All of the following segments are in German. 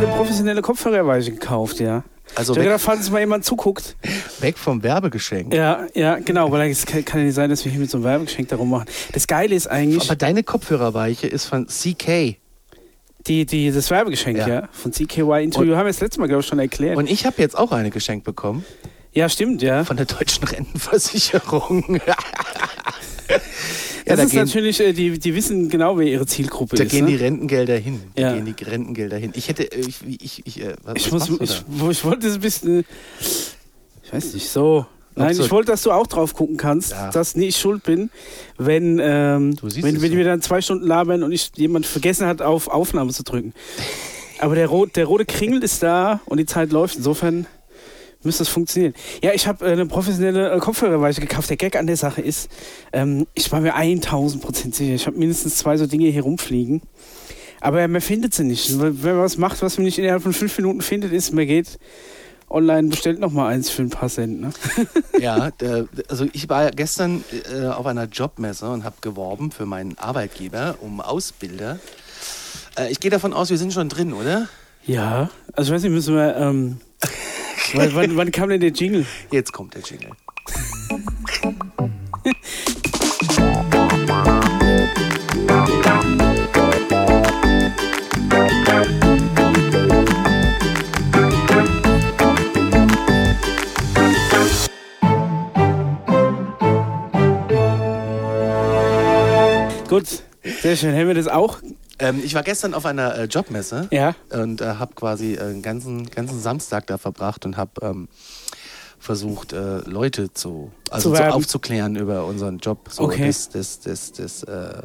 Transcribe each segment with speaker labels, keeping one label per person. Speaker 1: hier professionelle Kopfhörer habe ich gekauft, ja.
Speaker 2: Also
Speaker 1: ich habe
Speaker 2: weg,
Speaker 1: gedacht, falls uns mal jemand zuguckt.
Speaker 2: weg vom Werbegeschenk.
Speaker 1: Ja, ja, genau, weil es kann, kann ja nicht sein, dass wir hier mit so einem Werbegeschenk darum machen. Das Geile ist eigentlich,
Speaker 2: Aber deine Kopfhörerweiche ist von CK.
Speaker 1: die, die, das Werbegeschenk, ja,
Speaker 2: Ja.
Speaker 1: von CKY Interview haben wir das letzte Mal, glaube ich, schon erklärt.
Speaker 2: Und ich habe jetzt auch eine geschenkt bekommen
Speaker 1: ja, stimmt, ja.
Speaker 2: von der Deutschen Rentenversicherung. ja,
Speaker 1: Das
Speaker 2: da,
Speaker 1: ist
Speaker 2: gehen,
Speaker 1: natürlich, äh, die, die wissen genau, wer ihre Zielgruppe
Speaker 2: da
Speaker 1: ist.
Speaker 2: gehen
Speaker 1: ne?
Speaker 2: die Rentengelder hin. Da
Speaker 1: Ja.
Speaker 2: gehen die Rentengelder hin. Ich hätte, äh, ich, ich, ich, äh, was,
Speaker 1: Ich,
Speaker 2: was
Speaker 1: muss,
Speaker 2: machst du
Speaker 1: ich,
Speaker 2: da?
Speaker 1: wo- ich wollte es ein bisschen. Ich weiß nicht, so. Nein,
Speaker 2: Absurd.
Speaker 1: ich wollte, dass du auch drauf gucken kannst,
Speaker 2: Ja.
Speaker 1: dass nie ich schuld bin, wenn, ähm,
Speaker 2: Du siehst
Speaker 1: wenn,
Speaker 2: es
Speaker 1: wenn
Speaker 2: so.
Speaker 1: wir dann zwei Stunden labern und ich jemand vergessen hat, auf Aufnahme zu drücken. Aber der, rot, der rote Kringel ist da und die Zeit läuft. Insofern müsste es funktionieren. Ja, ich habe äh, eine professionelle äh, Kopfhörerweiche gekauft. Der Gag an der Sache ist, ähm, ich war mir 1000% sicher. Ich habe mindestens zwei so Dinge hier rumfliegen. Aber man findet sie nicht. Wenn man was macht, was man nicht innerhalb von fünf Minuten findet, ist, man geht online, bestellt nochmal eins für ein paar Cent. Ne?
Speaker 2: Ja, äh, also ich war gestern äh, auf einer Jobmesse und habe geworben für meinen Arbeitgeber um Ausbilder. Äh, ich gehe davon aus, wir sind schon drin, oder?
Speaker 1: Ja, also ich weiß nicht, müssen wir. Ähm, wann, wann, wann kam denn der Jingle?
Speaker 2: Jetzt kommt der Jingle.
Speaker 1: Gut, sehr schön. Haben wir das auch?
Speaker 2: Ähm, ich war gestern auf einer äh, Jobmesse
Speaker 1: Ja.
Speaker 2: und äh, habe quasi äh, einen ganzen, ganzen Samstag da verbracht und habe ähm, versucht, äh, Leute zu, also
Speaker 1: Zu
Speaker 2: zu
Speaker 1: werben.
Speaker 2: aufzuklären über unseren Job. So
Speaker 1: Okay.
Speaker 2: Das, das, das, das, äh,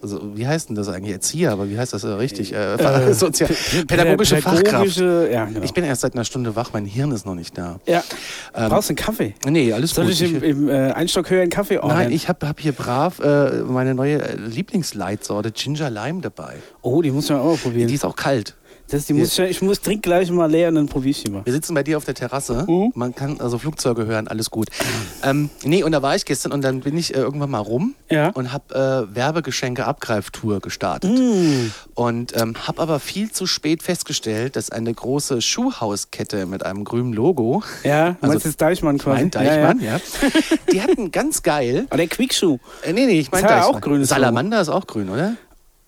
Speaker 2: also, wie heißt denn das eigentlich? Erzieher, aber wie heißt das äh, richtig? Äh,
Speaker 1: Äh,
Speaker 2: Sozial pädagogische Fachkraft.
Speaker 1: Pädagogische- Ja, genau.
Speaker 2: Ich bin erst seit einer Stunde wach, mein Hirn ist noch nicht da.
Speaker 1: ja.
Speaker 2: Ähm,
Speaker 1: Brauchst du einen Kaffee?
Speaker 2: Nee, alles
Speaker 1: Soll
Speaker 2: gut.
Speaker 1: ich im, im äh, Einstock höher einen Kaffee ordern?
Speaker 2: Nein, ich habe hab hier brav äh, meine neue äh, Lieblingsleitsorte Ginger Lime dabei.
Speaker 1: Oh, die muss man auch mal
Speaker 2: Die
Speaker 1: probieren.
Speaker 2: ist auch kalt.
Speaker 1: Das, die muss ich, ja- ich muss trink gleich mal leer und dann probiere ich die mal.
Speaker 2: Wir sitzen bei dir auf der Terrasse.
Speaker 1: Mhm.
Speaker 2: Man kann also Flugzeuge hören, alles gut. Ähm, nee, und da war ich gestern und dann bin ich äh, irgendwann mal rum
Speaker 1: Ja.
Speaker 2: und habe äh, Werbegeschenke-Abgreiftour gestartet.
Speaker 1: Hm.
Speaker 2: Und ähm, habe aber viel zu spät festgestellt, dass eine große Schuhhauskette mit einem grünen Logo,
Speaker 1: Ja, du
Speaker 2: Also-
Speaker 1: meinst jetzt Deichmann quasi.
Speaker 2: mein
Speaker 1: Ja,
Speaker 2: Deichmann,
Speaker 1: ja.
Speaker 2: ja, die hatten ganz geil.
Speaker 1: Aber der Quickschuh.
Speaker 2: Äh, nee, nee, ich meine
Speaker 1: Ist ja
Speaker 2: Deichmann.
Speaker 1: auch grünes Logo.
Speaker 2: Salamander ist auch grün, oder?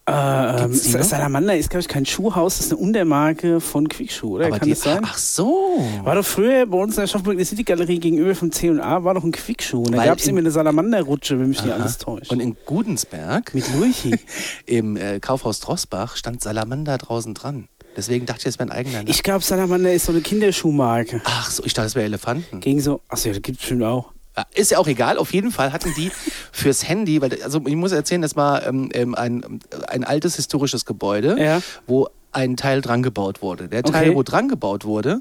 Speaker 1: Äh, ähm,
Speaker 2: Gibt's die
Speaker 1: Sa-
Speaker 2: noch?
Speaker 1: Salamander ist, glaube ich, kein Schuhhaus, das ist eine Untermarke von Quickschuh, oder?
Speaker 2: Aber
Speaker 1: Kann
Speaker 2: die,
Speaker 1: das sein?
Speaker 2: Ach so.
Speaker 1: War doch früher bei uns in der Schaffenburg in der City-Galerie gegenüber vom C&A, war doch ein Quickschuh. Und da
Speaker 2: Weil
Speaker 1: gab es
Speaker 2: in-
Speaker 1: immer eine Salamanderrutsche, wenn mich nicht
Speaker 2: Aha.
Speaker 1: alles täuscht.
Speaker 2: Und in Gudensberg
Speaker 1: mit Lurchi.
Speaker 2: im äh, Kaufhaus Drossbach stand Salamander draußen dran. Deswegen dachte ich, es wäre ein eigener Name.
Speaker 1: ich glaube, Salamander ist so eine Kinderschuhmarke.
Speaker 2: Ach so, ich dachte, es wäre Elefanten.
Speaker 1: Gegen so, achso, ja, das gibt es bestimmt auch.
Speaker 2: Ja, Ist ja auch egal. Auf jeden Fall hatten die fürs Handy, weil also ich muss erzählen, das war ähm, ähm, ein, ein altes historisches Gebäude,
Speaker 1: Ja.
Speaker 2: wo ein Teil dran gebaut wurde. Der Teil,
Speaker 1: Okay.
Speaker 2: wo dran gebaut wurde,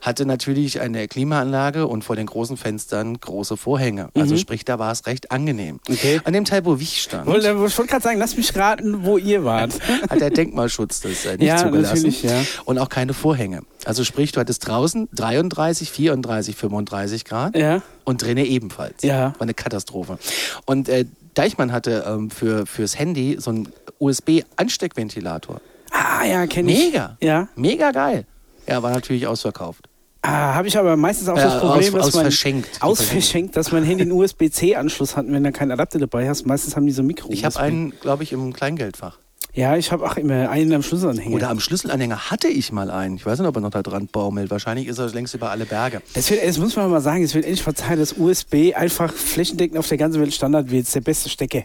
Speaker 2: hatte natürlich eine Klimaanlage und vor den großen Fenstern große Vorhänge. Also sprich, da war es recht angenehm.
Speaker 1: Mhm. Okay.
Speaker 2: An dem Teil, wo ich stand,
Speaker 1: Wollte- Ich wollte gerade sagen, lass mich raten, wo ihr wart.
Speaker 2: hat der Denkmalschutz das äh, nicht
Speaker 1: Ja,
Speaker 2: zugelassen.
Speaker 1: natürlich, ja.
Speaker 2: Und auch keine Vorhänge. Also sprich, du hattest draußen 33, 34, 35 Grad
Speaker 1: Ja.
Speaker 2: und drinnen ebenfalls.
Speaker 1: Ja.
Speaker 2: War eine Katastrophe. Und äh, Deichmann hatte ähm, für, fürs Handy so einen USB-Ansteckventilator.
Speaker 1: Ah, ja, kenne ich.
Speaker 2: Mega.
Speaker 1: Ja.
Speaker 2: Mega geil. Ja, war natürlich ausverkauft.
Speaker 1: Ah, habe ich aber meistens auch
Speaker 2: Äh,
Speaker 1: das Problem,
Speaker 2: aus-
Speaker 1: dass man
Speaker 2: ausverschenkt.
Speaker 1: ausverschenkt, dass mein Handy einen USB-C-Anschluss hat, und wenn du keinen Adapter dabei hast. Meistens haben die so Mikro.
Speaker 2: Ich habe einen, glaube ich, im Kleingeldfach.
Speaker 1: Ja, ich habe auch immer einen am Schlüsselanhänger.
Speaker 2: Oder am Schlüsselanhänger hatte ich mal einen. Ich weiß nicht, ob er noch da dran baumelt. Wahrscheinlich ist er längst über alle Berge.
Speaker 1: das, wird, das muss man mal sagen, es wird endlich verzeihen, dass USB einfach flächendeckend auf der ganzen Welt Standard wird. Das ist der beste Stecker.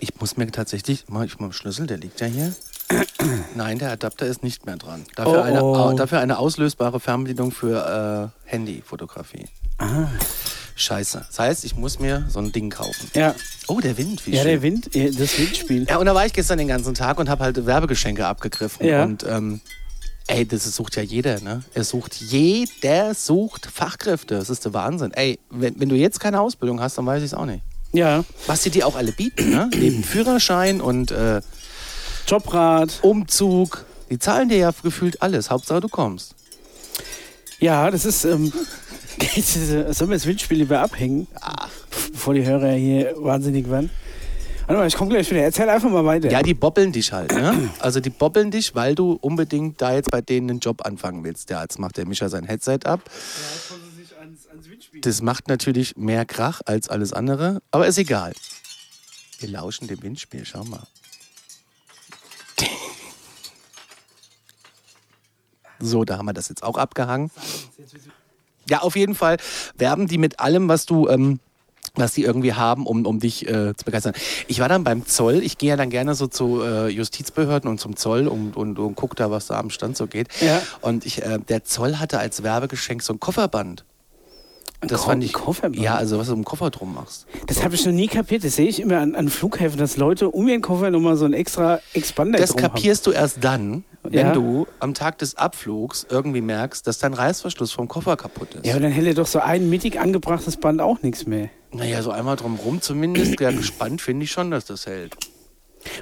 Speaker 2: Ich muss mir tatsächlich, mach ich mal einen Schlüssel, der liegt ja hier. Nein, der Adapter ist nicht mehr dran.
Speaker 1: Oh,
Speaker 2: Dafür, eine,
Speaker 1: oh.
Speaker 2: au- dafür eine auslösbare Fernbedienung für äh, Handyfotografie.
Speaker 1: Ah.
Speaker 2: Scheiße. Das heißt, ich muss mir so ein Ding kaufen.
Speaker 1: Ja,
Speaker 2: Oh, der Wind, wie
Speaker 1: ja
Speaker 2: schön.
Speaker 1: der Wind, ja, das Windspiel.
Speaker 2: ja, und da war ich gestern den ganzen Tag und habe halt Werbegeschenke abgegriffen.
Speaker 1: Ja.
Speaker 2: Und ähm, ey, das sucht ja jeder, ne? Es sucht jeder sucht Fachkräfte. Das ist der Wahnsinn. Ey, wenn, wenn du jetzt keine Ausbildung hast, dann weiß ich es auch nicht.
Speaker 1: Ja,
Speaker 2: Was sie dir auch alle bieten, ne? Neben Führerschein und äh,
Speaker 1: Jobrad.
Speaker 2: Umzug. Die zahlen dir ja gefühlt alles. Hauptsache du kommst.
Speaker 1: Ja, das ist. Ähm, jetzt
Speaker 2: Ah.
Speaker 1: ist, äh, sollen wir das Windspiel lieber abhängen? Bevor die Hörer hier wahnsinnig werden. Warte mal, ich komme gleich wieder. Erzähl einfach mal weiter.
Speaker 2: Ja, die boppeln dich halt. Ne? Also die boppeln dich, weil du unbedingt da jetzt bei denen einen Job anfangen willst. Ja, jetzt macht der Mischa sein Headset ab. Das macht natürlich mehr Krach als alles andere, aber ist egal. Wir lauschen dem Windspiel, schau mal. So, da haben wir das jetzt auch abgehangen. Ja, auf jeden Fall werben die mit allem, was du, ähm, was die irgendwie haben, um, um dich äh, zu begeistern. Ich war dann beim Zoll. Ich gehe ja dann gerne so zu äh, Justizbehörden und zum Zoll und, und, und guck da, was da am Stand so geht.
Speaker 1: Ja.
Speaker 2: Und ich, äh, der Zoll hatte als Werbegeschenk so ein Kofferband. Das
Speaker 1: Ko-
Speaker 2: fand ich.
Speaker 1: Kofferband?
Speaker 2: Ja, also was du im Koffer drum machst.
Speaker 1: Das habe ich noch nie kapiert. Das sehe ich immer an, an Flughäfen, dass Leute um ihren Koffer nochmal so einen extra Expander
Speaker 2: Das
Speaker 1: drum
Speaker 2: kapierst du erst dann, wenn
Speaker 1: Ja.
Speaker 2: du am Tag des Abflugs irgendwie merkst, dass dein Reißverschluss vom Koffer kaputt ist.
Speaker 1: haben. Ja, aber dann hätte doch so ein mittig angebrachtes Band auch nichts mehr.
Speaker 2: Naja, so einmal drumrum zumindest. Ja, gespannt finde ich schon, dass das hält.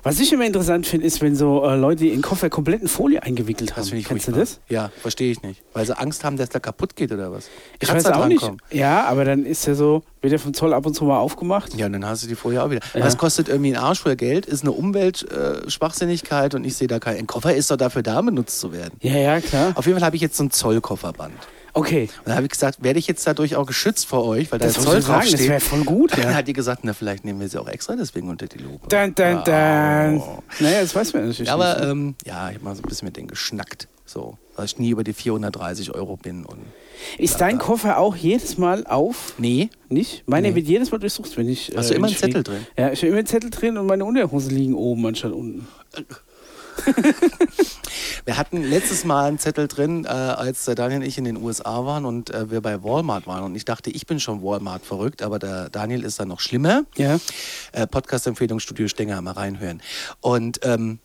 Speaker 1: Was ich immer interessant finde, ist, wenn so äh, Leute ihren Koffer komplett in Folie eingewickelt haben.
Speaker 2: Das finde ich
Speaker 1: Kennst
Speaker 2: furchtbar.
Speaker 1: du das?
Speaker 2: Ja, verstehe ich nicht. Weil sie Angst haben, dass der kaputt geht oder was?
Speaker 1: Ich
Speaker 2: Kratzer
Speaker 1: weiß auch nicht.
Speaker 2: drankommen.
Speaker 1: Ja, aber dann ist ja so, wird ja vom Zoll ab und zu mal aufgemacht.
Speaker 2: Ja, und dann hast du die Folie auch wieder.
Speaker 1: Ja.
Speaker 2: Das kostet irgendwie einen Arsch voll Geld, ist eine Umweltschwachsinnigkeit und ich sehe da keinen. Ein Koffer ist doch dafür da, benutzt zu werden.
Speaker 1: Ja, ja, klar.
Speaker 2: Auf jeden Fall habe ich jetzt so ein Zollkofferband.
Speaker 1: Okay.
Speaker 2: Und da habe ich gesagt, werde ich jetzt dadurch auch geschützt vor euch, weil da
Speaker 1: Das
Speaker 2: der
Speaker 1: muss
Speaker 2: Zoll
Speaker 1: ich sagen, das
Speaker 2: draufsteht.
Speaker 1: wäre voll gut.
Speaker 2: Dann
Speaker 1: Ja.
Speaker 2: hat die gesagt, na, vielleicht nehmen wir sie auch extra deswegen unter die Lupe.
Speaker 1: Dann, dann, dann.
Speaker 2: Oh.
Speaker 1: Naja, das weiß man natürlich
Speaker 2: Ja, aber
Speaker 1: nicht.
Speaker 2: ähm, ja, ich habe mal so ein bisschen mit denen geschnackt. So, weil ich nie über die 430 Euro bin. Und
Speaker 1: Ist dein Koffer auch jedes Mal auf?
Speaker 2: nee,
Speaker 1: Nicht? Meiner wird jedes Mal durchsucht, wenn ich.
Speaker 2: Hast du immer
Speaker 1: wenn ich
Speaker 2: einen Zettel
Speaker 1: flieg.
Speaker 2: drin?
Speaker 1: Ja, ich habe immer einen Zettel drin und meine Unterhosen liegen oben anstatt unten.
Speaker 2: wir hatten letztes Mal einen Zettel drin, äh, als der Daniel und ich in den USA waren und äh, wir bei Walmart waren. Und ich dachte, ich bin schon Walmart verrückt, aber der Daniel ist dann noch schlimmer.
Speaker 1: Ja.
Speaker 2: Äh, Podcast-Empfehlung Studio Stenger, mal reinhören. Und ähm,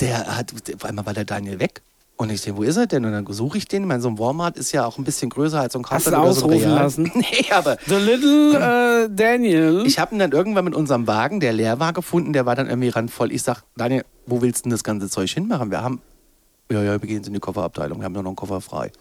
Speaker 2: der hat, auf einmal war der Daniel weg. Und ich sehe, wo ist er denn? Und dann suche ich den. Ich meine, so ein Walmart ist ja auch ein bisschen größer als so ein
Speaker 1: Hast du
Speaker 2: Kassel oder so ein
Speaker 1: ausrufen
Speaker 2: Real.
Speaker 1: lassen?
Speaker 2: Nee, aber
Speaker 1: The Little äh, Daniel.
Speaker 2: Ich habe ihn dann irgendwann mit unserem Wagen, der leer war, gefunden. Der war dann irgendwie randvoll. Ich sag, Daniel, wo willst du denn das ganze Zeug hinmachen? Wir haben, ja, ja, wir gehen jetzt in die Kofferabteilung. Wir haben nur noch einen Koffer frei.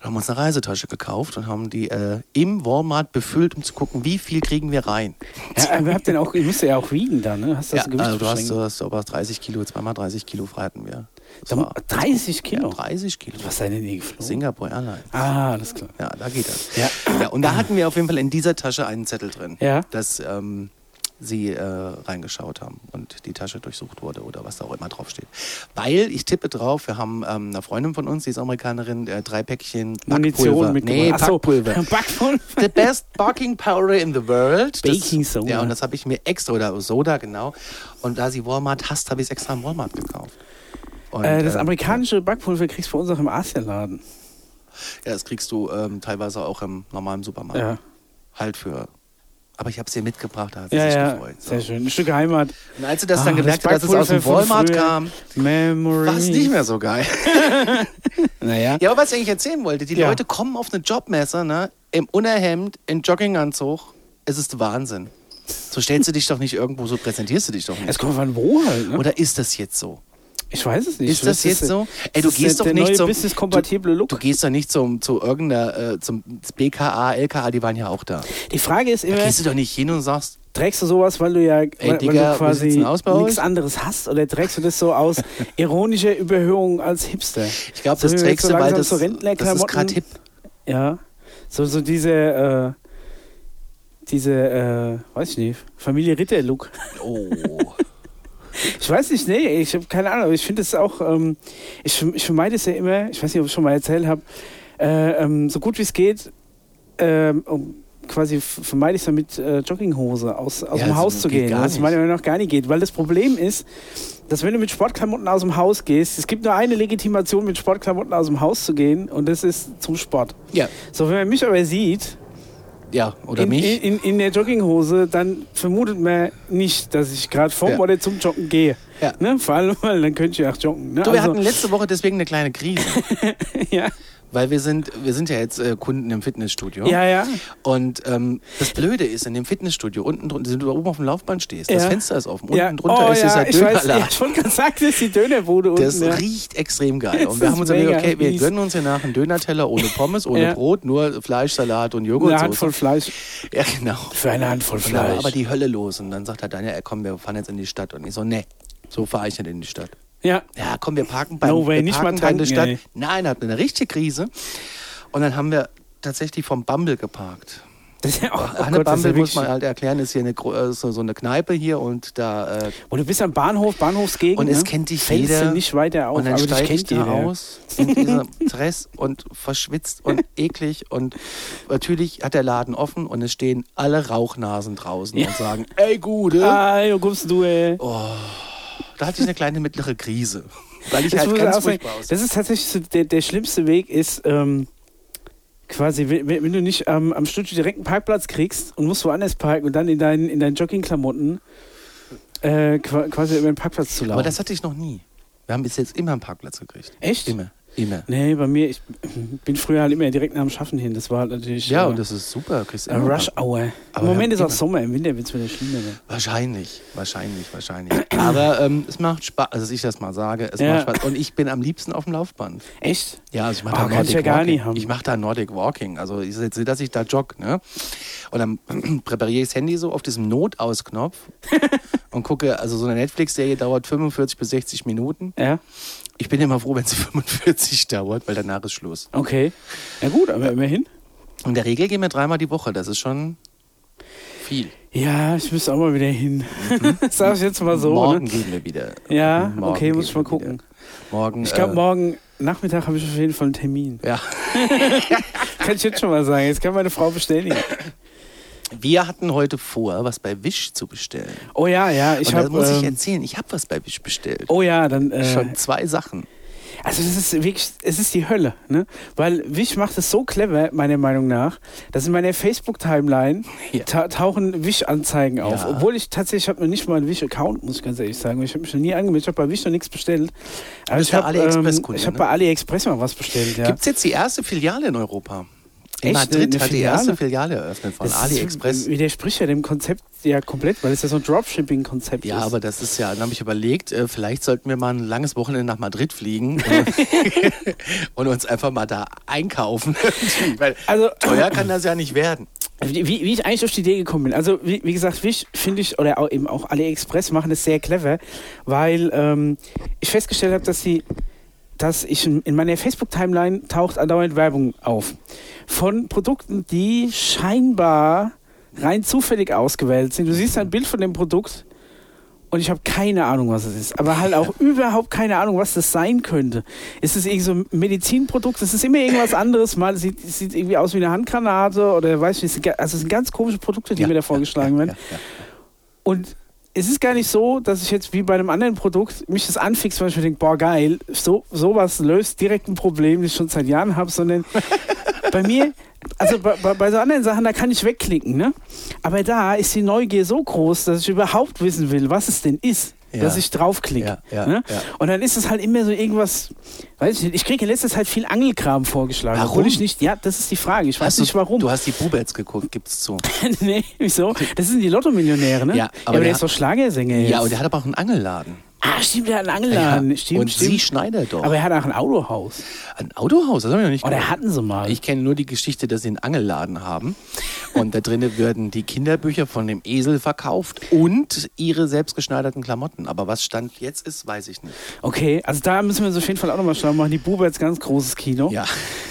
Speaker 2: Dann haben wir uns eine Reisetasche gekauft und haben die äh, im Walmart befüllt, um zu gucken, wie viel kriegen wir rein.
Speaker 1: ja, aber habt den auch, ihr müsst ja auch wiegen da, ne? Hast du das
Speaker 2: Ja,
Speaker 1: Gewicht
Speaker 2: also du hast,
Speaker 1: beschränkt?
Speaker 2: du hast aber 30 Kilo, zweimal 30 Kilo frei hatten wir. Das
Speaker 1: Sag mal,
Speaker 2: war
Speaker 1: 30 Kilo.
Speaker 2: 30 Kilo.
Speaker 1: Was seid denn ihr geflogen?
Speaker 2: Singapore Airlines.
Speaker 1: Ah, alles klar.
Speaker 2: Ja, da geht das.
Speaker 1: Ja.
Speaker 2: ja, und da hatten wir auf jeden Fall in dieser Tasche einen Zettel drin,
Speaker 1: Ja.
Speaker 2: dass ähm, sie äh, reingeschaut haben und die Tasche durchsucht wurde oder was da auch immer draufsteht. Weil ich tippe drauf, wir haben ähm, eine Freundin von uns, die ist Amerikanerin, äh, drei Päckchen Backpulver.
Speaker 1: Munition
Speaker 2: nee,
Speaker 1: mitgebracht.
Speaker 2: Backpulver.
Speaker 1: Backpulver.
Speaker 2: The best baking powder in the world.
Speaker 1: Baking
Speaker 2: das,
Speaker 1: Soda.
Speaker 2: Ja, und das habe ich mir extra, oder Soda, genau. Und da sie Walmart hasst, habe ich es extra im Walmart gekauft. Und,
Speaker 1: Äh, das
Speaker 2: ähm,
Speaker 1: amerikanische Backpulver kriegst du bei uns auch im Asienladen.
Speaker 2: Ja, das kriegst du ähm, teilweise auch im normalen Supermarkt.
Speaker 1: Ja.
Speaker 2: Halt für. Aber ich habe es dir mitgebracht, da hat sie
Speaker 1: Ja,
Speaker 2: sich
Speaker 1: ja,
Speaker 2: gefreut. So.
Speaker 1: sehr schön. Ein Stück Heimat. Ah,
Speaker 2: Und als sie das dann gemerkt hat, dass es aus
Speaker 1: Backpulver
Speaker 2: dem
Speaker 1: von
Speaker 2: Walmart
Speaker 1: früher.
Speaker 2: kam,
Speaker 1: Memory.
Speaker 2: war es nicht mehr so geil.
Speaker 1: Naja.
Speaker 2: ja, aber was ich eigentlich erzählen wollte, die
Speaker 1: Ja.
Speaker 2: Leute kommen auf eine Jobmesse, ne? Im Unterhemd, in Jogginganzug. Es ist Wahnsinn. So stellst du dich doch nicht irgendwo, so präsentierst du dich doch
Speaker 1: Es
Speaker 2: nicht.
Speaker 1: kommt von wo halt, ne?
Speaker 2: Oder ist das jetzt so?
Speaker 1: Ich weiß es nicht.
Speaker 2: Ist das jetzt
Speaker 1: der-
Speaker 2: so? Ey, du
Speaker 1: das ist
Speaker 2: gehst
Speaker 1: der-
Speaker 2: doch
Speaker 1: der
Speaker 2: nicht
Speaker 1: neue
Speaker 2: zum-
Speaker 1: business-kompatible Look.
Speaker 2: Du gehst doch nicht zum, zu irgendeiner, äh, zum BKA, LKA, die waren ja auch da.
Speaker 1: Die Frage ist immer,
Speaker 2: Gehst du doch nicht hin und sagst,
Speaker 1: trägst du sowas, weil du ja weil,
Speaker 2: Digga,
Speaker 1: weil
Speaker 2: wie
Speaker 1: du quasi
Speaker 2: sieht's denn aus bei
Speaker 1: nichts
Speaker 2: euch?
Speaker 1: anderes hast oder trägst du das so aus ironischer Überhöhung als Hipster?
Speaker 2: ich glaube,
Speaker 1: So
Speaker 2: das
Speaker 1: wie wir jetzt
Speaker 2: trägst
Speaker 1: so
Speaker 2: du, weil
Speaker 1: langsam
Speaker 2: das,
Speaker 1: so
Speaker 2: das ist
Speaker 1: Rentnerklamotten-
Speaker 2: gerade hip.
Speaker 1: Ja. So, so diese, äh, diese, äh, weiß ich nicht, Familie Ritter-Look.
Speaker 2: Oh.
Speaker 1: Ich weiß nicht, nee, ich habe keine Ahnung, aber ich finde es auch, ähm, ich, ich vermeide es ja immer, ich weiß nicht, ob ich schon mal erzählt habe, äh, ähm, so gut wie es geht, ähm, um, quasi f- vermeide ich es ja mit äh, Jogginghose aus, aus
Speaker 2: Ja,
Speaker 1: dem
Speaker 2: das
Speaker 1: Haus zu
Speaker 2: geht
Speaker 1: gehen,
Speaker 2: gar
Speaker 1: was
Speaker 2: nicht.
Speaker 1: meiner Meinung nach gar nicht geht, weil das Problem ist, dass wenn du mit Sportklamotten aus dem Haus gehst, es gibt nur eine Legitimation, mit Sportklamotten aus dem Haus zu gehen und das ist zum Sport.
Speaker 2: Ja,
Speaker 1: So, wenn man mich aber sieht,
Speaker 2: ja, oder
Speaker 1: in,
Speaker 2: mich.
Speaker 1: In, in der Jogginghose, dann vermutet man nicht, dass ich gerade vom
Speaker 2: Ja.
Speaker 1: oder zum Joggen gehe.
Speaker 2: Ja.
Speaker 1: Ne? Vor allem, weil dann könnte ich ja auch joggen. Ne?
Speaker 2: du, wir
Speaker 1: Also,
Speaker 2: hatten letzte Woche deswegen eine kleine Krise,
Speaker 1: ja.
Speaker 2: Weil wir sind, wir sind ja jetzt äh, Kunden im Fitnessstudio.
Speaker 1: Ja, ja.
Speaker 2: Und ähm, das Blöde ist, in dem Fitnessstudio, unten drunter, sind du da oben auf dem Laufband stehst, das
Speaker 1: Ja.
Speaker 2: Fenster ist offen, unten
Speaker 1: ja.
Speaker 2: drunter
Speaker 1: oh,
Speaker 2: ist halt
Speaker 1: ja,
Speaker 2: dieser
Speaker 1: ich weiß,
Speaker 2: Dönerladen.
Speaker 1: ja, schon gesagt, das ist die Dönerbude
Speaker 2: Das
Speaker 1: unten. ja.
Speaker 2: riecht extrem geil.
Speaker 1: Das
Speaker 2: Und wir haben
Speaker 1: ist
Speaker 2: uns überlegt,
Speaker 1: mega
Speaker 2: okay, wir
Speaker 1: mies.
Speaker 2: gönnen uns hier nach einen Dönerteller ohne Pommes, ohne
Speaker 1: Ja.
Speaker 2: Brot, nur Fleisch, Salat und Joghurt.
Speaker 1: Eine Handvoll Fleisch.
Speaker 2: Ja, genau.
Speaker 1: Für eine Handvoll
Speaker 2: Und dann war
Speaker 1: Fleisch.
Speaker 2: aber die Hölle los. Und dann sagt er, Daniel, ey, komm, wir fahren jetzt in die Stadt. Und ich so, nee, so fahre ich nicht in die Stadt.
Speaker 1: ja.
Speaker 2: Ja, komm, wir parken bei
Speaker 1: No way,
Speaker 2: wir
Speaker 1: nicht
Speaker 2: parken
Speaker 1: mal
Speaker 2: da in der
Speaker 1: tanken,
Speaker 2: Stadt.
Speaker 1: ey.
Speaker 2: Nein, hatten eine richtige Krise. Und dann haben wir tatsächlich vom Bumble geparkt.
Speaker 1: Das ist ja auch, oh
Speaker 2: Hanne
Speaker 1: Gott, das ist ja
Speaker 2: Bumble
Speaker 1: wirklich,
Speaker 2: muss man halt erklären, ist hier eine, gro- äh, so, so eine Kneipe hier und da äh,
Speaker 1: und du bist am Bahnhof, Bahnhofsgegend.
Speaker 2: Und es
Speaker 1: ne?
Speaker 2: kennt dich
Speaker 1: Fällst
Speaker 2: jeder.
Speaker 1: du nicht weiter auf,
Speaker 2: und dann
Speaker 1: aber dich
Speaker 2: steige ich
Speaker 1: kennt
Speaker 2: da
Speaker 1: jeder.
Speaker 2: aus in diesem Dress und verschwitzt und eklig und natürlich hat der Laden offen und es stehen alle Rauchnasen draußen und sagen, ey Gude.
Speaker 1: Ah, wo kommst du, ey?
Speaker 2: Da hatte ich eine kleine mittlere Krise, weil ich
Speaker 1: das,
Speaker 2: halt
Speaker 1: muss
Speaker 2: ganz
Speaker 1: auch sagen,
Speaker 2: furchtbar aus.
Speaker 1: das ist tatsächlich so, der, der schlimmste Weg ist, ähm, quasi, wenn, wenn wenn du nicht am- am Studio direkt einen Parkplatz kriegst und musst woanders parken und dann in deinen, in deinen Joggingklamotten äh, qua- quasi über den Parkplatz zu laufen.
Speaker 2: Aber das hatte ich noch nie. Wir haben bis jetzt immer einen Parkplatz gekriegt.
Speaker 1: Echt?
Speaker 2: Immer, immer.
Speaker 1: Nee, bei mir, ich bin früher halt immer direkt nach dem Schaffen hin. Das war halt natürlich
Speaker 2: Ja,
Speaker 1: äh,
Speaker 2: und das ist super. Kriegst
Speaker 1: äh,
Speaker 2: immer
Speaker 1: Rush
Speaker 2: Park-
Speaker 1: Hour.
Speaker 2: Aber
Speaker 1: Im
Speaker 2: wir
Speaker 1: Moment
Speaker 2: haben
Speaker 1: ist auch
Speaker 2: immer-
Speaker 1: Sommer, im Winter wird es wieder schlimmer. ne?
Speaker 2: Wahrscheinlich, wahrscheinlich, wahrscheinlich. Aber ähm, es macht Spaß, also dass ich das mal sage, es
Speaker 1: Ja.
Speaker 2: macht Spaß. Und ich bin am liebsten auf dem Laufband.
Speaker 1: Echt?
Speaker 2: Ja, also ich mache
Speaker 1: Oh,
Speaker 2: da
Speaker 1: kann ich
Speaker 2: Nordic
Speaker 1: ja gar
Speaker 2: Walking.
Speaker 1: nicht haben.
Speaker 2: Ich mache da Nordic Walking. Also ich sehe, dass ich da jogge. Ne? Und dann präpariere ich das Handy so auf diesem Notausknopf und gucke, also so eine Netflix-Serie dauert 45 bis 60 Minuten.
Speaker 1: Ja,
Speaker 2: Ich bin immer froh, wenn sie 45 dauert, weil danach ist Schluss.
Speaker 1: okay. Na gut, aber immerhin.
Speaker 2: In der Regel gehen wir dreimal die Woche. Das ist schon viel.
Speaker 1: Ja, ich müsste auch mal wieder hin. Sag ich jetzt mal so.
Speaker 2: Mhm. morgen
Speaker 1: Ne?
Speaker 2: gehen wir wieder.
Speaker 1: Ja,
Speaker 2: Morgen
Speaker 1: okay, muss
Speaker 2: gehen
Speaker 1: ich mal
Speaker 2: wir wieder.
Speaker 1: gucken.
Speaker 2: Morgen.
Speaker 1: Ich glaube,
Speaker 2: äh,
Speaker 1: morgen Nachmittag habe ich auf jeden Fall einen Termin.
Speaker 2: Ja.
Speaker 1: Kann ich jetzt schon mal sagen. Jetzt kann meine Frau bestätigen.
Speaker 2: Wir hatten heute vor, was bei Wish zu bestellen.
Speaker 1: Oh ja, ja, ich
Speaker 2: und das
Speaker 1: habe.
Speaker 2: muss ich
Speaker 1: Ähm,
Speaker 2: erzählen. Ich habe was bei Wish bestellt.
Speaker 1: oh ja, dann. Äh,
Speaker 2: Schon zwei Sachen.
Speaker 1: also, das ist wirklich. Es ist die Hölle, ne? Weil Wish macht es so clever, meiner Meinung nach, dass in meiner Facebook-Timeline
Speaker 2: Ja.
Speaker 1: ta tauchen Wish-Anzeigen auf.
Speaker 2: Ja.
Speaker 1: Obwohl ich tatsächlich. Ich habe noch nicht mal einen Wish-Account, muss ich ganz ehrlich sagen. Ich habe mich noch nie angemeldet. Ich habe bei Wish noch nichts bestellt. Aber
Speaker 2: bist
Speaker 1: ich
Speaker 2: ja
Speaker 1: habe
Speaker 2: AliExpress-Kunde,
Speaker 1: Ich habe
Speaker 2: ne?
Speaker 1: bei AliExpress mal was bestellt, ja.
Speaker 2: Gibt es jetzt die erste Filiale in Europa? In
Speaker 1: Echt?
Speaker 2: Madrid
Speaker 1: Eine
Speaker 2: hat die
Speaker 1: Filiale?
Speaker 2: erste Filiale eröffnet von
Speaker 1: Das
Speaker 2: AliExpress.
Speaker 1: Ist, widerspricht ja dem Konzept ja komplett, weil es ja so ein Dropshipping-Konzept
Speaker 2: Ja,
Speaker 1: ist.
Speaker 2: aber das ist ja, dann habe ich überlegt, äh, vielleicht sollten wir mal ein langes Wochenende nach Madrid fliegen und uns einfach mal da einkaufen. Weil
Speaker 1: Also,
Speaker 2: teuer kann das ja nicht werden.
Speaker 1: wie, wie ich eigentlich auf die Idee gekommen bin. Also, wie, wie gesagt, Wish finde ich, oder auch, eben auch AliExpress machen das sehr clever, weil ähm, ich festgestellt habe, dass sie, dass ich in, in meiner Facebook-Timeline taucht andauernd Werbung auf. Von Produkten, die scheinbar rein zufällig ausgewählt sind. Du siehst ein Bild von dem Produkt und ich habe keine Ahnung, was es ist. Aber halt auch überhaupt keine Ahnung, was das sein könnte. Ist es irgend so ein Medizinprodukt? Es ist immer irgendwas anderes. Mal sieht, sieht irgendwie aus wie eine Handgranate oder weiß ich nicht. Es sind ga- Also es sind ganz komische Produkte, die
Speaker 2: Ja,
Speaker 1: mir da vorgeschlagen werden.
Speaker 2: ja.
Speaker 1: Und es ist gar nicht so, dass ich jetzt wie bei einem anderen Produkt mich das anfixt, weil ich mir denke, boah, geil, so, sowas löst direkt ein Problem, das ich schon seit Jahren habe, sondern bei mir, also bei, bei, bei so anderen Sachen, da kann ich wegklicken, ne? Aber da ist die Neugier so groß, dass ich überhaupt wissen will, was es denn ist.
Speaker 2: Ja.
Speaker 1: Dass ich draufklicke.
Speaker 2: Ja, ja,
Speaker 1: ne?
Speaker 2: ja.
Speaker 1: Und dann ist es halt immer so irgendwas, weiß ich nicht, ich kriege in letzter Zeit viel Angelkram vorgeschlagen. Obwohl
Speaker 2: Warum?
Speaker 1: ich nicht, ja, das ist die Frage. Ich weiß
Speaker 2: Hast du,
Speaker 1: nicht warum.
Speaker 2: Du hast die Bubets geguckt, gibt's zu.
Speaker 1: nee, wieso? Das sind die Lotto-Millionäre, ne?
Speaker 2: Ja, aber
Speaker 1: der,
Speaker 2: der
Speaker 1: ist
Speaker 2: hat-
Speaker 1: doch Schlagersänger jetzt.
Speaker 2: Ja, und der hat aber auch einen Angelladen.
Speaker 1: Ah, stimmt, der hat einen Angelladen. Stimmt,
Speaker 2: und
Speaker 1: stimmt.
Speaker 2: sie schneidet doch.
Speaker 1: aber Oh, er hat auch ein Autohaus.
Speaker 2: ein Autohaus, das haben wir noch nicht
Speaker 1: Oder
Speaker 2: gehört.
Speaker 1: hatten sie mal.
Speaker 2: Ich kenne nur die Geschichte, dass sie einen Angelladen haben und da drinnen würden die Kinderbücher von dem Esel verkauft und ihre selbstgeschneiderten Klamotten. Aber was Stand jetzt ist, weiß ich nicht.
Speaker 1: okay, also da müssen wir uns auf jeden Fall auch nochmal schlau machen. Die Buberts, ganz großes Kino.
Speaker 2: Ja.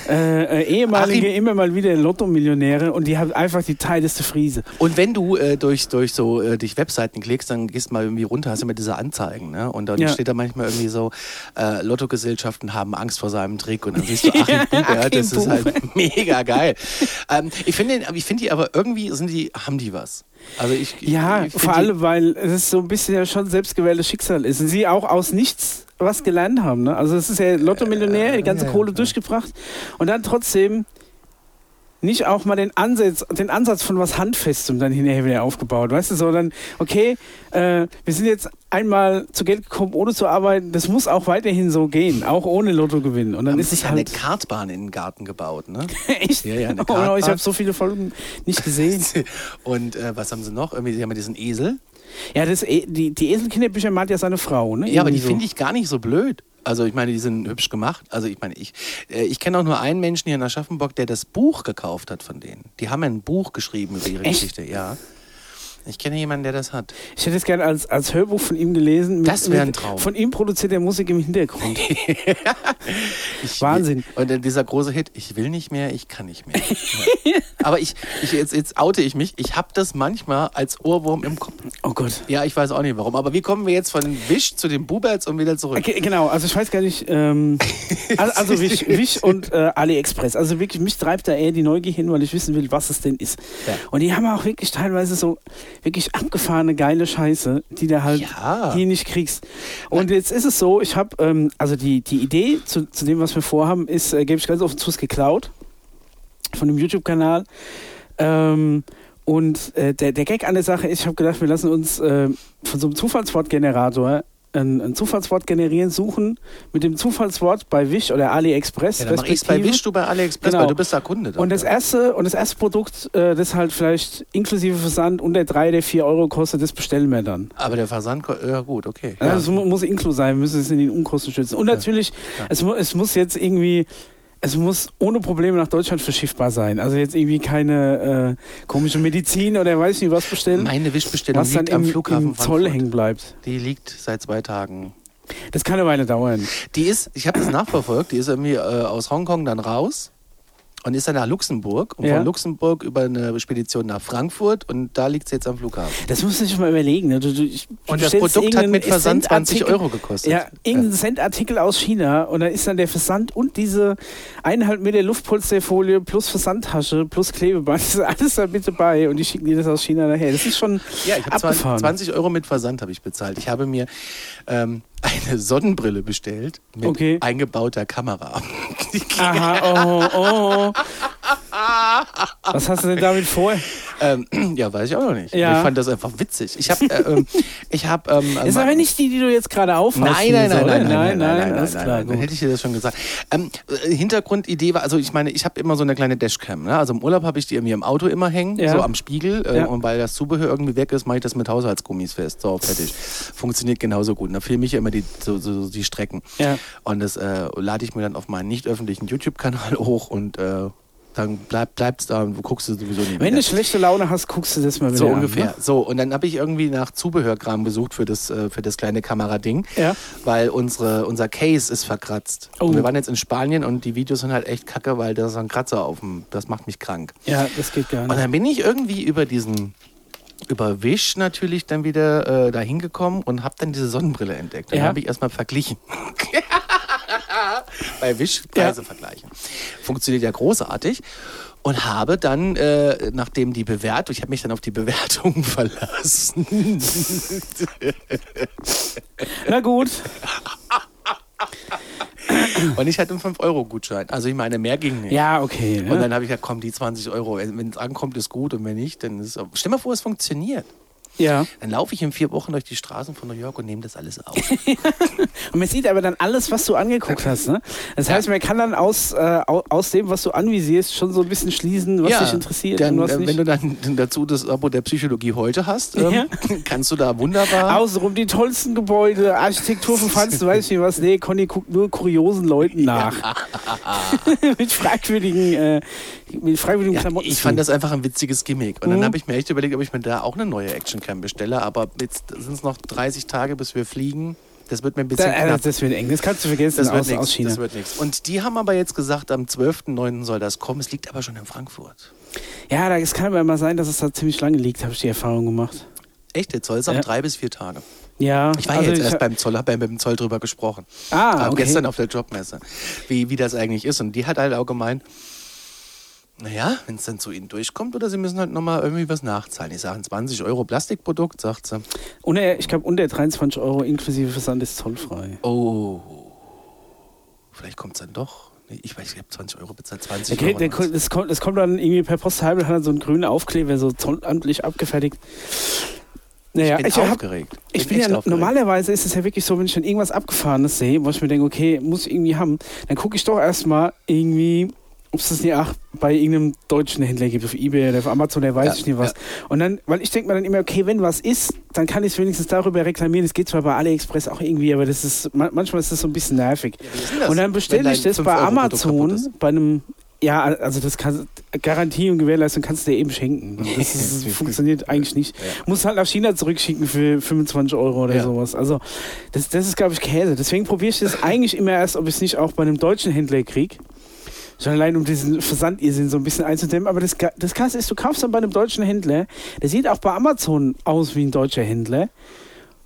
Speaker 1: Äh, äh, ehemalige,
Speaker 2: Achim-
Speaker 1: immer mal wieder Lotto-Millionäre und die haben einfach die teileste Friese.
Speaker 2: Und wenn du äh, durch, durch so äh, durch Webseiten klickst, dann gehst du mal irgendwie runter, hast du immer diese Anzeigen, ne? Und dann
Speaker 1: Ja.
Speaker 2: steht da manchmal irgendwie so, äh, Lottogesellschaften haben Angst vor seinem Trick und dann siehst du Achim
Speaker 1: Ja,
Speaker 2: Buber,
Speaker 1: Achim
Speaker 2: das ist
Speaker 1: Buber.
Speaker 2: halt mega geil. ähm, ich finde den- ich finde die aber irgendwie sind die, haben die was. Also ich, ich
Speaker 1: Ja,
Speaker 2: ich find
Speaker 1: vor
Speaker 2: die-
Speaker 1: allem, weil es so ein bisschen ja schon selbstgewähltes Schicksal ist. Und sie auch aus nichts was gelernt haben. Ne? Also es ist ja Lotto-Millionär, die ganze
Speaker 2: ja,
Speaker 1: Kohle
Speaker 2: ja.
Speaker 1: durchgebracht. Und dann trotzdem nicht auch mal den Ansatz, den Ansatz von was Handfestem dann hinterher wieder aufgebaut? Weißt du, so dann, okay, äh, wir sind jetzt einmal zu Geld gekommen, ohne zu arbeiten. Das muss auch weiterhin so gehen, auch ohne Lotto gewinnen. Und dann
Speaker 2: Haben
Speaker 1: ist
Speaker 2: sich
Speaker 1: es
Speaker 2: ja eine
Speaker 1: halt.
Speaker 2: Kartbahn in den Garten gebaut, ne?
Speaker 1: Echt?
Speaker 2: Ja, ja, eine
Speaker 1: oh, no, ich
Speaker 2: Kartbahn.
Speaker 1: habe so viele Folgen nicht gesehen.
Speaker 2: Und äh, was haben sie noch? Irgendwie, sie haben ja diesen Esel.
Speaker 1: Ja, das, E- die, die Eselkinderbücher malt ja seine Frau, ne?
Speaker 2: Ja, aber die
Speaker 1: Irgendwie so.
Speaker 2: finde ich gar nicht so blöd. Also ich meine, die sind hübsch gemacht. Also ich meine, ich, äh, ich kenne auch nur einen Menschen hier in Aschaffenburg, der das Buch gekauft hat von denen. Die haben ein Buch geschrieben über ihre
Speaker 1: Echt?
Speaker 2: Geschichte, ja. Ich kenne jemanden, der das hat.
Speaker 1: Ich hätte es gerne als, als Hörbuch von ihm gelesen. mit-
Speaker 2: Das wär ein
Speaker 1: mit-
Speaker 2: Traum.
Speaker 1: Von ihm produziert er Musik im Hintergrund.
Speaker 2: Ich
Speaker 1: Wahnsinn.
Speaker 2: Will, und äh, dieser große Hit, ich will nicht mehr, ich kann nicht mehr. ja. Aber ich, ich jetzt, jetzt oute ich mich, ich habe das manchmal als Ohrwurm im Kopf.
Speaker 1: Oh Gott.
Speaker 2: Ja, ich weiß auch nicht warum. Aber wie kommen wir jetzt von Wisch zu den Buberts und wieder zurück?
Speaker 1: Okay, genau, also ich weiß gar nicht. Ähm, also also Wish, Wish und äh, AliExpress. Also wirklich, mich treibt da eher die Neugier hin, weil ich wissen will, was es denn ist.
Speaker 2: Ja.
Speaker 1: Und die haben auch wirklich teilweise so wirklich abgefahrene, geile Scheiße, die da halt
Speaker 2: Ja.
Speaker 1: hier nicht kriegst. Und jetzt ist es so, ich habe, ähm, also die, die Idee zu, zu dem, was wir vorhaben, ist, äh, gebe ich ganz offen zu, ist geklaut von dem YouTube-Kanal. Ähm, und äh, der, der Gag an der Sache ist, ich habe gedacht, wir lassen uns äh, von so einem Zufallswortgenerator ein, ein Zufallswort generieren, suchen mit dem Zufallswort bei Wish oder AliExpress.
Speaker 2: Ja, dann mach ich's bei
Speaker 1: respektive.
Speaker 2: Wisch, du bei AliExpress,
Speaker 1: Genau.
Speaker 2: weil du bist da Kunde. Dann,
Speaker 1: Und das
Speaker 2: ja.
Speaker 1: erste und das erste Produkt, äh, das halt vielleicht inklusive Versand unter drei der vier Euro kostet, das bestellen wir dann.
Speaker 2: Aber der Versand, ko- ja gut, okay.
Speaker 1: Also
Speaker 2: Ja.
Speaker 1: es mu- muss inklu sein, wir müssen es in den Unkosten schützen. Und natürlich,
Speaker 2: Ja.
Speaker 1: Es, mu es muss jetzt irgendwie, es muss ohne Probleme nach Deutschland verschiffbar sein. Also jetzt irgendwie keine äh, komische Medizin oder weiß nicht was bestellen,
Speaker 2: Meine Wischbestellung
Speaker 1: was dann
Speaker 2: liegt am
Speaker 1: im,
Speaker 2: Flughafen
Speaker 1: im Zoll
Speaker 2: Frankfurt.
Speaker 1: hängen bleibt.
Speaker 2: Die liegt seit zwei Tagen.
Speaker 1: Das kann eine Weile dauern.
Speaker 2: Die ist, ich habe das nachverfolgt, die ist irgendwie äh, aus Hongkong dann raus und ist dann nach Luxemburg und
Speaker 1: Ja.
Speaker 2: von Luxemburg über eine Spedition nach Frankfurt und da liegt sie jetzt am Flughafen.
Speaker 1: Das musst du dich mal überlegen. ne? Du, du, ich, du
Speaker 2: Und das
Speaker 1: bestellst
Speaker 2: Produkt hat
Speaker 1: irgendeinen
Speaker 2: mit Versand 20
Speaker 1: Centartikel-
Speaker 2: Euro gekostet.
Speaker 1: Ja, irgendein Centartikel aus China und dann ist dann der Versand und diese eineinhalb Meter Luftpolsterfolie plus Versandtasche plus Klebeband, das ist alles da mit dabei und die schicken dir das aus China daher. Das ist schon
Speaker 2: Ja, ich habe
Speaker 1: abgefahren.
Speaker 2: 20 Euro mit Versand habe ich bezahlt. Ich habe mir ähm, eine Sonnenbrille bestellt mit
Speaker 1: Okay.
Speaker 2: eingebauter Kamera. Die
Speaker 1: Aha, oh, oh, oh. Was hast du denn damit vor?
Speaker 2: Ähm, ja, weiß ich auch noch nicht.
Speaker 1: Ja.
Speaker 2: Ich fand das einfach witzig. Ich habe, äh, ähm, ich habe, ähm,
Speaker 1: Ist aber nicht die, die du jetzt gerade aufhast.
Speaker 2: Nein nein
Speaker 1: Lisa,
Speaker 2: nein,
Speaker 1: oder?
Speaker 2: nein, nein, nein, nein, nein, nein,
Speaker 1: alles
Speaker 2: nein,
Speaker 1: klar.
Speaker 2: nein, dann
Speaker 1: gut.
Speaker 2: hätte ich dir das schon gesagt. Ähm, äh, Hintergrundidee war, also ich meine, ich habe immer so eine kleine Dashcam. Ne? Also im Urlaub habe ich die irgendwie im Auto immer hängen,
Speaker 1: Ja.
Speaker 2: so am Spiegel. Äh,
Speaker 1: Ja.
Speaker 2: Und weil das Zubehör irgendwie weg ist, mache ich das mit Haushaltsgummis fest. So, fertig. Funktioniert genauso gut. Da filme ich ja immer die, so, so, so die Strecken.
Speaker 1: Ja.
Speaker 2: Und das äh, lade ich mir dann auf meinen nicht öffentlichen YouTube-Kanal hoch und äh, dann bleib, bleibt's da und du guckst es sowieso nicht
Speaker 1: Wenn
Speaker 2: mehr.
Speaker 1: du schlechte Laune hast, guckst du das mal wieder
Speaker 2: So
Speaker 1: an,
Speaker 2: ungefähr.
Speaker 1: ne?
Speaker 2: So, und dann habe ich irgendwie nach Zubehörkram gesucht für das, äh, für das kleine Kamerading.
Speaker 1: Ja.
Speaker 2: Weil unsere, unser Case ist verkratzt.
Speaker 1: Oh.
Speaker 2: Und wir waren jetzt in Spanien und die Videos sind halt echt kacke, weil da ist ein Kratzer auf dem. Das macht mich krank.
Speaker 1: Ja, das geht gar
Speaker 2: Und
Speaker 1: nicht.
Speaker 2: dann bin ich irgendwie über diesen. Über Wish natürlich dann wieder äh, da hingekommen und habe dann diese Sonnenbrille entdeckt. Dann
Speaker 1: Ja.
Speaker 2: habe ich erstmal verglichen. Bei Wish Preise
Speaker 1: Ja.
Speaker 2: vergleichen. Funktioniert ja großartig. Und habe dann, äh, nachdem die Bewertung, ich habe mich dann auf die Bewertung verlassen.
Speaker 1: Na gut.
Speaker 2: Und ich hatte einen 5-Euro-Gutschein. Also ich meine, mehr ging nicht.
Speaker 1: Ja, okay. Ne?
Speaker 2: Und dann habe ich gesagt, komm, die 20 Euro. Wenn es ankommt, ist gut und wenn nicht, dann ist es. Stell mal vor, es funktioniert.
Speaker 1: ja.
Speaker 2: Dann laufe ich in vier Wochen durch die Straßen von New York und nehme das alles auf.
Speaker 1: Und man sieht aber dann alles, was du angeguckt hast. Ne? Das heißt, man kann dann aus, äh, au- aus dem, was du anvisierst, schon so ein bisschen schließen, was dich interessiert
Speaker 2: Dann,
Speaker 1: und was
Speaker 2: äh,
Speaker 1: nicht.
Speaker 2: Wenn du dann dazu das Abo der Psychologie heute hast, ähm,
Speaker 1: Ja.
Speaker 2: kannst du da wunderbar.
Speaker 1: Außenrum die tollsten Gebäude, Architektur vom Feinsten, weiß ich nicht was. Nee, Conny guckt nur kuriosen Leuten nach. mit fragwürdigen, äh, mit fragwürdigen
Speaker 2: Ja,
Speaker 1: Klamotten. Mhm.
Speaker 2: ich fand das einfach ein witziges Gimmick. Und dann habe ich mir echt überlegt, ob ich mir da auch eine neue Actioncam bestelle. Aber jetzt sind es noch 30 Tage, bis wir fliegen. Das wird mir ein bisschen
Speaker 1: da, äh,
Speaker 2: knapp.
Speaker 1: das wird eng. Das kannst du vergessen
Speaker 2: Das wird
Speaker 1: aus, aus
Speaker 2: nichts.
Speaker 1: China.
Speaker 2: Das wird nichts. Und die haben aber jetzt gesagt, am 12.09. soll das kommen. Es liegt aber schon in Frankfurt.
Speaker 1: ja, da- es kann aber mal sein, dass es da ziemlich lange liegt, habe ich die Erfahrung gemacht.
Speaker 2: Echt, jetzt soll es
Speaker 1: Ja.
Speaker 2: auf drei bis vier Tage.
Speaker 1: Ja,
Speaker 2: Ich war
Speaker 1: also
Speaker 2: jetzt erst
Speaker 1: hab-
Speaker 2: beim Zoll, hab ja mit dem Zoll drüber gesprochen.
Speaker 1: Ah,
Speaker 2: Äh,
Speaker 1: okay.
Speaker 2: Gestern auf der Jobmesse, wie, wie das eigentlich ist. Und die hat halt auch gemeint, naja, wenn es dann zu Ihnen durchkommt oder Sie müssen halt nochmal irgendwie was nachzahlen. Ich sage, ein 20 Euro Plastikprodukt, sagt sie.
Speaker 1: Unter, ich glaube, unter 23 Euro inklusive Versand ist zollfrei.
Speaker 2: Oh, vielleicht kommt es dann doch. Ich weiß, ich habe 20 Euro bezahlt, 20
Speaker 1: Der kriegt,
Speaker 2: Euro.
Speaker 1: der,
Speaker 2: waren
Speaker 1: kommt- das, kommt, das kommt dann irgendwie per Postheim, hat dann so einen grünen Aufkleber, so zollamtlich abgefertigt. Naja, ich,
Speaker 2: das. ich bin
Speaker 1: hab-
Speaker 2: aufgeregt.
Speaker 1: ich bin ja
Speaker 2: echt
Speaker 1: no-
Speaker 2: aufgeregt.
Speaker 1: normalerweise ist es ja wirklich so, wenn ich dann irgendwas Abgefahrenes sehe, wo ich mir denke, okay, muss ich irgendwie haben, dann gucke ich doch erstmal irgendwie, ob es das nicht auch bei irgendeinem deutschen Händler gibt, auf Ebay oder auf Amazon, der weiß
Speaker 2: Ja,
Speaker 1: ich nicht was. Und dann, weil ich denke mir dann immer, okay, wenn was ist, dann kann ich es wenigstens darüber reklamieren. Das geht zwar bei AliExpress auch irgendwie, aber das ist ma- manchmal ist das so ein bisschen nervig. Und dann
Speaker 2: wenn
Speaker 1: bestelle
Speaker 2: dein
Speaker 1: ich das
Speaker 2: 5
Speaker 1: bei
Speaker 2: Euro Produkt kaputt
Speaker 1: Amazon,
Speaker 2: ist.
Speaker 1: bei einem, ja, also das kann, Garantie und Gewährleistung kannst du dir eben schenken. Das ist, funktioniert eigentlich nicht.
Speaker 2: Ja.
Speaker 1: Muss halt nach China zurückschicken für 25 Euro oder
Speaker 2: Ja.
Speaker 1: sowas. Also das, das ist, glaube ich, Käse. Deswegen probiere ich das eigentlich immer erst, ob ich es nicht auch bei einem deutschen Händler kriege. Schon allein, um diesen Versandirrsinn so ein bisschen einzudämmen. Aber das, Ga- das Krasse ist, du kaufst dann bei einem deutschen Händler, der sieht auch bei Amazon aus wie ein deutscher Händler.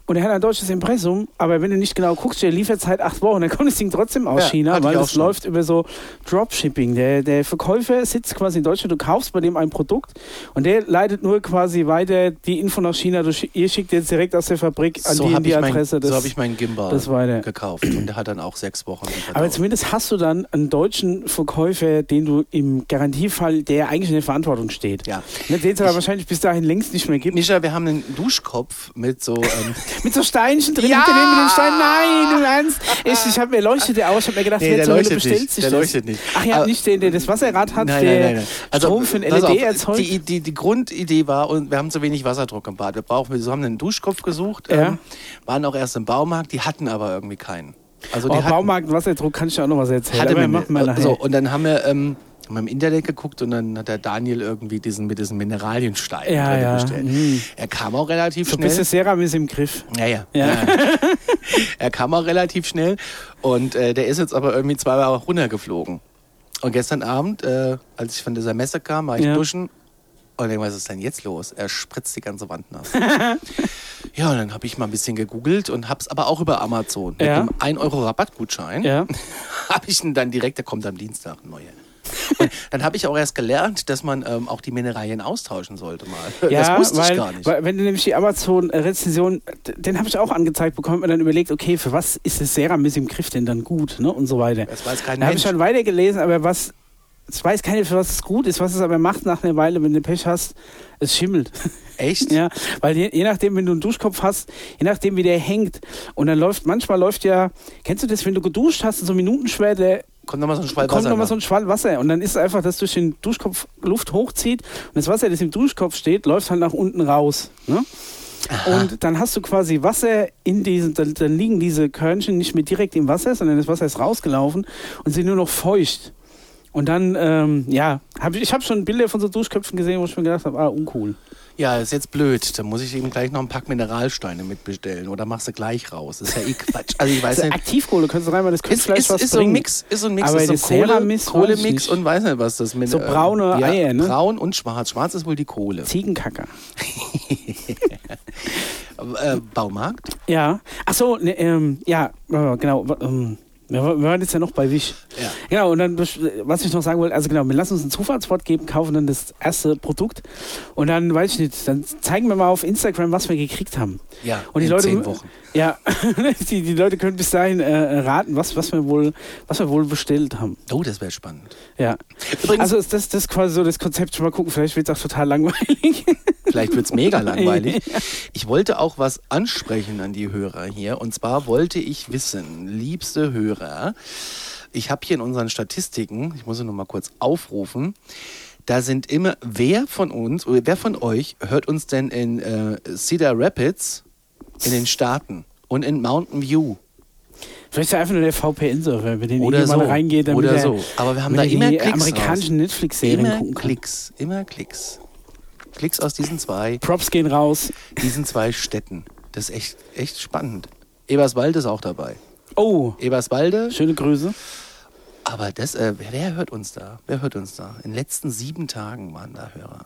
Speaker 1: Und er hat ein deutsches Impressum, aber wenn du nicht genau guckst, der liefert seit acht Wochen, dann kommt das Ding trotzdem aus
Speaker 2: Ja, hatte
Speaker 1: China,
Speaker 2: ich
Speaker 1: weil
Speaker 2: auch
Speaker 1: das
Speaker 2: schon.
Speaker 1: läuft über so Dropshipping. Der, der Verkäufer sitzt quasi in Deutschland, du kaufst bei dem ein Produkt und der leitet nur quasi weiter die Info nach China. Du, schi- ihr schickt jetzt direkt aus der Fabrik an
Speaker 2: so
Speaker 1: die,
Speaker 2: habe
Speaker 1: in die
Speaker 2: ich, mein,
Speaker 1: Adresse.
Speaker 2: so
Speaker 1: das,
Speaker 2: hab ich Genau. meinen Gimbal
Speaker 1: das weiter.
Speaker 2: gekauft und der hat dann auch sechs Wochen.
Speaker 1: Aber
Speaker 2: gedauert.
Speaker 1: zumindest hast du dann einen deutschen Verkäufer, den du im Garantiefall, der eigentlich in der Verantwortung steht.
Speaker 2: ja.
Speaker 1: Ne, Den es aber
Speaker 2: Ich-
Speaker 1: wahrscheinlich bis dahin längst nicht mehr gibt.
Speaker 2: Micha, wir haben einen Duschkopf mit so. Ähm,
Speaker 1: Mit so Steinchen drin,
Speaker 2: Ja!
Speaker 1: hinter dem mit dem Stein. Nein, du ernst. Ich, ich habe mir leuchtet der aus. Ich habe mir gedacht,
Speaker 2: Nee,
Speaker 1: wer
Speaker 2: der
Speaker 1: zur Hölle
Speaker 2: leuchtet
Speaker 1: bestellt
Speaker 2: nicht.
Speaker 1: sich
Speaker 2: Der
Speaker 1: das?
Speaker 2: leuchtet nicht.
Speaker 1: Ach ja,
Speaker 2: Aber-
Speaker 1: nicht der, der das Wasserrad hat, der Strom für ein
Speaker 2: Also, pass
Speaker 1: LED
Speaker 2: auf,
Speaker 1: erzeugt.
Speaker 2: Die, die, die Grundidee war, und wir haben zu wenig Wasserdruck im Bad. Wir, brauchen, wir haben einen Duschkopf gesucht,
Speaker 1: Ja.
Speaker 2: ähm, waren auch erst im Baumarkt, die hatten aber irgendwie keinen. Also
Speaker 1: oh,
Speaker 2: die hatten,
Speaker 1: Baumarkt, Wasserdruck, kann ich dir auch noch was erzählen.
Speaker 2: hatte
Speaker 1: aber
Speaker 2: mir,
Speaker 1: machen wir nachher.
Speaker 2: so, und dann haben wir ähm, haben wir im Internet geguckt und dann hat der Daniel irgendwie diesen mit diesen Mineraliensteinen
Speaker 1: Ja,
Speaker 2: drin
Speaker 1: ja.
Speaker 2: bestellt.
Speaker 1: Mhm.
Speaker 2: Er kam auch relativ
Speaker 1: so ein
Speaker 2: schnell. Äh,
Speaker 1: bisschen Serum ist im Griff.
Speaker 2: Ja, ja.
Speaker 1: Ja.
Speaker 2: ja. er kam auch relativ schnell und äh, der ist jetzt aber irgendwie zweimal runtergeflogen. Und gestern Abend, äh, als ich von dieser Messe kam, war ich
Speaker 1: Ja.
Speaker 2: duschen und denk, was ist denn jetzt los? Er spritzt die ganze Wand nass. ja, und dann habe ich mal ein bisschen gegoogelt und hab's aber auch über Amazon mit
Speaker 1: Ja.
Speaker 2: einem 1 Euro Rabattgutschein
Speaker 1: Ja.
Speaker 2: habe ich ihn dann direkt, der kommt am Dienstag ein neuer. Und dann habe ich auch erst gelernt, dass man ähm, auch die Mineralien austauschen sollte mal.
Speaker 1: Ja,
Speaker 2: das wusste
Speaker 1: weil,
Speaker 2: ich gar nicht.
Speaker 1: Weil, wenn du nämlich die Amazon-Rezension, den habe ich auch angezeigt bekommen und dann überlegt, okay, für was ist das Seramis im Griff denn dann gut ne, und so weiter.
Speaker 2: Das weiß kein
Speaker 1: Da habe ich
Speaker 2: Mensch.
Speaker 1: schon weitergelesen, aber was, es weiß keiner, für was es gut ist, was es aber macht nach einer Weile, wenn du Pech hast, es schimmelt.
Speaker 2: Echt?
Speaker 1: Ja, weil je, je nachdem, wenn du einen Duschkopf hast, je nachdem, wie der hängt und dann läuft, manchmal läuft ja, kennst du das, wenn du geduscht hast, so minutenschwer, der
Speaker 2: Kommt nochmal so ein Schwall
Speaker 1: kommt
Speaker 2: Wasser.
Speaker 1: nochmal
Speaker 2: nach.
Speaker 1: so ein Schwall Wasser und dann ist es einfach, dass durch den Duschkopf Luft hochzieht und das Wasser, das im Duschkopf steht, läuft halt nach unten raus. Ne? Und dann hast du quasi Wasser in diesen, dann, dann liegen diese Körnchen nicht mehr direkt im Wasser, sondern das Wasser ist rausgelaufen und sind nur noch feucht. Und dann, ähm, ja, hab ich, ich habe schon Bilder von so Duschköpfen gesehen, wo ich mir gedacht habe, ah, uncool.
Speaker 2: Ja, ist jetzt blöd. Dann muss ich eben gleich noch ein Pack Mineralsteine mitbestellen. Oder machst du gleich raus? Das ist ja eh Quatsch. Also ich weiß
Speaker 1: Also
Speaker 2: nicht.
Speaker 1: Aktivkohle könntest du rein, weil das könnte
Speaker 2: Ist,
Speaker 1: vielleicht
Speaker 2: ist,
Speaker 1: was
Speaker 2: ist so ein
Speaker 1: bringen.
Speaker 2: Mix, ist so ein Mix,
Speaker 1: Aber
Speaker 2: ist
Speaker 1: das
Speaker 2: so ein Kohle,
Speaker 1: Ceramix weiß ich
Speaker 2: Kohlemix
Speaker 1: nicht.
Speaker 2: und weiß nicht was das mit
Speaker 1: So
Speaker 2: ähm,
Speaker 1: braune Eier, ne?
Speaker 2: Braun und schwarz. Schwarz ist wohl die Kohle.
Speaker 1: Ziegenkacker.
Speaker 2: Äh, Baumarkt?
Speaker 1: Ja. Ach so, ne, ähm, ja, äh, genau. wa- Ähm, wir wa- wir waren jetzt ja noch bei Wisch.
Speaker 2: Ja.
Speaker 1: Genau, und dann, besch- was ich noch sagen wollte, also genau, wir lassen uns ein Zufallswort geben, kaufen dann das erste Produkt und dann, weiß ich nicht, dann zeigen wir mal auf Instagram, was wir gekriegt haben.
Speaker 2: Ja.
Speaker 1: Und die
Speaker 2: in
Speaker 1: Leute,
Speaker 2: Zehn Wochen.
Speaker 1: Ja, die, die Leute können bis dahin äh, raten, was, was, wir wohl, was wir wohl bestellt haben.
Speaker 2: Oh, das wäre spannend.
Speaker 1: Ja.
Speaker 2: Übrigens,
Speaker 1: also ist das, das ist quasi so das Konzept, schon mal gucken, vielleicht wird es auch total langweilig.
Speaker 2: Vielleicht wird es mega langweilig. Ich wollte auch was ansprechen an die Hörer hier. Und zwar wollte ich wissen, liebste Hörer, ich habe hier in unseren Statistiken, ich muss sie nur mal kurz aufrufen, da sind immer, wer von uns oder wer von euch hört uns denn in äh, Cedar Rapids in den Staaten und in Mountain View?
Speaker 1: Vielleicht ist er einfach nur der VPN-Server, wenn den
Speaker 2: Oder
Speaker 1: irgendjemand
Speaker 2: so.
Speaker 1: reingeht, damit
Speaker 2: Oder
Speaker 1: er,
Speaker 2: so. Aber wir haben
Speaker 1: damit
Speaker 2: da immer
Speaker 1: er die
Speaker 2: Klicks
Speaker 1: amerikanischen
Speaker 2: Immer
Speaker 1: Netflix-Serien gucken kann.
Speaker 2: Klicks, immer Klicks. Klicks aus diesen zwei
Speaker 1: Props gehen raus.
Speaker 2: diesen zwei Städten. Das ist echt, echt spannend. Eberswalde ist auch dabei.
Speaker 1: Oh,
Speaker 2: Eberswalde,
Speaker 1: schöne Grüße.
Speaker 2: aber das, äh, wer, wer hört uns da? Wer hört uns da? In den letzten sieben Tagen waren da Hörer.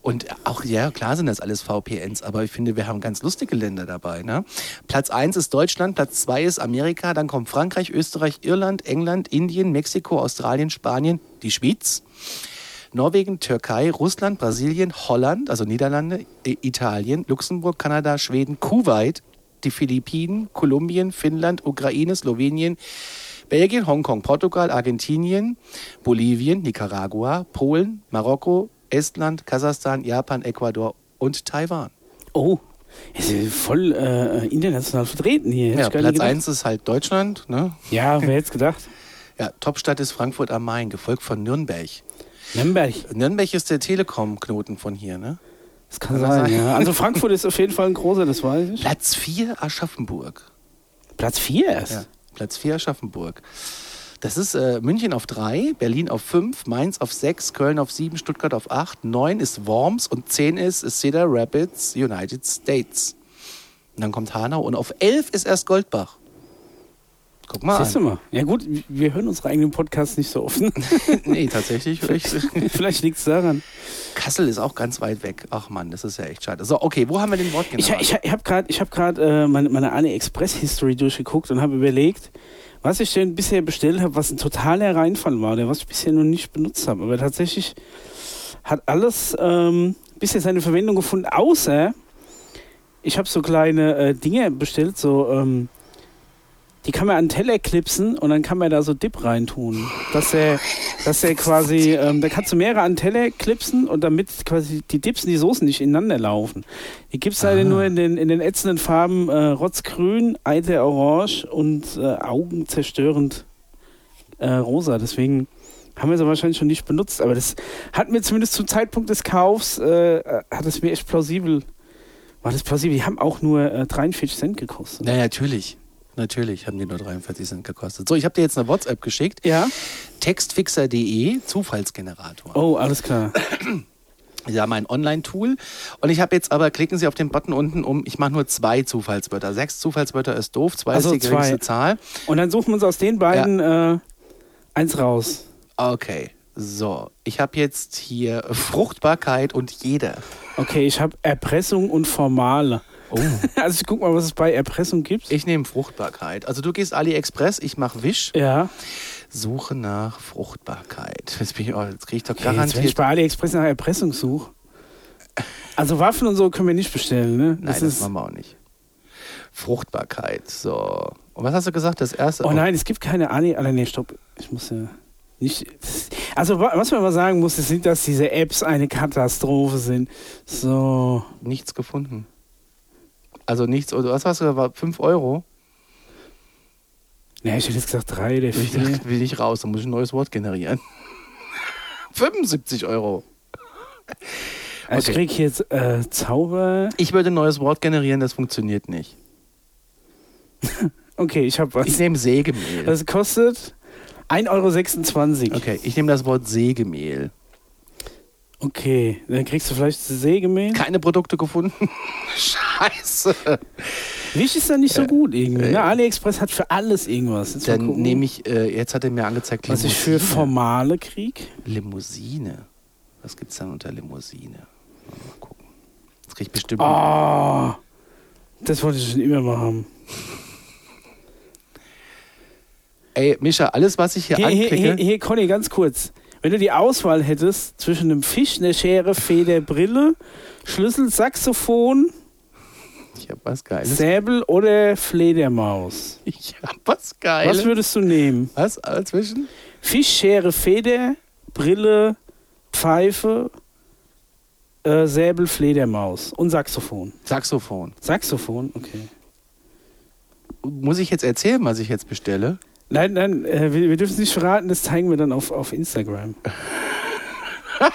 Speaker 2: Und auch, ja, klar sind das alles VPNs, aber ich finde, wir haben ganz lustige Länder dabei. Ne? Platz 1 ist Deutschland, Platz 2 ist Amerika, dann kommt Frankreich, Österreich, Irland, England, Indien, Mexiko, Australien, Spanien, die Schweiz. Norwegen, Türkei, Russland, Brasilien, Holland, also Niederlande, I- Italien, Luxemburg, Kanada, Schweden, Kuwait, die Philippinen, Kolumbien, Finnland, Ukraine, Slowenien, Belgien, Hongkong, Portugal, Argentinien, Bolivien, Nicaragua, Polen, Marokko, Estland, Kasachstan, Japan, Ecuador und Taiwan.
Speaker 1: Oh, ist ja voll äh, international vertreten hier. Hätte
Speaker 2: Ja,
Speaker 1: ich gar nicht
Speaker 2: Platz
Speaker 1: gedacht.
Speaker 2: 1 ist halt Deutschland. Ne?
Speaker 1: Ja, wer hätte es gedacht?
Speaker 2: Ja, Topstadt ist Frankfurt am Main, gefolgt von Nürnberg.
Speaker 1: Nürnberg,
Speaker 2: Nürnberg ist der Telekom-Knoten von hier. Ne?
Speaker 1: das kann
Speaker 2: Kann
Speaker 1: sein.
Speaker 2: sein.
Speaker 1: Ja. Also Frankfurt ist auf jeden Fall ein großer, das weiß ich.
Speaker 2: Platz 4 Aschaffenburg.
Speaker 1: Platz 4 erst.
Speaker 2: Ja, Platz 4 Aschaffenburg. Das ist äh, München auf 3, Berlin auf 5, Mainz auf 6, Köln auf 7, Stuttgart auf 8, 9 ist Worms und 10 ist Cedar Rapids, United States. Und dann kommt Hanau und auf 11 ist erst Goldbach. Guck mal.
Speaker 1: Siehst du
Speaker 2: An.
Speaker 1: mal. Ah. Ja gut, wir hören unseren eigenen Podcast nicht so oft.
Speaker 2: Nee, tatsächlich. Ich,
Speaker 1: Vielleicht liegt es daran.
Speaker 2: Kassel ist auch ganz weit weg. Ach man, das ist ja echt schade. So, okay, wo haben wir den Wort
Speaker 1: Ich,
Speaker 2: genau?
Speaker 1: ich, ich habe gerade hab grad, äh, meine, meine AliExpress-History durchgeguckt und habe überlegt, was ich denn bisher bestellt habe, was ein totaler Reinfall war, oder was ich bisher noch nicht benutzt habe. Aber tatsächlich hat alles ähm, bisher seine Verwendung gefunden, außer ich habe so kleine äh, Dinge bestellt, so ähm, die kann man an den Teller klipsen und dann kann man da so Dip reintun. Dass der, dass der quasi, ähm, da kannst du mehrere an den Teller klipsen und damit quasi die Dips und die Soßen nicht ineinander laufen. Die gibt es leider nur in den, in den ätzenden Farben äh, Rotzgrün, Eiter Orange und äh, augenzerstörend äh, rosa. Deswegen haben wir sie wahrscheinlich schon nicht benutzt, aber das hat mir zumindest zum Zeitpunkt des Kaufs, äh, äh, hat es mir echt plausibel, war das plausibel. Die haben auch nur äh, 43 Cent gekostet.
Speaker 2: Na, natürlich. Natürlich haben die nur 43 Cent gekostet. So, ich habe dir jetzt eine WhatsApp geschickt.
Speaker 1: Ja?
Speaker 2: Textfixer.de, Zufallsgenerator.
Speaker 1: Oh, alles klar.
Speaker 2: ist ja mein Online-Tool. Und ich habe jetzt aber, klicken Sie auf den Button unten um, ich mache nur zwei Zufallswörter. Sechs Zufallswörter ist doof, zwei
Speaker 1: Also
Speaker 2: ist die geringste
Speaker 1: zwei.
Speaker 2: Zahl.
Speaker 1: Und dann suchen wir uns aus den beiden äh, eins raus.
Speaker 2: Okay, so. Ich habe jetzt hier Fruchtbarkeit und jeder.
Speaker 1: Okay, ich habe Erpressung und Formale.
Speaker 2: Oh.
Speaker 1: Also ich guck mal, was es bei Erpressung gibt.
Speaker 2: Ich nehme Fruchtbarkeit. Also du gehst AliExpress, ich mache Wisch.
Speaker 1: ja.
Speaker 2: Suche nach Fruchtbarkeit. Jetzt, bin ich, oh, jetzt kriege ich doch
Speaker 1: Okay, jetzt, wenn ich
Speaker 2: garantiert...
Speaker 1: bei AliExpress nach Erpressung suche. Also Waffen und so können wir nicht bestellen, ne?
Speaker 2: Nein, das, machen wir auch nicht. Fruchtbarkeit, so. Und was hast du gesagt, das erste?
Speaker 1: Oh nein, es gibt keine Ali. Ah, nee, stopp. Ich muss ja nicht. Also, wa- was man mal sagen muss, ist nicht, dass diese Apps eine Katastrophe sind. So.
Speaker 2: Nichts gefunden. Also nichts, oder was hast du gesagt, 5 Euro?
Speaker 1: Ne, ich hätte jetzt gesagt drei oder
Speaker 2: Ich
Speaker 1: vier.
Speaker 2: dachte, will ich raus, dann muss ich ein neues Wort generieren. 75 Euro.
Speaker 1: Also Ich
Speaker 2: okay.
Speaker 1: krieg jetzt äh, Zauber.
Speaker 2: Ich würde ein neues Wort generieren, das funktioniert nicht.
Speaker 1: Okay, ich habe
Speaker 2: Ich
Speaker 1: was.
Speaker 2: nehme Sägemehl.
Speaker 1: Das kostet 1,26 Euro.
Speaker 2: Okay, ich nehme das Wort Sägemehl.
Speaker 1: Okay, dann kriegst du vielleicht Sägemehl.
Speaker 2: Keine Produkte gefunden. Scheiße.
Speaker 1: Wisch ist da nicht so gut irgendwie.
Speaker 2: äh.
Speaker 1: Ne? AliExpress hat für alles irgendwas. Jetzt mal
Speaker 2: Dann
Speaker 1: gucken,
Speaker 2: nehme ich, äh, jetzt hat er mir angezeigt,
Speaker 1: was ich für Formale krieg.
Speaker 2: Limousine. Was gibt es dann unter Limousine? Mal gucken. Jetzt kriege ich bestimmt.
Speaker 1: Oh, das wollte ich schon immer mal haben.
Speaker 2: Ey, Mischa, alles, was ich hier,
Speaker 1: Hier, hier,
Speaker 2: anklicke.
Speaker 1: hier, hier, Conny, ganz kurz. Wenn du die Auswahl hättest zwischen einem Fisch, einer Schere, Feder, Brille, Schlüssel, Saxophon,
Speaker 2: Ich habe was Geiles.
Speaker 1: Säbel oder Fledermaus,
Speaker 2: Ich habe was
Speaker 1: was
Speaker 2: Geiles.
Speaker 1: würdest du nehmen?
Speaker 2: Was? Dazwischen?
Speaker 1: Fisch, Schere, Feder, Brille, Pfeife, äh, Säbel, Fledermaus und Saxophon.
Speaker 2: Saxophon.
Speaker 1: Saxophon, okay.
Speaker 2: Muss ich jetzt erzählen, was ich jetzt bestelle?
Speaker 1: Nein, nein, äh, wir, wir dürfen es nicht verraten, das zeigen wir dann auf, auf Instagram.
Speaker 2: Oh.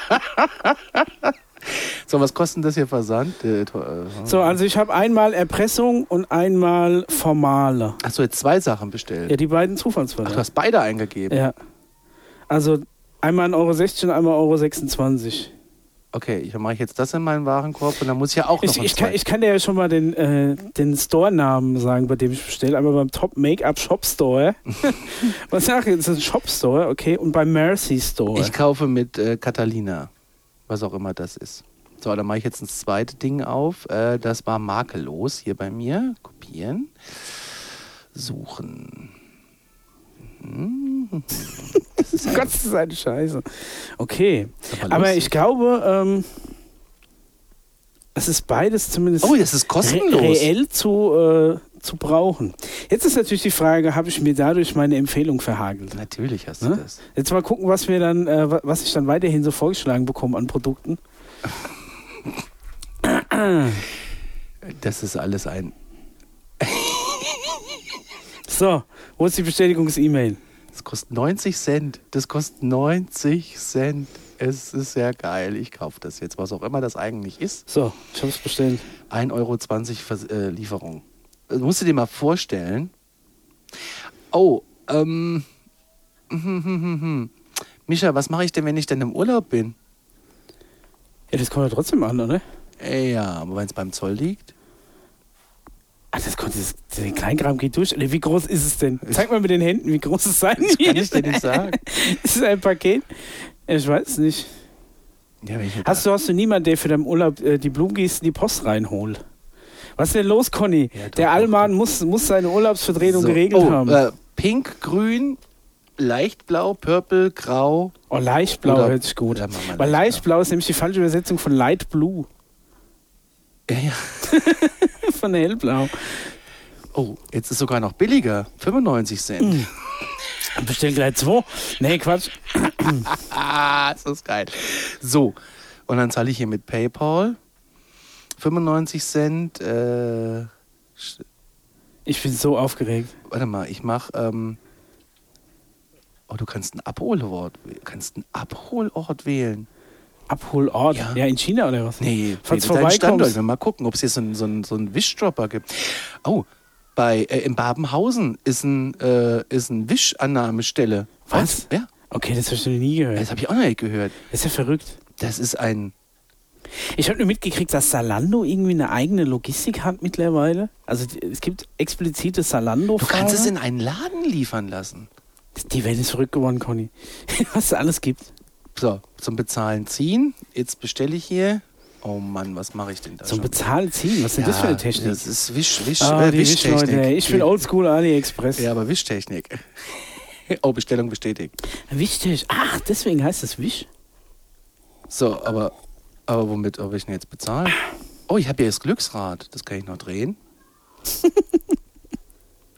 Speaker 2: So, was kostet denn das hier Versand? Äh, to- äh,
Speaker 1: So, also ich habe einmal Erpressung und einmal Formale.
Speaker 2: Achso, jetzt zwei Sachen bestellt.
Speaker 1: Ja, die beiden
Speaker 2: Ach, du
Speaker 1: Zufallswörter.
Speaker 2: hast beide eingegeben.
Speaker 1: Ja. Also einmal 1,60 Euro, 16, einmal 1,26 Euro. 26.
Speaker 2: Okay, ich- dann mache ich jetzt das in meinen Warenkorb und dann muss ich ja auch noch
Speaker 1: Ich,
Speaker 2: ein
Speaker 1: ich, kann,
Speaker 2: zweites-
Speaker 1: ich kann dir ja schon mal den, äh, den Store-Namen sagen, bei dem ich bestelle. Einmal beim Top Make-up Shop Store. Was sag ich? Das ist ein Shop Store, okay. Und beim Mercy Store.
Speaker 2: ich kaufe mit äh, Catalina, was auch immer das ist. So, dann mache ich jetzt das zweite Ding auf. Äh, das war makellos hier bei mir. Kopieren. Suchen. Hm,
Speaker 1: Gott, das ist eine Scheiße. Okay.
Speaker 2: Aber
Speaker 1: Aber
Speaker 2: lustig.
Speaker 1: ich glaube, ähm, es ist beides zumindest
Speaker 2: Oh, das ist
Speaker 1: re
Speaker 2: kostenlos.
Speaker 1: reell zu, äh, zu brauchen. Jetzt ist natürlich die Frage, habe ich mir dadurch meine Empfehlung verhagelt?
Speaker 2: Natürlich hast du
Speaker 1: Ne?
Speaker 2: das.
Speaker 1: Jetzt mal gucken, was wir dann, äh, wa- was ich dann weiterhin so vorgeschlagen bekomme an Produkten.
Speaker 2: Das ist alles ein.
Speaker 1: So, wo ist die Bestätigungs-E-Mail?
Speaker 2: Das kostet 90 Cent. Das kostet 90 Cent. Es ist ja geil. Ich kaufe das jetzt, was auch immer das eigentlich ist.
Speaker 1: So, ich habe es bestellt.
Speaker 2: 1,20 Euro Vers äh, Lieferung. Das musst du dir mal vorstellen. Oh, ähm. hm, hm, hm, hm, hm. Micha, was mache ich denn, wenn ich denn im Urlaub bin?
Speaker 1: Ja, das kommt ja trotzdem an, oder?
Speaker 2: Äh, Ja, aber wenn es beim Zoll liegt?
Speaker 1: Ah, das kommt, das, der Kleingram geht durch. Oder wie groß ist es denn? Zeig mal mit den Händen, wie groß es sein
Speaker 2: Das kann ich
Speaker 1: ist.
Speaker 2: dir nicht sagen.
Speaker 1: Ist es ein Paket? Ich weiß nicht.
Speaker 2: Ja, wenn ich
Speaker 1: Hast du, hast du niemanden, der für deinen Urlaub äh, die Blumengießen die Post reinholt? Was ist denn los, Conny?
Speaker 2: Ja, doch,
Speaker 1: der
Speaker 2: doch,
Speaker 1: Allmann muss, muss seine Urlaubsvertretung geregelt
Speaker 2: oh,
Speaker 1: haben.
Speaker 2: Äh, pink, grün, leicht blau, purple, grau.
Speaker 1: oh, Leichtblau
Speaker 2: oder-
Speaker 1: hört sich gut.
Speaker 2: oder machen wir
Speaker 1: Weil
Speaker 2: Leichtblau.
Speaker 1: Leichtblau ist nämlich die falsche Übersetzung von Light Blue,
Speaker 2: Äh, Ja, ja.
Speaker 1: von Hellblau.
Speaker 2: Oh, jetzt ist sogar noch billiger. 95 Cent.
Speaker 1: Mm. Bestellen gleich zwei. Nee, Quatsch.
Speaker 2: Ah, ist das geil. So, und dann zahle ich hier mit PayPal 95 Cent. Äh, sch-
Speaker 1: Ich bin so aufgeregt.
Speaker 2: warte mal, ich mache. Ähm, oh, du kannst einen Abholort, wäh- kannst einen Abholort wählen.
Speaker 1: Abholort.
Speaker 2: Ja.
Speaker 1: Ja. in China oder was?
Speaker 2: Nee,
Speaker 1: Falls
Speaker 2: wähle deinen
Speaker 1: vorbeikommst.
Speaker 2: Standort. Wir mal gucken, ob es hier so einen so einen- so einen Wischdropper gibt. Oh, bei äh, in Babenhausen ist ein äh, ist ein Wischannahmestelle.
Speaker 1: Was?
Speaker 2: Ja,
Speaker 1: Okay, das habe ich noch nie gehört.
Speaker 2: das habe ich auch noch nicht gehört.
Speaker 1: Das ist ja verrückt.
Speaker 2: Das ist ein
Speaker 1: Ich habe nur mitgekriegt, dass Salando irgendwie eine eigene Logistik hat mittlerweile. Also die- es gibt explizite salando
Speaker 2: Du kannst es in einen Laden liefern lassen.
Speaker 1: Die Welt ist verrückt geworden, Conny. Was es alles gibt.
Speaker 2: So, zum Bezahlen ziehen. Jetzt bestelle ich hier. Oh Mann, was mache ich denn da?
Speaker 1: Zum
Speaker 2: schon?
Speaker 1: Bezahlen ziehen. Was ist denn das für eine Technik?
Speaker 2: Also- Das ist Wisch, Wisch,
Speaker 1: ah,
Speaker 2: äh,
Speaker 1: die
Speaker 2: Wischtechnik.
Speaker 1: Wischleute. Ich bin
Speaker 2: Die-
Speaker 1: oldschool AliExpress.
Speaker 2: Ja, aber Wischtechnik. oh, Bestellung bestätigt.
Speaker 1: Wischtechnik. Ach, deswegen heißt das Wisch.
Speaker 2: So, aber, aber womit habe ich denn jetzt bezahlt? Oh, ich habe hier das Glücksrad. Das kann ich noch drehen.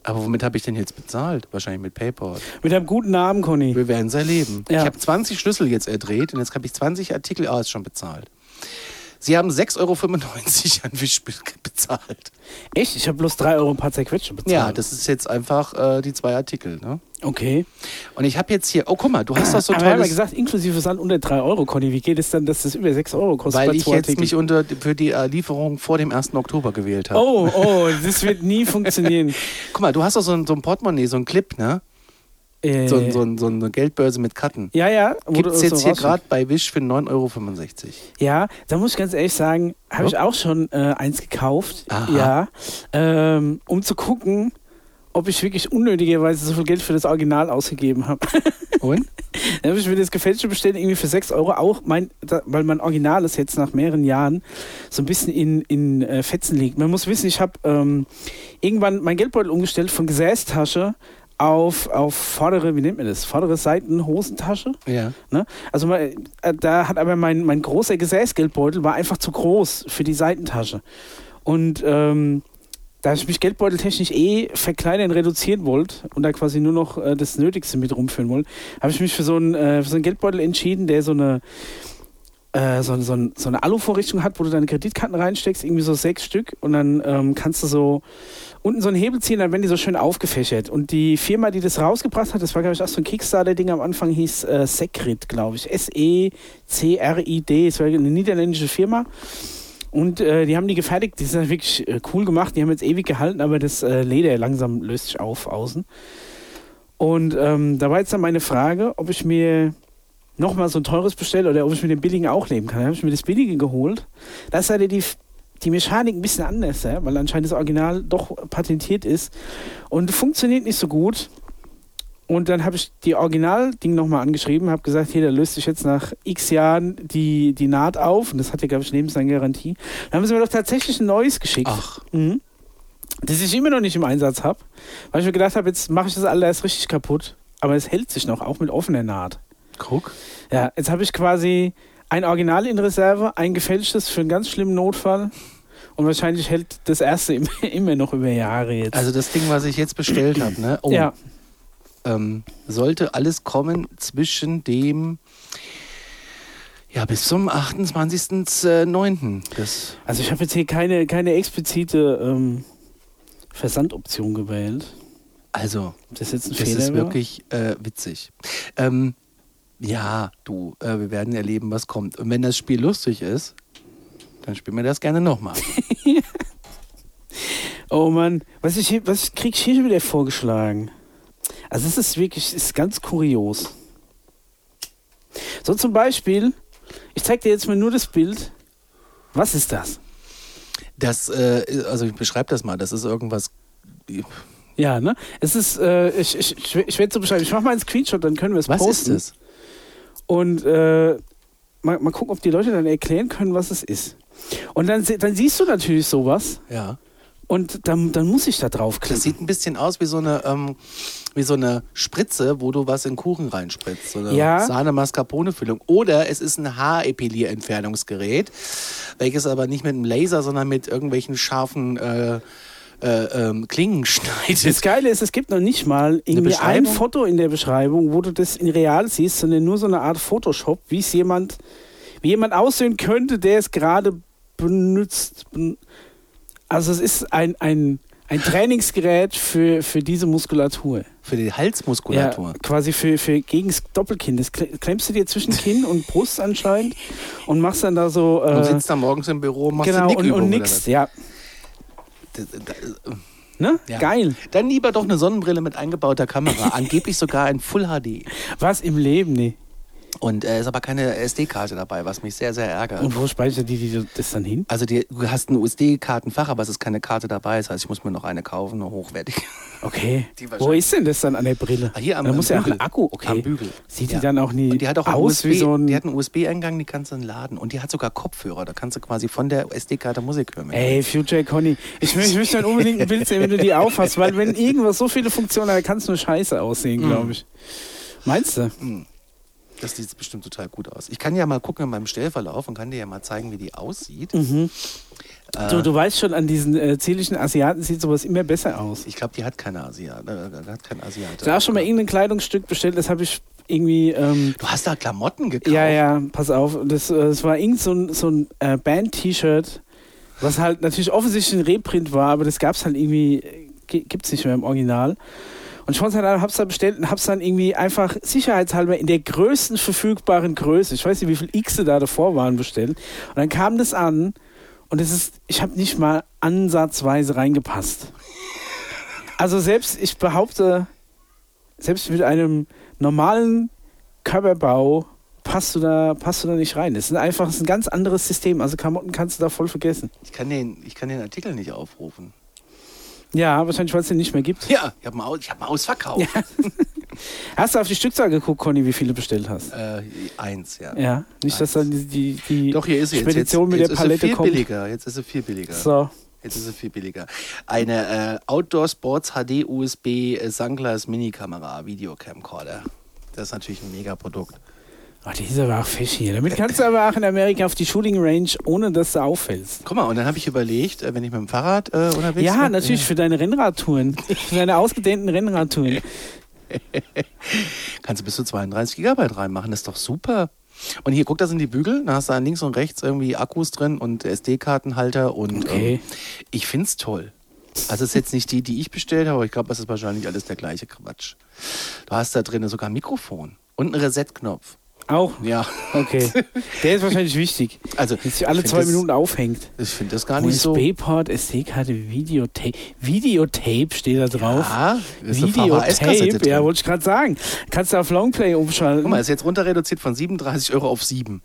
Speaker 2: aber womit habe ich denn jetzt bezahlt? Wahrscheinlich mit PayPal.
Speaker 1: Mit einem guten Namen, Conny.
Speaker 2: Wir werden es erleben.
Speaker 1: Ja.
Speaker 2: Ich habe 20 Schlüssel jetzt erdreht und jetzt habe ich 20 Artikel. Ah, ist schon bezahlt. Sie haben 6,95 Euro an Wish be- bezahlt.
Speaker 1: Echt? Ich habe bloß 3 Euro ein paar Zerquetsche bezahlt.
Speaker 2: Ja, das ist jetzt einfach äh, die zwei Artikel. Ne?
Speaker 1: Okay.
Speaker 2: Und ich habe jetzt hier, oh guck mal, du hast doch so
Speaker 1: Aber wir haben ja
Speaker 2: tolles,
Speaker 1: gesagt, inklusive Sand unter 3 Euro, Conny. Wie geht es dann, dass das über 6 Euro kostet?
Speaker 2: weil
Speaker 1: bei
Speaker 2: ich
Speaker 1: zwei
Speaker 2: jetzt
Speaker 1: Artikeln?
Speaker 2: mich unter, für die äh, Lieferung vor dem 1. Oktober gewählt habe.
Speaker 1: Oh, oh, das wird nie funktionieren.
Speaker 2: Guck mal, du hast doch so ein, so ein Portemonnaie, so ein Clip, ne?
Speaker 1: Äh,
Speaker 2: So, ein- so, ein, so eine Geldbörse mit Karten.
Speaker 1: ja, ja. wo
Speaker 2: Gibt es
Speaker 1: du so
Speaker 2: jetzt hier
Speaker 1: rausfindest.
Speaker 2: gerade bei Wish für 9,65 Euro.
Speaker 1: Ja, da muss ich ganz ehrlich sagen, habe
Speaker 2: Ja.
Speaker 1: ich auch schon äh, eins gekauft.
Speaker 2: Aha.
Speaker 1: Ja. Ähm, um zu gucken, ob ich wirklich unnötigerweise so viel Geld für das Original ausgegeben habe.
Speaker 2: Und?
Speaker 1: Dann habe ich mir das Gefälschte bestellt, irgendwie für 6 Euro. Auch mein, da, weil mein Original ist jetzt nach mehreren Jahren so ein bisschen in, in äh, Fetzen liegt. Man muss wissen, ich habe ähm, irgendwann mein Geldbeutel umgestellt von Gesäßtasche auf, auf vordere, wie nennt man das? Vordere Seitenhosentasche.
Speaker 2: ja.
Speaker 1: Ne? Also mal, äh, da hat aber mein, mein großer Gesäßgeldbeutel war einfach zu groß für die Seitentasche. Und ähm, da ich mich geldbeuteltechnisch eh verkleinern, reduzieren wollte und da quasi nur noch äh, das Nötigste mit rumführen wollte, habe ich mich für so, einen, äh, für so einen Geldbeutel entschieden, der so eine, äh, so, so, so eine Aluvorrichtung hat, wo du deine Kreditkarten reinsteckst, irgendwie so sechs Stück und dann ähm, kannst du so unten so einen Hebel ziehen, dann werden die so schön aufgefächert. Und die Firma, die das rausgebracht hat, das war glaube ich auch so ein Kickstarter-Ding am Anfang, hieß äh, Secret, glaube ich. E S-E-C-R-I-D. Es war eine niederländische Firma. Und äh, die haben die gefertigt, die sind wirklich äh, cool gemacht, die haben jetzt ewig gehalten, aber das äh, Leder langsam löst sich auf außen. Und ähm, da war jetzt dann meine Frage, ob ich mir nochmal so ein teures bestelle oder ob ich mit dem billigen auch leben kann. Da habe ich mir das billige geholt. Das ist halt die, die Mechanik ein bisschen anders, ja? weil anscheinend das Original doch patentiert ist und funktioniert nicht so gut. Und dann habe ich die Original-Ding nochmal angeschrieben, habe gesagt, hier, da löst sich jetzt nach x Jahren die, die Naht auf. Und das hat ja, glaube ich, lebenslange Garantie. Dann haben sie mir doch tatsächlich ein neues geschickt.
Speaker 2: Ach,
Speaker 1: Mhm. Das ich immer noch nicht im Einsatz habe, weil ich mir gedacht habe, jetzt mache ich das alles richtig kaputt. Aber es hält sich noch, auch mit offener Naht.
Speaker 2: guck.
Speaker 1: Ja, jetzt habe ich quasi ein Original in Reserve, ein gefälschtes für einen ganz schlimmen Notfall Und wahrscheinlich hält das erste immer, immer noch über Jahre jetzt.
Speaker 2: Also das Ding, was ich jetzt bestellt habe, ne? Oh,
Speaker 1: ja,
Speaker 2: ähm, sollte alles kommen zwischen dem ja, bis zum 28.09. Das
Speaker 1: also ich habe jetzt hier keine, keine explizite ähm, Versandoption gewählt.
Speaker 2: also
Speaker 1: Ob das jetzt ein
Speaker 2: Das
Speaker 1: Fehler
Speaker 2: ist
Speaker 1: war?
Speaker 2: wirklich äh, witzig. Ähm, ja, du, äh, wir werden erleben, was kommt. Und wenn das Spiel lustig ist, dann spielen wir das gerne nochmal.
Speaker 1: Oh Mann, was, ich hier, was krieg ich hier schon wieder vorgeschlagen? Also es ist wirklich, ist ganz kurios. So zum Beispiel, ich zeig dir jetzt mal nur das Bild. Was ist das?
Speaker 2: Das, äh, also ich beschreibe das mal. Das ist irgendwas.
Speaker 1: Ja, ne? Es ist, äh, ich, ich, ich, ich werde so beschreiben. Ich mache mal einen Screenshot, dann können wir es
Speaker 2: Was
Speaker 1: posten.
Speaker 2: ist das?
Speaker 1: Und äh, mal, mal gucken, ob die Leute dann erklären können, was es ist. Und dann, se- dann siehst du natürlich sowas
Speaker 2: Ja.
Speaker 1: und dann, dann muss ich da
Speaker 2: Das
Speaker 1: draufklicken.
Speaker 2: sieht ein bisschen aus wie so eine, ähm, wie so eine Spritze, wo du was in Kuchen reinspritzt. So eine
Speaker 1: Ja.
Speaker 2: Sahne-Mascarpone-Füllung. Oder es ist ein Haarepilierentfernungsgerät, welches aber nicht mit einem Laser, sondern mit irgendwelchen scharfen äh, äh, ähm, Klingen schneidet.
Speaker 1: Das Geile ist, es gibt noch nicht mal irgendwie ein
Speaker 2: Beschreibung?
Speaker 1: Foto in der Beschreibung, wo du das in real siehst, sondern nur so eine Art Photoshop, wie es jemand, wie jemand aussehen könnte, der es gerade benutzt. Ben- Also es ist ein, ein, ein Trainingsgerät für, für diese Muskulatur.
Speaker 2: Für die Halsmuskulatur.
Speaker 1: Ja, quasi für, für gegen das Doppelkinn. Das kle- klemmst du dir zwischen Kinn und Brust anscheinend und machst dann da so. Äh,
Speaker 2: Und sitzt dann morgens im Büro und machst
Speaker 1: genau,
Speaker 2: die
Speaker 1: und,
Speaker 2: Nickübung
Speaker 1: und
Speaker 2: oder
Speaker 1: nix. Ja.
Speaker 2: was. D- d-
Speaker 1: Ne?
Speaker 2: Ja.
Speaker 1: Geil.
Speaker 2: Dann lieber doch eine Sonnenbrille mit eingebauter Kamera. Angeblich sogar in Full HD.
Speaker 1: Was im Leben, nee.
Speaker 2: Und äh, ist aber keine SD-Karte dabei, was mich sehr, sehr ärgert.
Speaker 1: Und wo speichert die, die das dann hin?
Speaker 2: Also die, du hast ein USB-Kartenfach, aber es ist keine Karte dabei. Das heißt, ich muss mir noch eine kaufen, eine hochwertige.
Speaker 1: Okay.
Speaker 2: Die
Speaker 1: Wo
Speaker 2: wahrscheinlich-
Speaker 1: ist denn das dann an der Brille?
Speaker 2: Ah, hier am-
Speaker 1: da
Speaker 2: am
Speaker 1: muss ja auch ein
Speaker 2: Bügel.
Speaker 1: Akku, okay.
Speaker 2: Am Bügel.
Speaker 1: Sieht
Speaker 2: Ja.
Speaker 1: die dann auch nie
Speaker 2: Und die hat auch einen
Speaker 1: aus
Speaker 2: USB,
Speaker 1: wie so ein.
Speaker 2: die hat einen USB-Eingang, die kannst du dann laden. Und die hat sogar Kopfhörer. Da kannst du quasi von der SD-Karte Musik hören.
Speaker 1: Ey, Future Conny, ich, mö- ich möchte dann unbedingt ein Bild sehen, wenn du die aufhast, weil wenn irgendwas so viele Funktionen hat, kann es nur scheiße
Speaker 2: Mhm.
Speaker 1: aussehen, glaube ich. Meinst du?
Speaker 2: Das sieht bestimmt total gut aus. Ich kann ja mal gucken in meinem Stellverlauf und kann dir ja mal zeigen, wie die aussieht.
Speaker 1: Mhm. Du, du weißt schon, an diesen äh, zierlichen Asiaten sieht sowas immer besser aus.
Speaker 2: Ich glaube, die hat keine Asiate. Äh, hat kein Asiate.
Speaker 1: Ich habe schon mal irgendein Kleidungsstück bestellt, das habe ich irgendwie. Ähm,
Speaker 2: du hast da Klamotten gekauft.
Speaker 1: ja, ja, pass auf. Das, äh, das war irgend so ein, so ein äh, Band-T-Shirt, was halt natürlich offensichtlich ein Reprint war, aber das gab es halt irgendwie, äh, gi- gibt's nicht mehr im Original. Und ich halt, hab's dann bestellt und hab's dann irgendwie einfach sicherheitshalber in der größten verfügbaren Größe, ich weiß nicht, wie viel X da davor waren, bestellt. Und dann kam das an und es ist, ich habe nicht mal ansatzweise reingepasst. Also selbst, ich behaupte, selbst mit einem normalen Körperbau passt du da, passt du da nicht rein. Es ist einfach es ist ein ganz anderes System. Also Klamotten kannst du da voll vergessen.
Speaker 2: Ich kann, den, ich kann den Artikel nicht aufrufen.
Speaker 1: Ja, wahrscheinlich, weil es den nicht mehr gibt.
Speaker 2: Ja, ich habe mal, aus- ich hab mal ausverkauft.
Speaker 1: Hast du auf die Stückzahl geguckt, Conny, wie viele du bestellt hast?
Speaker 2: Äh, eins, ja.
Speaker 1: Ja, nicht, dass dann die, die, die
Speaker 2: Doch, hier ist sie jetzt.
Speaker 1: Spedition
Speaker 2: jetzt,
Speaker 1: mit
Speaker 2: jetzt
Speaker 1: der
Speaker 2: ist sie
Speaker 1: Palette
Speaker 2: viel
Speaker 1: kommt.
Speaker 2: billiger. Jetzt ist sie viel billiger.
Speaker 1: So.
Speaker 2: Jetzt ist sie viel billiger. Eine äh, Outdoor Sports HD USB äh, Sunglass Mini-Kamera, Videocamcorder. Das ist natürlich ein Mega-Produkt.
Speaker 1: Oh, die ist aber auch fishy. Damit kannst du aber auch in Amerika auf die Shooting Range, ohne dass du auffällst.
Speaker 2: Guck mal, und dann habe ich überlegt, äh, wenn ich mit dem Fahrrad äh, unterwegs bin.
Speaker 1: Ja, natürlich für deine Rennradtouren. Für deine ausgedehnten Rennradtouren.
Speaker 2: Kannst du bis zu 32 Gigabyte reinmachen, das ist doch super. Und hier, guck, da sind die Bügel, da hast du an links und rechts irgendwie Akkus drin und SD-Kartenhalter und
Speaker 1: Okay.
Speaker 2: ähm, ich find's toll. Also es ist jetzt nicht die, die ich bestellt habe, aber ich glaube, das ist wahrscheinlich alles der gleiche Quatsch. Du hast da drin sogar ein Mikrofon und einen Reset-Knopf.
Speaker 1: Auch?
Speaker 2: Ja,
Speaker 1: Okay. Der ist wahrscheinlich wichtig.
Speaker 2: also
Speaker 1: Dass sich alle
Speaker 2: ich find
Speaker 1: zwei
Speaker 2: das,
Speaker 1: Minuten aufhängt.
Speaker 2: Ich finde das gar nicht so.
Speaker 1: USB-Port, SD-Karte, Videotape. Videotape steht da drauf.
Speaker 2: Ah, ist eine VHS-Kassette
Speaker 1: Videotape,
Speaker 2: drin.
Speaker 1: ja, wollte ich gerade sagen. Kannst du auf Longplay umschalten.
Speaker 2: Guck mal, ist jetzt runter reduziert von 37 Euro auf 7.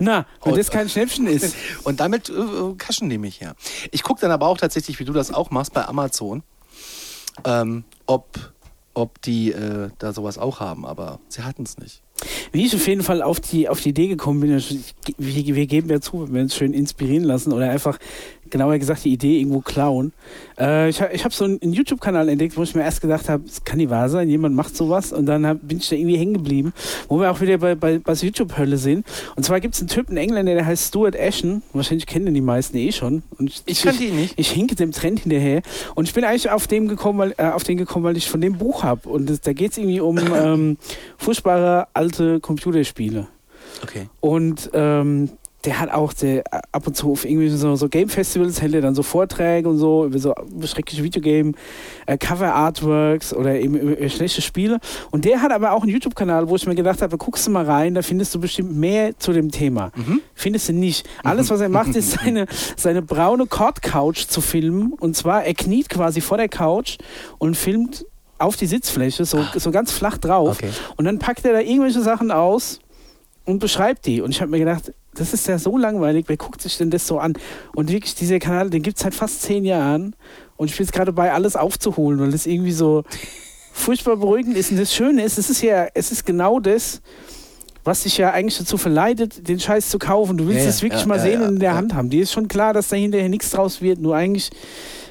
Speaker 1: Na, wenn
Speaker 2: Oh,
Speaker 1: das kein Schnäppchen ist.
Speaker 2: Und damit äh, äh, Kaschen nehme ich her. Ich gucke dann aber auch tatsächlich, wie du das auch machst bei Amazon, ähm, ob, ob die äh, da sowas auch haben, aber sie hatten es nicht.
Speaker 1: Wie ich auf jeden Fall auf die, auf die Idee gekommen bin, ich, wir, wir geben ja zu, wenn wir uns schön inspirieren lassen oder einfach genauer gesagt die Idee irgendwo klauen. Äh, ich ha- ich habe so einen, einen YouTube-Kanal entdeckt, wo ich mir erst gedacht habe, es kann nicht wahr sein, jemand macht sowas und dann hab, bin ich da irgendwie hängen geblieben, wo wir auch wieder bei, bei, bei YouTube-Hölle sind. Und zwar gibt es einen Typen, einen Engländer, der heißt Stuart Ashen, wahrscheinlich kennen den die meisten eh schon. Und
Speaker 2: Ich kannte ihn nicht.
Speaker 1: ich hinke dem Trend hinterher und ich bin eigentlich auf dem gekommen, weil, äh, auf den gekommen, weil ich von dem Buch habe und das, da geht es irgendwie um ähm, furchtbare alte Computerspiele.
Speaker 2: Okay.
Speaker 1: Und ähm, der hat auch der, äh, ab und zu auf irgendwie so, so Game-Festivals hält er dann so Vorträge und so über so schreckliche Videogame, äh, Cover-Artworks oder eben über schlechte Spiele. Und der hat aber auch einen YouTube-Kanal, wo ich mir gedacht habe, guckst du mal rein, da findest du bestimmt mehr zu dem Thema.
Speaker 2: Mhm.
Speaker 1: Findest du nicht. Alles, was er macht, ist seine, seine braune Cord-Couch zu filmen. Und zwar, er kniet quasi vor der Couch und filmt auf die Sitzfläche, so, so ganz flach drauf.
Speaker 2: Okay.
Speaker 1: Und dann packt er da irgendwelche Sachen aus und beschreibt die. Und ich habe mir gedacht, das ist ja so langweilig, wer guckt sich denn das so an? Und wirklich, dieser Kanal, den gibt es seit fast zehn Jahren und ich bin jetzt gerade dabei, alles aufzuholen, weil das irgendwie so furchtbar beruhigend ist. Und das Schöne ist, es ist ja, es ist genau das, was dich ja eigentlich dazu verleitet, den Scheiß zu kaufen. Du willst
Speaker 2: Ja, ja,
Speaker 1: es wirklich
Speaker 2: ja,
Speaker 1: mal
Speaker 2: ja,
Speaker 1: sehen
Speaker 2: ja,
Speaker 1: und in der
Speaker 2: ja.
Speaker 1: Hand haben. Dir ist schon klar, dass da hinterher nichts draus wird, nur eigentlich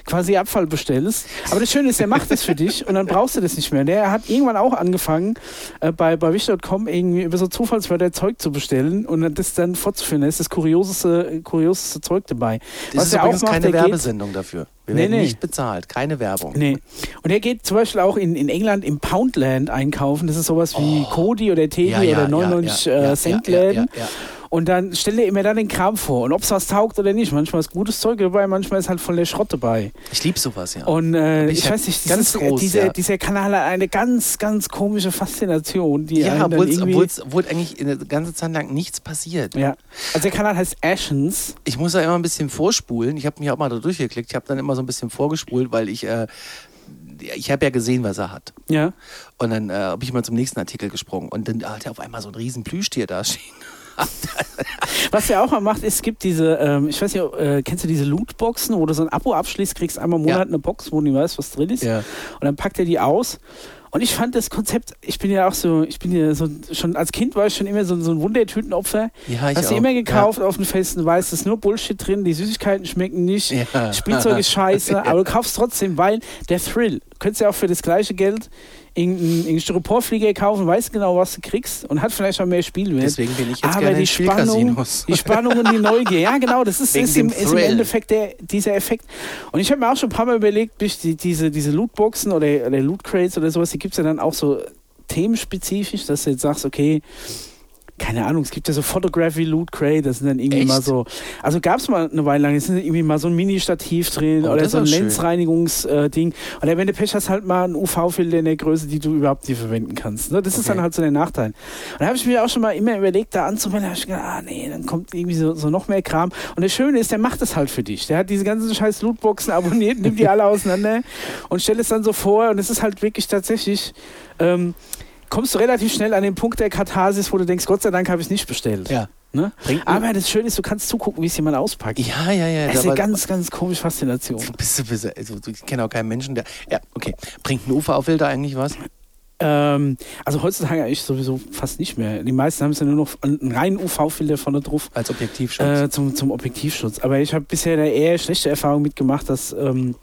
Speaker 1: quasi Abfall bestellst. Aber das Schöne ist, der macht das für dich und dann brauchst du das nicht mehr. Der hat irgendwann auch angefangen, äh, bei, bei wish.com irgendwie über so Zufallswörter Zeug zu bestellen und das dann fortzuführen. Da ist das kurioseste, kurioseste Zeug dabei.
Speaker 2: Das ist
Speaker 1: er
Speaker 2: übrigens
Speaker 1: macht,
Speaker 2: keine
Speaker 1: der geht-
Speaker 2: Werbesendung dafür. Wir
Speaker 1: Nee,
Speaker 2: werden
Speaker 1: nee.
Speaker 2: nicht bezahlt. Keine Werbung.
Speaker 1: Nee. Und er geht zum Beispiel auch in, in England im Poundland einkaufen. Das ist sowas wie Cody oder Teddy
Speaker 2: Oh. Ja, ja,
Speaker 1: oder
Speaker 2: ja,
Speaker 1: 99
Speaker 2: ja,
Speaker 1: äh,
Speaker 2: ja,
Speaker 1: Cent
Speaker 2: ja, ja,
Speaker 1: Läden.
Speaker 2: ja, ja.
Speaker 1: Und dann stelle er mir da den Kram vor. Und ob es was taugt oder nicht. Manchmal ist gutes Zeug dabei, manchmal ist halt voll der Schrott dabei.
Speaker 2: Ich liebe sowas, ja.
Speaker 1: Und äh, ich,
Speaker 2: ich ja
Speaker 1: weiß nicht,
Speaker 2: ganz
Speaker 1: dieses, äh,
Speaker 2: groß,
Speaker 1: dieser,
Speaker 2: ja.
Speaker 1: dieser Kanal hat eine ganz, ganz komische Faszination. Die einen
Speaker 2: ja,
Speaker 1: dann
Speaker 2: obwohl
Speaker 1: irgendwie-
Speaker 2: obwohl eigentlich eine ganze Zeit lang nichts passiert.
Speaker 1: Ja. Also der Kanal heißt Ashens.
Speaker 2: Ich muss da immer ein bisschen vorspulen. Ich habe mich auch mal da durchgeklickt. Ich habe dann immer so ein bisschen vorgespult, weil ich, äh, ich habe ja gesehen, was er hat.
Speaker 1: Ja.
Speaker 2: Und dann äh, habe ich mal zum nächsten Artikel gesprungen. Und dann hat er auf einmal so ein riesen Plüschtier da stehen.
Speaker 1: Was er auch mal macht, ist, es gibt diese, ähm, ich weiß nicht, äh, kennst du diese Lootboxen, wo du so ein Abo abschließt, kriegst einmal im
Speaker 2: Ja.
Speaker 1: Monat eine Box, wo du nicht weißt, was drin ist.
Speaker 2: Ja.
Speaker 1: Und dann packt er die aus. Und ich fand das Konzept, ich bin ja auch so, ich bin ja so, schon als Kind war ich schon immer so, so ein Wundertütenopfer.
Speaker 2: Ja, ich
Speaker 1: Hast du
Speaker 2: auch.
Speaker 1: immer gekauft auf den Festen, weißt, es ist nur Bullshit drin, die Süßigkeiten schmecken nicht,
Speaker 2: Ja.
Speaker 1: Spielzeug ist scheiße, aber du kaufst trotzdem, weil der Thrill, du könntest ja auch für das gleiche Geld irgendeinen irgendeinen Styroporflieger kaufen, weißt genau, was du kriegst und hat vielleicht auch mehr Spielwert.
Speaker 2: Deswegen bin ich jetzt
Speaker 1: aber
Speaker 2: gerne in
Speaker 1: die Spannung,
Speaker 2: Spielcasinos.
Speaker 1: die Spannung und die Neugier, ja genau, das ist,
Speaker 2: Wegen
Speaker 1: ist, im,
Speaker 2: dem
Speaker 1: ist im
Speaker 2: Thrill.
Speaker 1: Endeffekt der, dieser Effekt. Und ich habe mir auch schon ein paar Mal überlegt, bis die, diese, diese Lootboxen oder, oder Loot Crates oder sowas, die gibt es ja dann auch so themenspezifisch, dass du jetzt sagst, okay, keine Ahnung, es gibt ja so Photography Loot Crate, das sind dann irgendwie
Speaker 2: Echt?
Speaker 1: mal so, also gab es mal eine Weile lang, jetzt sind irgendwie mal so ein Mini-Stativ drin
Speaker 2: Oh,
Speaker 1: oder
Speaker 2: das
Speaker 1: so ein äh,
Speaker 2: ist schön.
Speaker 1: Lenzreinigungsding. Oder wenn du Pech hast, halt mal einen UV-Filter in der Größe, die du überhaupt nicht verwenden kannst. Ne? Das ist
Speaker 2: Okay.
Speaker 1: dann halt so der Nachteil. Und da habe ich mir auch schon mal immer überlegt, da anzumelden, Da hab ich gedacht, ah nee, dann kommt irgendwie so, so noch mehr Kram. Und das Schöne ist, der macht das halt für dich. Der hat diese ganzen scheiß Lootboxen abonniert, nimmt die alle auseinander und stellt es dann so vor. Und es ist halt wirklich tatsächlich. Ähm, Kommst du relativ schnell an den Punkt der Katharsis, wo du denkst, Gott sei Dank habe ich es nicht bestellt.
Speaker 2: Ja.
Speaker 1: Ne?
Speaker 2: Bringt mir-
Speaker 1: Aber das Schöne ist, du kannst zugucken, wie es jemand auspackt.
Speaker 2: Ja, ja, ja.
Speaker 1: das ist
Speaker 2: aber-
Speaker 1: eine ganz, ganz komische Faszination.
Speaker 2: bist du, bist du, also, ich kenne auch keinen Menschen, der. Ja, okay. Bringt ein UV-Filter eigentlich was?
Speaker 1: Ähm, also heutzutage eigentlich sowieso fast nicht mehr. Die meisten haben es ja nur noch einen einen reinen UV-Filter vorne drauf
Speaker 2: Als Objektivschutz.
Speaker 1: äh, zum, zum Objektivschutz. Aber ich habe bisher da eher schlechte Erfahrungen mitgemacht, dass ähm,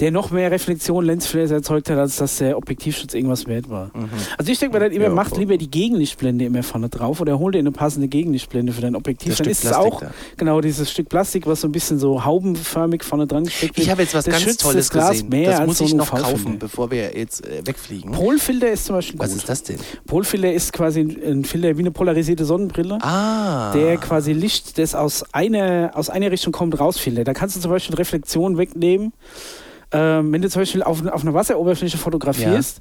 Speaker 1: der noch mehr Reflexion Lensflares erzeugt hat, als dass der Objektivschutz irgendwas wert war.
Speaker 2: Mhm.
Speaker 1: Also ich denke mir dann immer,
Speaker 2: Ja,
Speaker 1: macht
Speaker 2: voll.
Speaker 1: lieber die Gegenlichtblende immer vorne drauf oder hol dir eine passende Gegenlichtblende für dein Objektiv.
Speaker 2: Das
Speaker 1: dann
Speaker 2: Stück
Speaker 1: ist es
Speaker 2: Plastik
Speaker 1: auch
Speaker 2: da.
Speaker 1: genau dieses Stück Plastik, was so ein bisschen so haubenförmig vorne dran gesteckt wird.
Speaker 2: Ich habe jetzt was
Speaker 1: Das
Speaker 2: ganz
Speaker 1: schützt
Speaker 2: Tolles
Speaker 1: das Glas
Speaker 2: gesehen.
Speaker 1: Mehr
Speaker 2: das
Speaker 1: als
Speaker 2: muss
Speaker 1: so
Speaker 2: ich
Speaker 1: ein
Speaker 2: noch kaufen,
Speaker 1: UV-Filter.
Speaker 2: bevor wir jetzt äh, wegfliegen.
Speaker 1: Polfilter ist zum Beispiel
Speaker 2: was
Speaker 1: gut.
Speaker 2: ist das denn?
Speaker 1: Polfilter ist quasi ein, ein Filter wie eine polarisierte Sonnenbrille,
Speaker 2: Ah.
Speaker 1: der quasi Licht, das aus einer, aus einer Richtung kommt, rausfiltert. Da kannst du zum Beispiel Reflexion wegnehmen. Ähm, wenn du zum Beispiel auf, auf einer Wasseroberfläche fotografierst,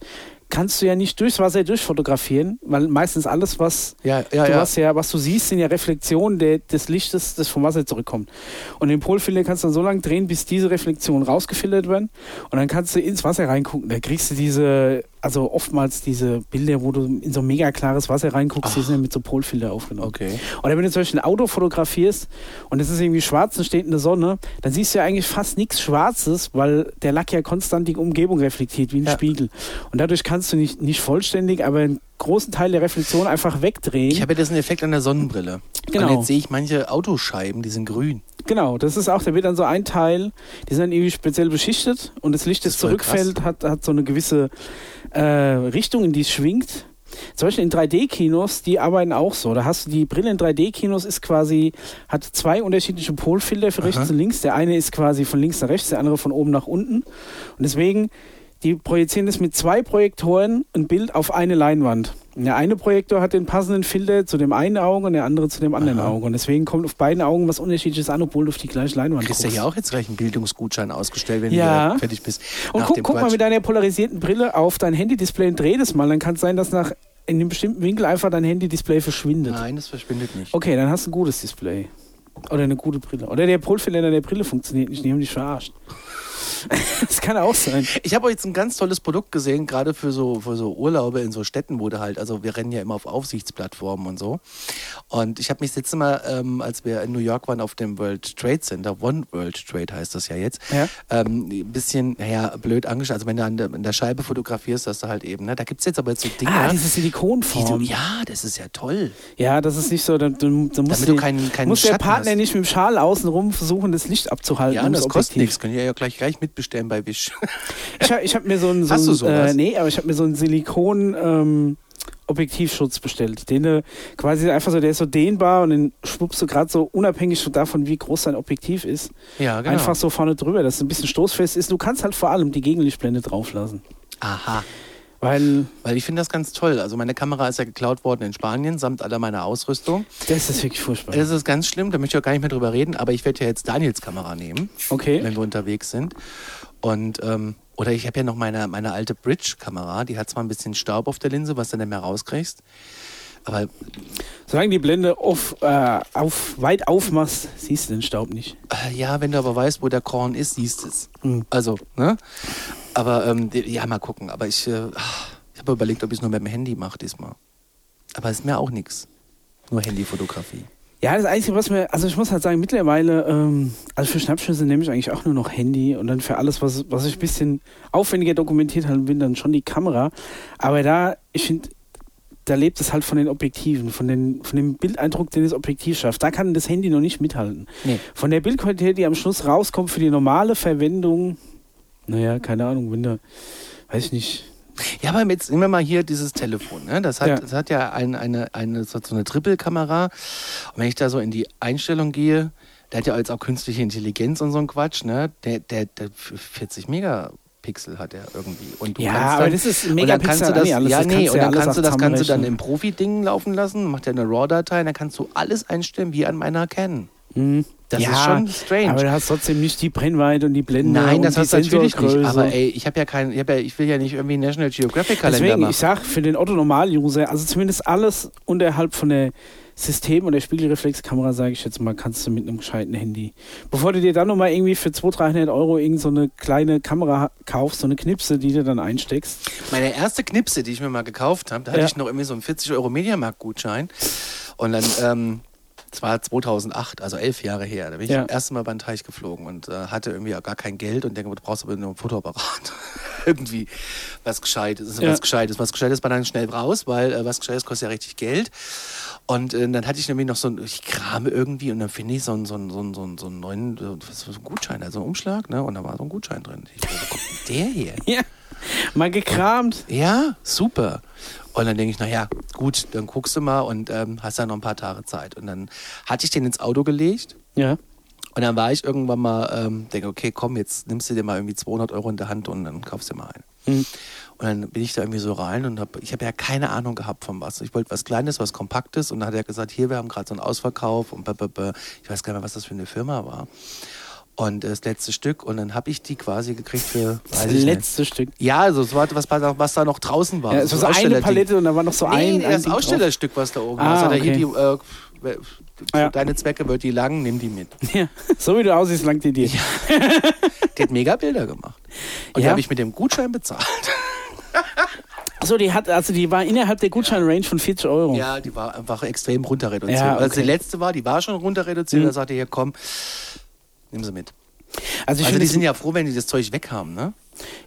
Speaker 1: kannst du ja nicht durchs Wasser durchfotografieren, weil meistens alles, was
Speaker 2: ja, ja,
Speaker 1: du
Speaker 2: ja.
Speaker 1: hast ja, was du siehst, sind ja Reflexionen der, des Lichtes, das vom Wasser zurückkommt. Und den Polfilter kannst du dann so lange drehen, bis diese Reflexionen rausgefiltert werden. Und dann kannst du ins Wasser reingucken. Da kriegst du diese, also oftmals diese Bilder, wo du in so mega klares Wasser reinguckst,
Speaker 2: Ah.
Speaker 1: die sind ja mit so Polfilter aufgenommen.
Speaker 2: Okay.
Speaker 1: Oder wenn du zum Beispiel ein Auto fotografierst und es ist irgendwie schwarz und steht in der Sonne, dann siehst du ja eigentlich fast nichts Schwarzes, weil der Lack ja konstant die Umgebung reflektiert, wie ein
Speaker 2: Ja.
Speaker 1: Spiegel. Und dadurch kannst du nicht, nicht vollständig, aber einen großen Teil der Reflexion einfach wegdrehen.
Speaker 2: Ich habe ja diesen Effekt an der Sonnenbrille.
Speaker 1: Genau.
Speaker 2: Und jetzt sehe ich manche Autoscheiben, die sind grün.
Speaker 1: Genau, das ist auch, da wird dann so ein Teil, die sind irgendwie speziell beschichtet und das Licht, das,
Speaker 2: ist voll
Speaker 1: zurückfällt, hat, hat so eine gewisse äh, Richtung, in die es schwingt. Zum Beispiel in 3D-Kinos, die arbeiten auch so. Da hast du die Brille in 3D-Kinos, ist quasi, hat zwei unterschiedliche Polfilter für rechts
Speaker 2: Aha.
Speaker 1: und links. Der eine ist quasi von links nach rechts, der andere von oben nach unten. Und deswegen, die projizieren das mit zwei Projektoren ein Bild auf eine Leinwand. Und der eine Projektor hat den passenden Filter zu dem einen Auge und der andere zu dem anderen
Speaker 2: Aha.
Speaker 1: Auge. Und deswegen kommt auf beiden Augen was unterschiedliches an, obwohl du auf die gleiche Leinwand
Speaker 2: Kriegst ja
Speaker 1: guckst.
Speaker 2: hier auch jetzt gleich einen Bildungsgutschein ausgestellt, wenn
Speaker 1: Ja.
Speaker 2: du wieder fertig bist.
Speaker 1: Und
Speaker 2: Nach
Speaker 1: guck,
Speaker 2: dem
Speaker 1: guck mal
Speaker 2: Quatsch.
Speaker 1: mit deiner polarisierten Brille auf dein Handy-Display und dreh das mal. Dann kann es sein, dass nach in einem bestimmten Winkel einfach dein Handy-Display verschwindet.
Speaker 2: Nein, das verschwindet nicht.
Speaker 1: Okay, dann hast du ein gutes Display. Oder eine gute Brille. Oder der Polfilter der Brille funktioniert nicht. Die haben dich verarscht. das kann auch sein.
Speaker 2: Ich habe auch jetzt ein ganz tolles Produkt gesehen, gerade für so, für so Urlaube in so Städten, wo du halt, also wir rennen ja immer auf Aufsichtsplattformen und so. Und ich habe mich das letzte Mal, ähm, als wir in New York waren, auf dem World Trade Center, One World Trade heißt das ja jetzt,
Speaker 1: Ja.
Speaker 2: ähm, ein bisschen, naja, blöd angeschaut. Also wenn du an der, an der Scheibe fotografierst, dass du halt eben, ne, da gibt es jetzt aber jetzt so Dinge,
Speaker 1: Ah,
Speaker 2: die
Speaker 1: diese
Speaker 2: du,
Speaker 1: Silikonform.
Speaker 2: ja, das ist ja toll.
Speaker 1: Ja, das ist nicht so. Dann, dann, dann muss
Speaker 2: Damit du keinen- keinen
Speaker 1: muss der
Speaker 2: Schatten
Speaker 1: Partner
Speaker 2: hast.
Speaker 1: nicht mit dem Schal außenrum versuchen, das Licht abzuhalten.
Speaker 2: Ja,
Speaker 1: um
Speaker 2: das kostet
Speaker 1: Objektiv.
Speaker 2: nichts. Könnt ihr ja gleich, gleich mitbestellen bei Wish.
Speaker 1: Ich habe ich hab mir so ein, so
Speaker 2: Hast du
Speaker 1: ein
Speaker 2: sowas?
Speaker 1: Äh, nee, aber ich habe mir so einen Silikon ähm, Objektivschutz bestellt. Den äh, quasi einfach so, der ist so dehnbar und den schwuppst du gerade so unabhängig davon, wie groß dein Objektiv ist.
Speaker 2: ja, genau.
Speaker 1: Einfach so vorne drüber, dass es ein bisschen stoßfest ist. Du kannst halt vor allem die Gegenlichtblende drauflassen.
Speaker 2: Aha.
Speaker 1: Weil
Speaker 2: Weil ich finde das ganz toll. Also meine Kamera ist ja geklaut worden in Spanien, samt aller meiner Ausrüstung.
Speaker 1: das ist wirklich furchtbar.
Speaker 2: Das ist ganz schlimm, da möchte ich auch gar nicht mehr drüber reden, aber ich werde ja jetzt Daniels Kamera nehmen,
Speaker 1: Okay.
Speaker 2: wenn wir unterwegs sind. Und, ähm, oder ich habe ja noch meine, meine alte Bridge-Kamera, die hat zwar ein bisschen Staub auf der Linse, was du nicht mehr rauskriegst. Aber
Speaker 1: Solange die Blende auf, äh, auf, weit aufmachst, siehst du den Staub nicht.
Speaker 2: äh, ja, wenn du aber weißt, wo der Korn ist, siehst du es.
Speaker 1: Mhm.
Speaker 2: Also, ne? Aber ähm, die- ja, mal gucken. Aber ich, äh, ich habe überlegt, ob ich es nur mit dem Handy mache diesmal. Aber ist mir auch nichts. Nur Handyfotografie.
Speaker 1: Ja, das Einzige, was mir, also ich muss halt sagen, mittlerweile, ähm, also für Schnappschüsse nehme ich eigentlich auch nur noch Handy und dann für alles, was, was ich ein bisschen aufwendiger dokumentiert haben will, dann schon die Kamera. Aber da, ich finde, da lebt es halt von den Objektiven, von, den, von dem Bildeindruck, den das Objektiv schafft. Da kann das Handy noch nicht mithalten.
Speaker 2: Nee.
Speaker 1: Von der Bildqualität, die am Schluss rauskommt für die normale Verwendung, naja, keine Ahnung, wenn da, weiß ich nicht.
Speaker 2: Ja, aber jetzt nehmen wir mal hier dieses Telefon. Ne? Das, hat,
Speaker 1: Ja.
Speaker 2: das hat ja ein, eine, eine, das hat so eine Triple-Kamera. Und wenn ich da so in die Einstellung gehe, der hat ja jetzt auch künstliche Intelligenz und so ein Quatsch. Ne? Der, der, der 40 Megapixel hat er irgendwie. Und du
Speaker 1: Ja,
Speaker 2: kannst dann,
Speaker 1: aber das ist
Speaker 2: und dann kannst du
Speaker 1: Megapixel
Speaker 2: das,
Speaker 1: an alles,
Speaker 2: ja,
Speaker 1: das
Speaker 2: nee,
Speaker 1: kannst
Speaker 2: und
Speaker 1: du ja
Speaker 2: dann
Speaker 1: alles
Speaker 2: kannst du das Ganze dann
Speaker 1: zusammenrechnen.
Speaker 2: im Profi-Ding laufen lassen, macht ja eine RAW-Datei, und dann kannst du alles einstellen wie an meiner Canon.
Speaker 1: Hm.
Speaker 2: Das
Speaker 1: ja,
Speaker 2: ist schon strange.
Speaker 1: Aber du hast trotzdem nicht die Brennweite und die Blende.
Speaker 2: Nein,
Speaker 1: und
Speaker 2: das
Speaker 1: um die
Speaker 2: hast du natürlich nicht.
Speaker 1: Sensorgröße.
Speaker 2: Aber ey, ich habe ja keinen, ich, hab ja, ich will ja nicht irgendwie einen National Geographic-Kalender
Speaker 1: Deswegen,
Speaker 2: machen.
Speaker 1: ich sag für den Otto-Normal-User, also zumindest alles unterhalb von der System- und der Spiegelreflexkamera, sage ich jetzt mal, kannst du mit einem gescheiten Handy. Bevor du dir dann nochmal irgendwie für 200, 300 Euro irgend so eine kleine Kamera kaufst, so eine Knipse, die du dann einsteckst.
Speaker 2: Meine erste Knipse, die ich mir mal gekauft habe, da hatte
Speaker 1: Ja.
Speaker 2: ich noch irgendwie so einen 40 Euro Mediamarkt-Gutschein. Und dann, ähm, das war 2008, also elf Jahre her, da bin ich
Speaker 1: Ja.
Speaker 2: das erste Mal über den Teich geflogen und äh, hatte irgendwie auch gar kein Geld und denke, du brauchst aber nur einen Fotoapparat. irgendwie was Gescheites,
Speaker 1: Ja.
Speaker 2: was Gescheites. Was Gescheites war dann schnell raus, weil äh, was Gescheites kostet ja richtig Geld. Und äh, dann hatte ich nämlich noch so ein, ich krame irgendwie und dann finde ich so einen, so einen, so einen, so einen, so einen neuen äh, was, was, Gutschein, also einen Umschlag, ne? Und da war so ein Gutschein drin. Ich dachte, wo kommt denn der hier?
Speaker 1: Ja. Mal gekramt.
Speaker 2: Ja, super. Und dann denke ich, naja, gut, dann guckst du mal und ähm, hast ja noch ein paar Tage Zeit. Und dann hatte ich den ins Auto gelegt
Speaker 1: Ja.
Speaker 2: und dann war ich irgendwann mal, ähm, denke, okay, komm, jetzt nimmst du dir mal irgendwie 200 Euro in der Hand und dann kaufst du dir mal einen.
Speaker 1: Mhm.
Speaker 2: Und dann bin ich da irgendwie so rein und hab, ich habe ja keine Ahnung gehabt von was. Ich wollte was Kleines, was Kompaktes und dann hat er gesagt, hier, wir haben gerade so einen Ausverkauf und blablabla. ich weiß gar nicht mehr, was das für eine Firma war. Und äh, das letzte Stück und dann habe ich die quasi gekriegt für,
Speaker 1: Das
Speaker 2: weiß ich nicht.
Speaker 1: letzte Stück.
Speaker 2: Ja, also es war, was, was da noch draußen war.
Speaker 1: Ja, es war so eine
Speaker 2: Ausstellerding.
Speaker 1: Palette und da war noch so
Speaker 2: Nee,
Speaker 1: ein.
Speaker 2: nee,
Speaker 1: ein
Speaker 2: das
Speaker 1: Ding drauf.
Speaker 2: Ausstellerstück, was da oben
Speaker 1: Ah,
Speaker 2: war. Okay. Hier
Speaker 1: okay.
Speaker 2: die, äh, für
Speaker 1: Ja.
Speaker 2: Deine Zwecke wird die lang, nimm die mit.
Speaker 1: Ja. So wie du aussiehst, langt die dir.
Speaker 2: Die hat mega Bilder gemacht. Und die
Speaker 1: Ja.
Speaker 2: habe ich mit dem Gutschein bezahlt.
Speaker 1: Achso, die hat, also die war innerhalb der Gutscheinrange von 40 Euro.
Speaker 2: Ja, die war einfach extrem runterreduziert.
Speaker 1: Oh. Ja,
Speaker 2: Als die
Speaker 1: okay.
Speaker 2: letzte war, die war schon runterreduziert.
Speaker 1: Mhm.
Speaker 2: Da sagte er, komm, nimm sie mit.
Speaker 1: Also ich
Speaker 2: also
Speaker 1: finde
Speaker 2: die
Speaker 1: es-
Speaker 2: sind ja froh, wenn die das Zeug weghaben, ne?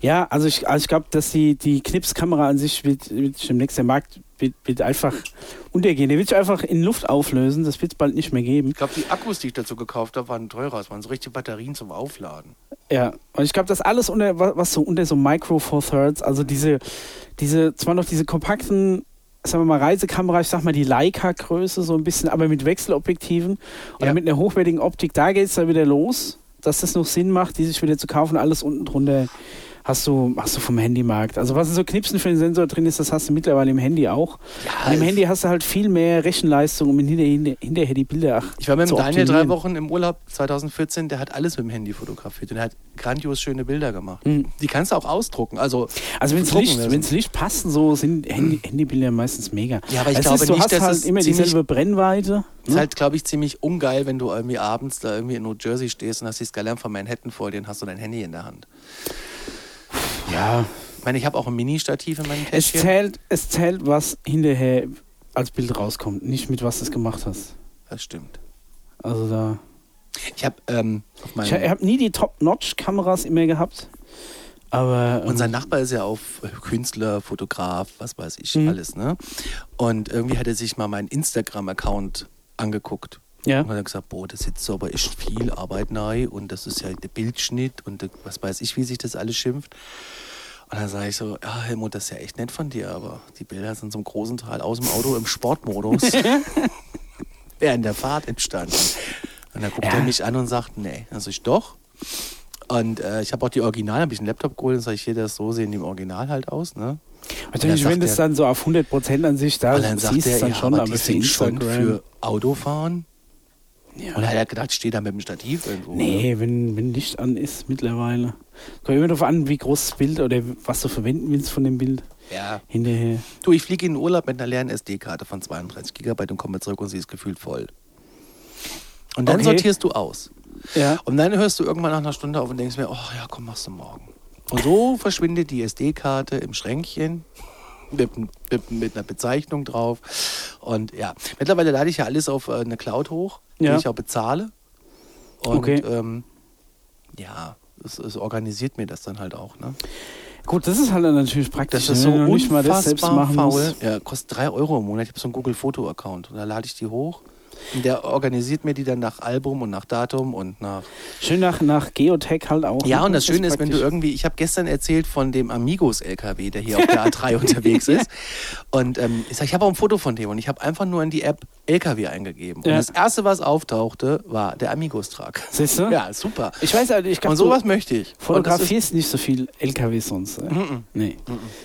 Speaker 1: Ja, also ich, also ich glaube, dass die, die Knipskamera an sich wird, wird demnächst der Markt wird, wird einfach untergehen. Der wird sich einfach in Luft auflösen. Das wird es bald nicht mehr geben.
Speaker 2: Ich glaube, die Akkus, die ich dazu gekauft habe, waren teurer. Es waren so richtige Batterien zum Aufladen.
Speaker 1: Ja, und ich glaube, das alles unter wa- was so unter so Micro Four Thirds, also diese diese zwar noch diese kompakten, sagen wir mal Reisekamera, ich sag mal die Leica Größe so ein bisschen, aber mit Wechselobjektiven oder
Speaker 2: Ja.
Speaker 1: mit einer hochwertigen Optik, da geht's dann wieder los, dass das noch Sinn macht, die sich wieder zu kaufen, alles unten drunter hast du hast du vom Handymarkt. Also was in so Knipsen für den Sensor drin ist, das hast du mittlerweile im Handy auch.
Speaker 2: Ja,
Speaker 1: Und Im Handy hast du halt viel mehr Rechenleistung, um hinterher, hinterher, hinterher die Bilder ach,
Speaker 2: Ich war mit
Speaker 1: zu
Speaker 2: dem Daniel drei
Speaker 1: optimieren.
Speaker 2: Wochen im Urlaub 2014, der hat alles mit dem Handy fotografiert und er hat grandios schöne Bilder gemacht.
Speaker 1: Hm.
Speaker 2: Die kannst du auch ausdrucken. Also,
Speaker 1: Also wenn es
Speaker 2: drucken
Speaker 1: Licht,
Speaker 2: lassen.
Speaker 1: wenn's Licht passt, und so sind Handy, Handybilder meistens mega.
Speaker 2: Hm. Ja, aber ich
Speaker 1: Es
Speaker 2: glaube
Speaker 1: ist, du
Speaker 2: nicht,
Speaker 1: hast
Speaker 2: dass
Speaker 1: halt
Speaker 2: es
Speaker 1: immer
Speaker 2: ziemlich-
Speaker 1: dieselbe Brennweite.
Speaker 2: ist halt, glaube ich, ziemlich ungeil, wenn du irgendwie abends da irgendwie in New Jersey stehst und hast die Skyline von Manhattan vor dir und hast so dein Handy in der Hand.
Speaker 1: Ja,
Speaker 2: Ich meine, ich habe auch ein Mini-Stativ in meinem
Speaker 1: es
Speaker 2: Täschchen.
Speaker 1: zählt, es zählt, was hinterher als Bild rauskommt, nicht mit was du es gemacht hast.
Speaker 2: Das stimmt.
Speaker 1: Also da.
Speaker 2: Ich habe ähm, auf
Speaker 1: Ich
Speaker 2: meinem.
Speaker 1: habe nie die Top-Notch-Kameras immer gehabt. Aber ähm,
Speaker 2: Unser Nachbar ist ja auf Künstler, Fotograf, was weiß ich,
Speaker 1: Mhm.
Speaker 2: alles, ne? Und irgendwie hat er sich mal meinen Instagram-Account angeguckt.
Speaker 1: Ja.
Speaker 2: Und hat er gesagt, boah, das ist jetzt so, aber echt viel Arbeit nahe und das ist ja der Bildschnitt und der- was weiß ich, wie sich das alles schimpft. Und dann sage ich so, ja, Helmut, das ist ja echt nett von dir, aber die Bilder sind zum großen Teil aus dem Auto im Sportmodus während der Fahrt entstanden. Und dann guckt
Speaker 1: Ja.
Speaker 2: er mich an und sagt, nee. Dann sag ich, doch. Und äh, ich habe auch die Original, habe ich einen Laptop geholt und sage ich, hier, das so sehen die im Original halt aus, ne?
Speaker 1: natürlich,
Speaker 2: dann
Speaker 1: wenn
Speaker 2: sagt
Speaker 1: das
Speaker 2: er-
Speaker 1: dann so auf 100% an sich da
Speaker 2: Und dann
Speaker 1: ist, Also
Speaker 2: sagt
Speaker 1: siehst du
Speaker 2: er,
Speaker 1: es dann
Speaker 2: ja,
Speaker 1: schon,
Speaker 2: aber
Speaker 1: aber
Speaker 2: die
Speaker 1: für
Speaker 2: sind schon
Speaker 1: Instagram.
Speaker 2: für Autofahren.
Speaker 1: Ja.
Speaker 2: Und er hat halt gedacht, ich stehe da mit dem Stativ irgendwo. Ne?
Speaker 1: Nee, wenn, wenn Licht an ist mittlerweile. Kommt immer darauf an, wie groß das Bild oder was du verwenden willst von dem Bild
Speaker 2: Ja.
Speaker 1: hinterher.
Speaker 2: Du, ich fliege in den Urlaub mit einer leeren SD-Karte von 32 Gigabyte und komme zurück und sie ist gefühlt voll. Und dann
Speaker 1: Okay.
Speaker 2: sortierst du aus.
Speaker 1: Ja.
Speaker 2: Und dann hörst du irgendwann nach einer Stunde auf und denkst mir, oh ja, komm, machst du morgen. Und so verschwindet die SD-Karte im Schränkchen mit, mit, mit einer Bezeichnung drauf. Und ja, mittlerweile lade ich ja alles auf äh, eine Cloud hoch,
Speaker 1: Ja.
Speaker 2: die ich auch bezahle. Und
Speaker 1: Okay.
Speaker 2: ähm, ja, es, es organisiert mir das dann halt auch. Ne?
Speaker 1: Gut, das ist halt dann natürlich praktisch.
Speaker 2: Das ist so
Speaker 1: wenn du noch
Speaker 2: unfassbar
Speaker 1: nicht mal das selbst machen
Speaker 2: faul.
Speaker 1: musst.
Speaker 2: Ja, kostet 3 Euro im Monat. Ich habe so einen Google-Foto-Account und da lade ich die hoch. Und der organisiert mir die dann nach Album und nach Datum und nach
Speaker 1: Schön nach, nach Geotech halt auch.
Speaker 2: Ja,
Speaker 1: ne?
Speaker 2: und das Schöne ist, wenn du
Speaker 1: praktisch.
Speaker 2: irgendwie, ich habe gestern erzählt von dem Amigos-LKW, der hier auf der A3 unterwegs ist. Und ähm, ich sag, ich habe auch ein Foto von dem und ich habe einfach nur in die App LKW eingegeben. Und
Speaker 1: Ja.
Speaker 2: das Erste, was auftauchte, war der Amigos-Trag.
Speaker 1: Siehst du?
Speaker 2: Ja, super.
Speaker 1: Ich weiß halt, ich
Speaker 2: Und
Speaker 1: glaube,
Speaker 2: sowas
Speaker 1: du
Speaker 2: möchte ich. Und das ist-
Speaker 1: fotografierst nicht so viel LKW sonst. Äh? Nee.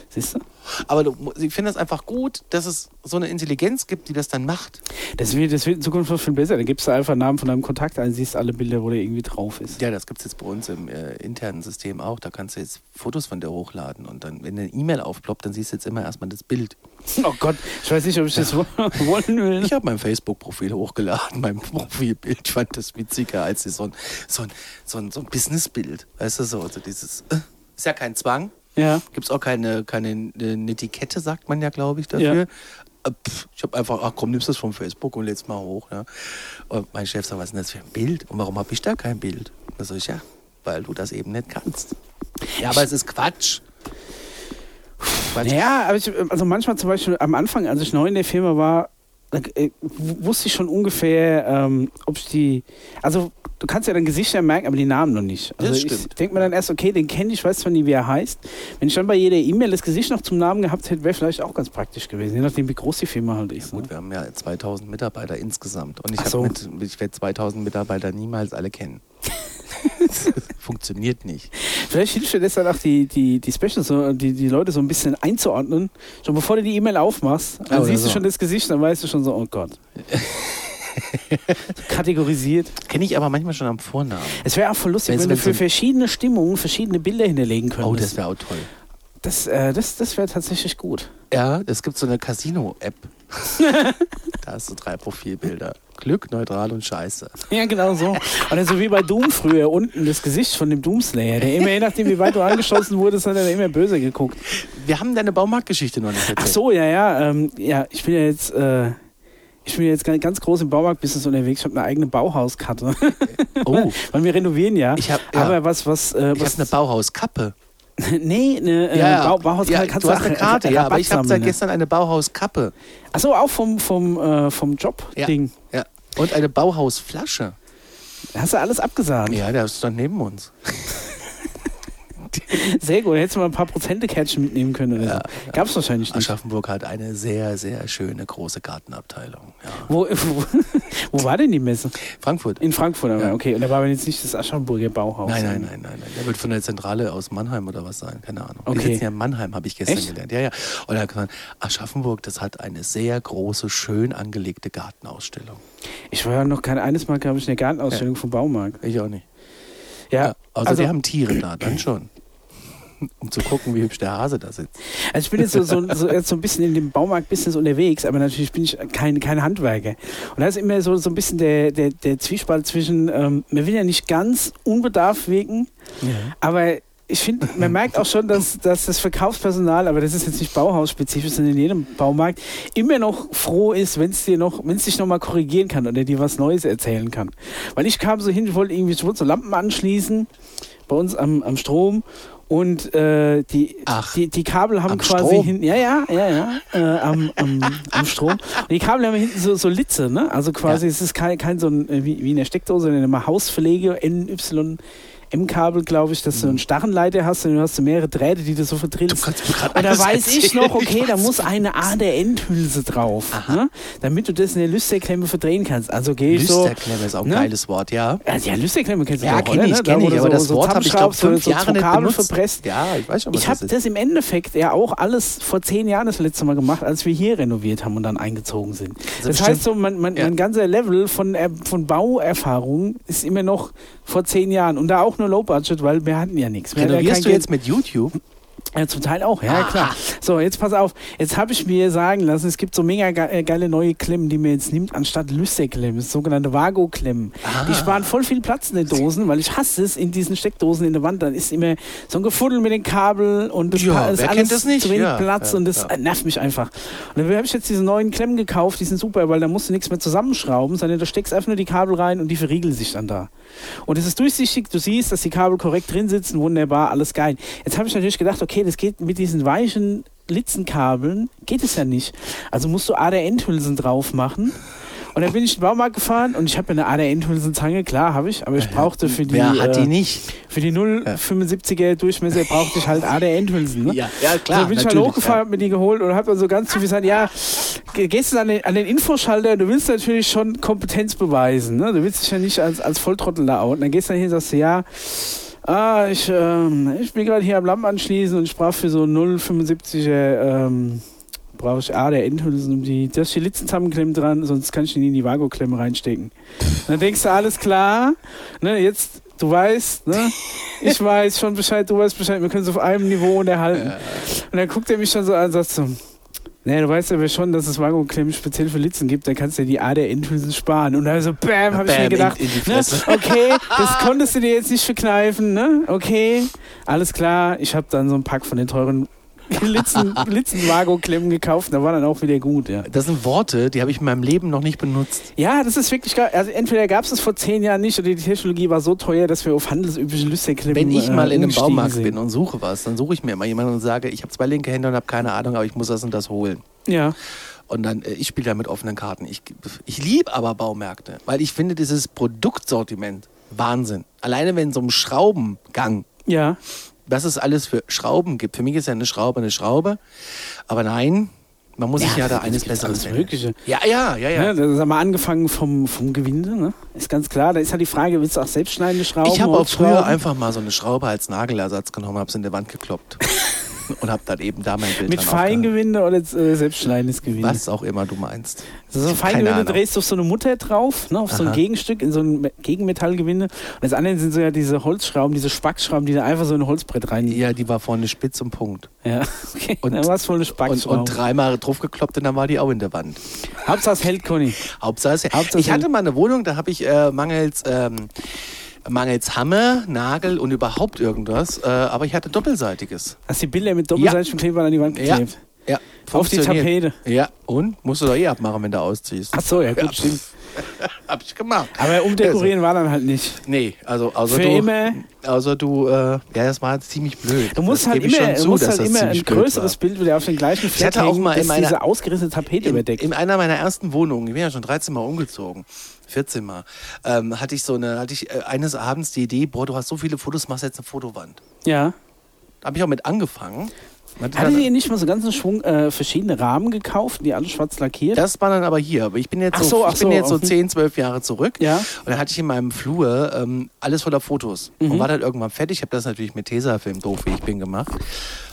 Speaker 1: Siehst du?
Speaker 2: Aber du, ich finde das einfach gut, dass es so eine Intelligenz gibt, die das dann macht.
Speaker 1: Das wird, das wird in Zukunft noch viel besser. Da gibst du einfach Namen von deinem Kontakt ein, siehst alle Bilder, wo der irgendwie drauf ist.
Speaker 2: Ja, das gibt es jetzt bei uns im äh, internen System auch. Da kannst du jetzt Fotos von der hochladen und dann, wenn eine E-Mail aufploppt, dann siehst du jetzt immer erstmal das Bild.
Speaker 1: Oh Gott, ich weiß nicht, ob ich das wollen will.
Speaker 2: Ich habe mein Facebook-Profil hochgeladen, mein Profilbild. Ich fand das witziger als so ein, so ein, so ein, so ein Business-Bild. Weißt du so? Also dieses. Äh, ist ja kein Zwang.
Speaker 1: Ja.
Speaker 2: Gibt es auch keine, keine äh, Netiquette, sagt man ja, glaube ich, dafür.
Speaker 1: Ja.
Speaker 2: Äh, pff, Ich habe einfach, ach komm, nimmst das von Facebook und lädst mal hoch. Ne? Und mein Chef sagt, was ist denn das für ein Bild? Und warum habe ich da kein Bild? Das sag ich, ja, weil du das eben nicht kannst. Ja, aber es ist Quatsch. Quatsch.
Speaker 1: Ja, aber ich, also manchmal zum Beispiel am Anfang, als ich neu in der Firma war, da, äh, w- wusste ich schon ungefähr, ähm, ob ich die. Also du kannst ja dann Gesichter merken, aber die Namen noch nicht.
Speaker 2: Das
Speaker 1: Also ich
Speaker 2: stimmt.
Speaker 1: denke mir dann erst, okay, den kenne ich, weiß zwar nie, wie er heißt. Wenn ich dann bei jeder E-Mail das Gesicht noch zum Namen gehabt hätte, wäre vielleicht auch ganz praktisch gewesen, je nachdem, wie groß die Firma halt ist.
Speaker 2: Gut, wir haben ja 2000 Mitarbeiter insgesamt. Und ich,
Speaker 1: Ach
Speaker 2: hab
Speaker 1: so.
Speaker 2: mit, ich werde 2000 Mitarbeiter niemals alle kennen. Funktioniert nicht.
Speaker 1: Vielleicht hilft dir das dann auch die, die, die Specials, so, die, die Leute so ein bisschen einzuordnen. Schon bevor du die E-Mail aufmachst, dann
Speaker 2: Oder
Speaker 1: siehst
Speaker 2: Oh, so.
Speaker 1: du schon das Gesicht, dann weißt du schon so, oh Gott. Kategorisiert.
Speaker 2: Kenne ich aber manchmal schon am Vornamen.
Speaker 1: Es wäre auch voll lustig,
Speaker 2: Wenn's-
Speaker 1: wenn du
Speaker 2: wenn's
Speaker 1: für
Speaker 2: so-
Speaker 1: verschiedene Stimmungen verschiedene Bilder hinterlegen könntest.
Speaker 2: Oh, das wäre auch toll.
Speaker 1: das, äh, das, das wäre tatsächlich gut.
Speaker 2: Ja, es gibt so eine Casino-App. da hast du drei Profilbilder. Glück, neutral und scheiße.
Speaker 1: Ja, genau so. Oder so wie bei Doom früher unten, das Gesicht von dem Doomslayer, der immer, je nachdem, wie weit du angeschossen wurdest, hat er immer böse geguckt.
Speaker 2: Wir haben deine Baumarktgeschichte noch nicht erzählt.
Speaker 1: Ach so, ja, ja. Ähm, ja, ich bin ja jetzt, äh, ich bin ja jetzt ga- ganz groß im Baumarktbusiness unterwegs. Ich habe eine eigene Bauhauskarte.
Speaker 2: Oh,
Speaker 1: Weil wir renovieren ja.
Speaker 2: Ich hab- ja.
Speaker 1: Aber was, was, äh,
Speaker 2: ich habe
Speaker 1: was
Speaker 2: eine Bauhauskappe.
Speaker 1: nee, eine äh, Bau Bauhaus
Speaker 2: ja,
Speaker 1: kannst
Speaker 2: du hast eine
Speaker 1: auch
Speaker 2: Karte, ja, aber ich habe
Speaker 1: Rabatt
Speaker 2: seit
Speaker 1: sammeln, ne?
Speaker 2: gestern eine Bauhauskappe.
Speaker 1: Ach so, auch vom, vom, äh, vom
Speaker 2: Ja.
Speaker 1: Job-Ding.
Speaker 2: Ja. Und eine Bauhausflasche.
Speaker 1: Hast du alles abgesagt?
Speaker 2: Ja, der stand neben uns.
Speaker 1: Sehr gut, dann hättest du mal ein paar Prozente Catchen mitnehmen können. Oder so. Gab's wahrscheinlich nicht.
Speaker 2: Aschaffenburg hat eine sehr, sehr schöne große Gartenabteilung. Ja.
Speaker 1: Wo, wo, wo war denn die Messe?
Speaker 2: Frankfurt.
Speaker 1: In Frankfurt, aber
Speaker 2: Ja.
Speaker 1: okay. Und da war aber jetzt nicht das Aschamburger Bauhaus.
Speaker 2: Nein, nein, nein, nein, nein. Der wird von der Zentrale aus Mannheim oder was sein. Keine Ahnung.
Speaker 1: Okay.
Speaker 2: Die sitzen ja in Mannheim, habe ich gestern
Speaker 1: Echt?
Speaker 2: gelernt. Ja, ja. Und da kann man, Aschaffenburg, das hat eine sehr große, schön angelegte Gartenausstellung.
Speaker 1: Ich war ja noch kein eines Mal, glaube ich, in der Gartenausstellung vom Baumarkt.
Speaker 2: Ich auch nicht.
Speaker 1: Ja,
Speaker 2: Ja, außer
Speaker 1: also,
Speaker 2: die haben Tiere da, dann schon. Um zu gucken, wie hübsch der Hase da sitzt.
Speaker 1: also ich bin jetzt so, so, so, jetzt so ein bisschen in dem Baumarkt-Business unterwegs, aber natürlich bin ich kein, kein Handwerker. Und da ist immer so, so ein bisschen der, der, der Zwiespalt zwischen, ähm, man will ja nicht ganz unbedarft wirken, Aber ich finde, man merkt auch schon, dass, dass das Verkaufspersonal, aber das ist jetzt nicht Bauhausspezifisch, sondern in jedem Baumarkt, immer noch froh ist, wenn es dir noch, wenn es dich nochmal korrigieren kann oder dir was Neues erzählen kann. Weil ich kam so hin, ich wollte irgendwie, ich wollte so Lampen anschließen, bei uns am, am Strom. Und äh, die,
Speaker 2: Ach,
Speaker 1: die, die Kabel haben
Speaker 2: am
Speaker 1: quasi
Speaker 2: Strom.
Speaker 1: hinten, ja, ja, ja, ja, äh, am, am, am Strom. Und die Kabel haben hinten so, so Litze, ne? Also quasi, es ist kein, kein so ein, äh, wie, wie in der Steckdose, sondern immer Hausverlege, NY, M-Kabel, glaube ich, dass du einen starren Leiter hast und du hast so mehrere Drähte, die du so
Speaker 2: Mhm. Du
Speaker 1: verdrehst.
Speaker 2: kannst mir gerade
Speaker 1: Und da
Speaker 2: alles
Speaker 1: weiß ich
Speaker 2: erzählen.
Speaker 1: noch, okay, da muss eine ADN-Hülse drauf, ne? damit du das in der Lüsterklemme verdrehen kannst. Also gehe ich so.
Speaker 2: Lüsterklemme ist auch ein
Speaker 1: Ne?
Speaker 2: geiles Wort, ja.
Speaker 1: Also ja, Lüsterklemme kennst du
Speaker 2: Ja,
Speaker 1: doch,
Speaker 2: kenne
Speaker 1: oder,
Speaker 2: ich,
Speaker 1: ne? Da,
Speaker 2: kenne
Speaker 1: wo
Speaker 2: ich,
Speaker 1: du
Speaker 2: aber das
Speaker 1: so
Speaker 2: Wort habe ich, glaube
Speaker 1: zusammenschraubst, so-
Speaker 2: fünf
Speaker 1: so
Speaker 2: Jahre
Speaker 1: zwei
Speaker 2: nicht
Speaker 1: Kabel
Speaker 2: benutzt.
Speaker 1: verpresst.
Speaker 2: Ja, ich weiß schon, was
Speaker 1: Ich habe
Speaker 2: das ist.
Speaker 1: das im Endeffekt ja auch alles vor zehn Jahren das letzte Mal gemacht, als wir hier renoviert haben und dann eingezogen sind. das
Speaker 2: bestimmt-
Speaker 1: heißt so, mein, mein,
Speaker 2: Ja.
Speaker 1: mein ganzer Level von, äh, von Bauerfahrung ist immer noch vor zehn Jahren und da auch nur Low Budget, weil wir hatten ja nichts. Wir hatten ja kein
Speaker 2: Renovierst du
Speaker 1: Geld.
Speaker 2: jetzt Ah. mit YouTube?
Speaker 1: Ja, zum Teil auch, ja klar. So, jetzt pass auf. Jetzt habe ich mir sagen lassen, es gibt so mega ge äh, geile neue Klemmen, die man jetzt nimmt, anstatt Lüsterklemmen, sogenannte Vago-Klemmen.
Speaker 2: Ah.
Speaker 1: Die sparen voll viel Platz in den Dosen, weil ich hasse es in diesen Steckdosen in der Wand. Dann ist immer so ein Gefuddel mit den Kabeln und das
Speaker 2: Ja,
Speaker 1: pa- ist
Speaker 2: wer
Speaker 1: alles
Speaker 2: kennt das nicht?
Speaker 1: zu wenig
Speaker 2: Ja,
Speaker 1: Platz
Speaker 2: ja,
Speaker 1: und das
Speaker 2: ja.
Speaker 1: äh, nervt mich einfach. Und dann habe ich jetzt diese neuen Klemmen gekauft, die sind super, weil da musst du nichts mehr zusammenschrauben, sondern du steckst einfach nur die Kabel rein und die verriegeln sich dann da. Und es ist durchsichtig, du siehst, dass die Kabel korrekt drin sitzen, wunderbar, alles geil. Jetzt habe ich natürlich gedacht, okay, das geht mit diesen weichen Litzenkabeln, geht es ja nicht. Also musst du ADN-Hülsen drauf machen. Und dann bin ich in den Baumarkt gefahren und ich habe mir eine ADN-Hülsenzange, klar, habe ich, aber ich brauchte für die,
Speaker 2: Wer hat
Speaker 1: äh,
Speaker 2: die nicht?
Speaker 1: Für die 0,75er Durchmesser brauchte ich halt ADN-Hülsen. Ne?
Speaker 2: ja
Speaker 1: so bin ich halt hochgefahren, hab mir die geholt und hab dann so ganz viel gesagt, ja, ge- gehst du an den, an den Infoschalter, du willst natürlich schon Kompetenz beweisen, ne? Du willst dich ja nicht als, als Volltrottel da outen. Dann gehst du dann hin und sagst, du, ja, ah, ich, ähm, ich bin gerade hier am Lampen anschließen und ich brauch für so 0,75er, ähm, brauche ich A, der Endhülsen, um die, das hier Litzenzammenklemmen dran, sonst kann ich die in die Vago-Klemme reinstecken. Dann denkst du, alles klar, ne, jetzt, du weißt, ne, ich weiß schon Bescheid, du weißt Bescheid, wir können uns auf einem Niveau unterhalten. Und dann guckt er mich schon so an und sagt so, naja, du weißt aber schon, dass es Mango-Klemmen speziell für Litzen gibt, dann kannst du dir die ADN-Hülsen sparen. Und dann so, bam, hab ich mir gedacht,
Speaker 2: in, in die
Speaker 1: ne,
Speaker 2: Fresse.
Speaker 1: okay, das konntest du dir jetzt nicht verkneifen, ne? Okay, alles klar, ich habe dann so ein Pack von den teuren Litzen, Litzen-Vago-Klemmen gekauft, da war dann auch wieder gut, ja.
Speaker 2: Das sind Worte, die habe ich in meinem Leben noch nicht benutzt.
Speaker 1: Ja, das ist wirklich geil. Also entweder gab es das vor zehn Jahren nicht oder die Technologie war so teuer, dass wir auf handelsübliche Lüsterklemmen
Speaker 2: Wenn ich
Speaker 1: äh,
Speaker 2: mal in einem
Speaker 1: umgestiegen
Speaker 2: Baumarkt
Speaker 1: sind.
Speaker 2: bin und suche was, dann suche ich mir immer jemanden und sage, ich habe zwei linke Hände und habe keine Ahnung, aber ich muss das und das holen.
Speaker 1: Ja.
Speaker 2: Und dann, äh, ich spiele da mit offenen Karten. Ich, ich liebe aber Baumärkte, weil ich finde dieses Produktsortiment Wahnsinn. Alleine wenn so einem Schraubengang
Speaker 1: Ja.
Speaker 2: was es alles für Schrauben gibt. Für mich ist ja eine Schraube eine Schraube. Aber nein, man muss sich ja da
Speaker 1: das
Speaker 2: eines
Speaker 1: gibt's alles
Speaker 2: Besseres
Speaker 1: Mögliche.
Speaker 2: Ja, ja, ja, ja.
Speaker 1: Ne, das haben wir angefangen vom, vom Gewinde, ne? Ist ganz klar. Da ist halt die Frage, willst du auch selbstschneidende Schrauben?
Speaker 2: ich habe auch früher
Speaker 1: Holzschrauben?
Speaker 2: einfach mal so eine Schraube als Nagelersatz genommen, habe es in der Wand gekloppt und habe dann eben da mein Bild
Speaker 1: Mit
Speaker 2: dran
Speaker 1: Feingewinde oder äh, selbstschneidendes Gewinde?
Speaker 2: aufgehängt. Was auch immer du meinst.
Speaker 1: Also so
Speaker 2: Keine
Speaker 1: Feingewinde
Speaker 2: Ahnung.
Speaker 1: drehst du auf so eine Mutter drauf, ne, auf so ein
Speaker 2: Aha.
Speaker 1: Gegenstück, in so ein Me- Gegenmetallgewinde. Und das andere sind so ja diese Holzschrauben, diese Spackschrauben, die da einfach so in ein Holzbrett rein. Ja,
Speaker 2: Ja, die war vorne spitz und Punkt.
Speaker 1: okay.
Speaker 2: Und-
Speaker 1: dann war es wohl eine
Speaker 2: Und,
Speaker 1: Spackschraube.
Speaker 2: und dreimal drauf gekloppt und dann war die auch in der Wand.
Speaker 1: Hauptsache es hält, Conny.
Speaker 2: Hauptsache,
Speaker 1: Hauptsache-
Speaker 2: ich hatte mal eine Wohnung, da habe ich äh, mangels, ähm, mangels Hammer, Nagel und überhaupt irgendwas, äh, aber ich hatte doppelseitiges.
Speaker 1: Hast die Bilder mit doppelseitigem Kleber an die Wand
Speaker 2: Ja.
Speaker 1: geklebt?
Speaker 2: Ja,
Speaker 1: Auf die
Speaker 2: funktioniert.
Speaker 1: Tapete.
Speaker 2: Ja, und? Musst du doch eh abmachen, wenn du ausziehst.
Speaker 1: Ach so, ja, gut,
Speaker 2: Ja,
Speaker 1: stimmt.
Speaker 2: Hab ich gemacht.
Speaker 1: Aber umdekorieren war dann halt nicht.
Speaker 2: Nee, also außer
Speaker 1: Für
Speaker 2: du.
Speaker 1: immer.
Speaker 2: Außer du, äh, ja, das war jetzt ziemlich blöd.
Speaker 1: Du musst
Speaker 2: das
Speaker 1: halt
Speaker 2: gebe ich
Speaker 1: immer,
Speaker 2: schon zu,
Speaker 1: du musst
Speaker 2: dass
Speaker 1: halt
Speaker 2: das
Speaker 1: immer ein
Speaker 2: ziemlich blöd
Speaker 1: größeres
Speaker 2: war.
Speaker 1: Bild wieder auf den gleichen Fleck
Speaker 2: hatte auch
Speaker 1: hängen,
Speaker 2: mal in
Speaker 1: bis
Speaker 2: meiner-
Speaker 1: diese ausgerissene Tapete
Speaker 2: in,
Speaker 1: überdeckt.
Speaker 2: in einer meiner ersten Wohnungen, ich bin ja schon 13 Mal umgezogen, 14 Mal, ähm, hatte ich so eine, hatte ich äh, eines Abends die Idee, boah, du hast so viele Fotos, machst jetzt eine Fotowand.
Speaker 1: ja.
Speaker 2: Da habe ich auch mit angefangen.
Speaker 1: Hattet ihr nicht mal so einen ganzen Schwung äh, verschiedene Rahmen gekauft, die alle schwarz lackiert?
Speaker 2: Das war dann aber hier. Aber ich bin jetzt
Speaker 1: Ach
Speaker 2: so,
Speaker 1: so, ach
Speaker 2: ich bin
Speaker 1: so,
Speaker 2: jetzt so
Speaker 1: auf dem-
Speaker 2: 10, 12 Jahre zurück.
Speaker 1: Ja.
Speaker 2: Und dann hatte ich in meinem Flur ähm, alles voller Fotos.
Speaker 1: Mhm.
Speaker 2: Und war dann irgendwann fertig. Ich habe das natürlich mit Tesafilm, doof wie ich bin, gemacht.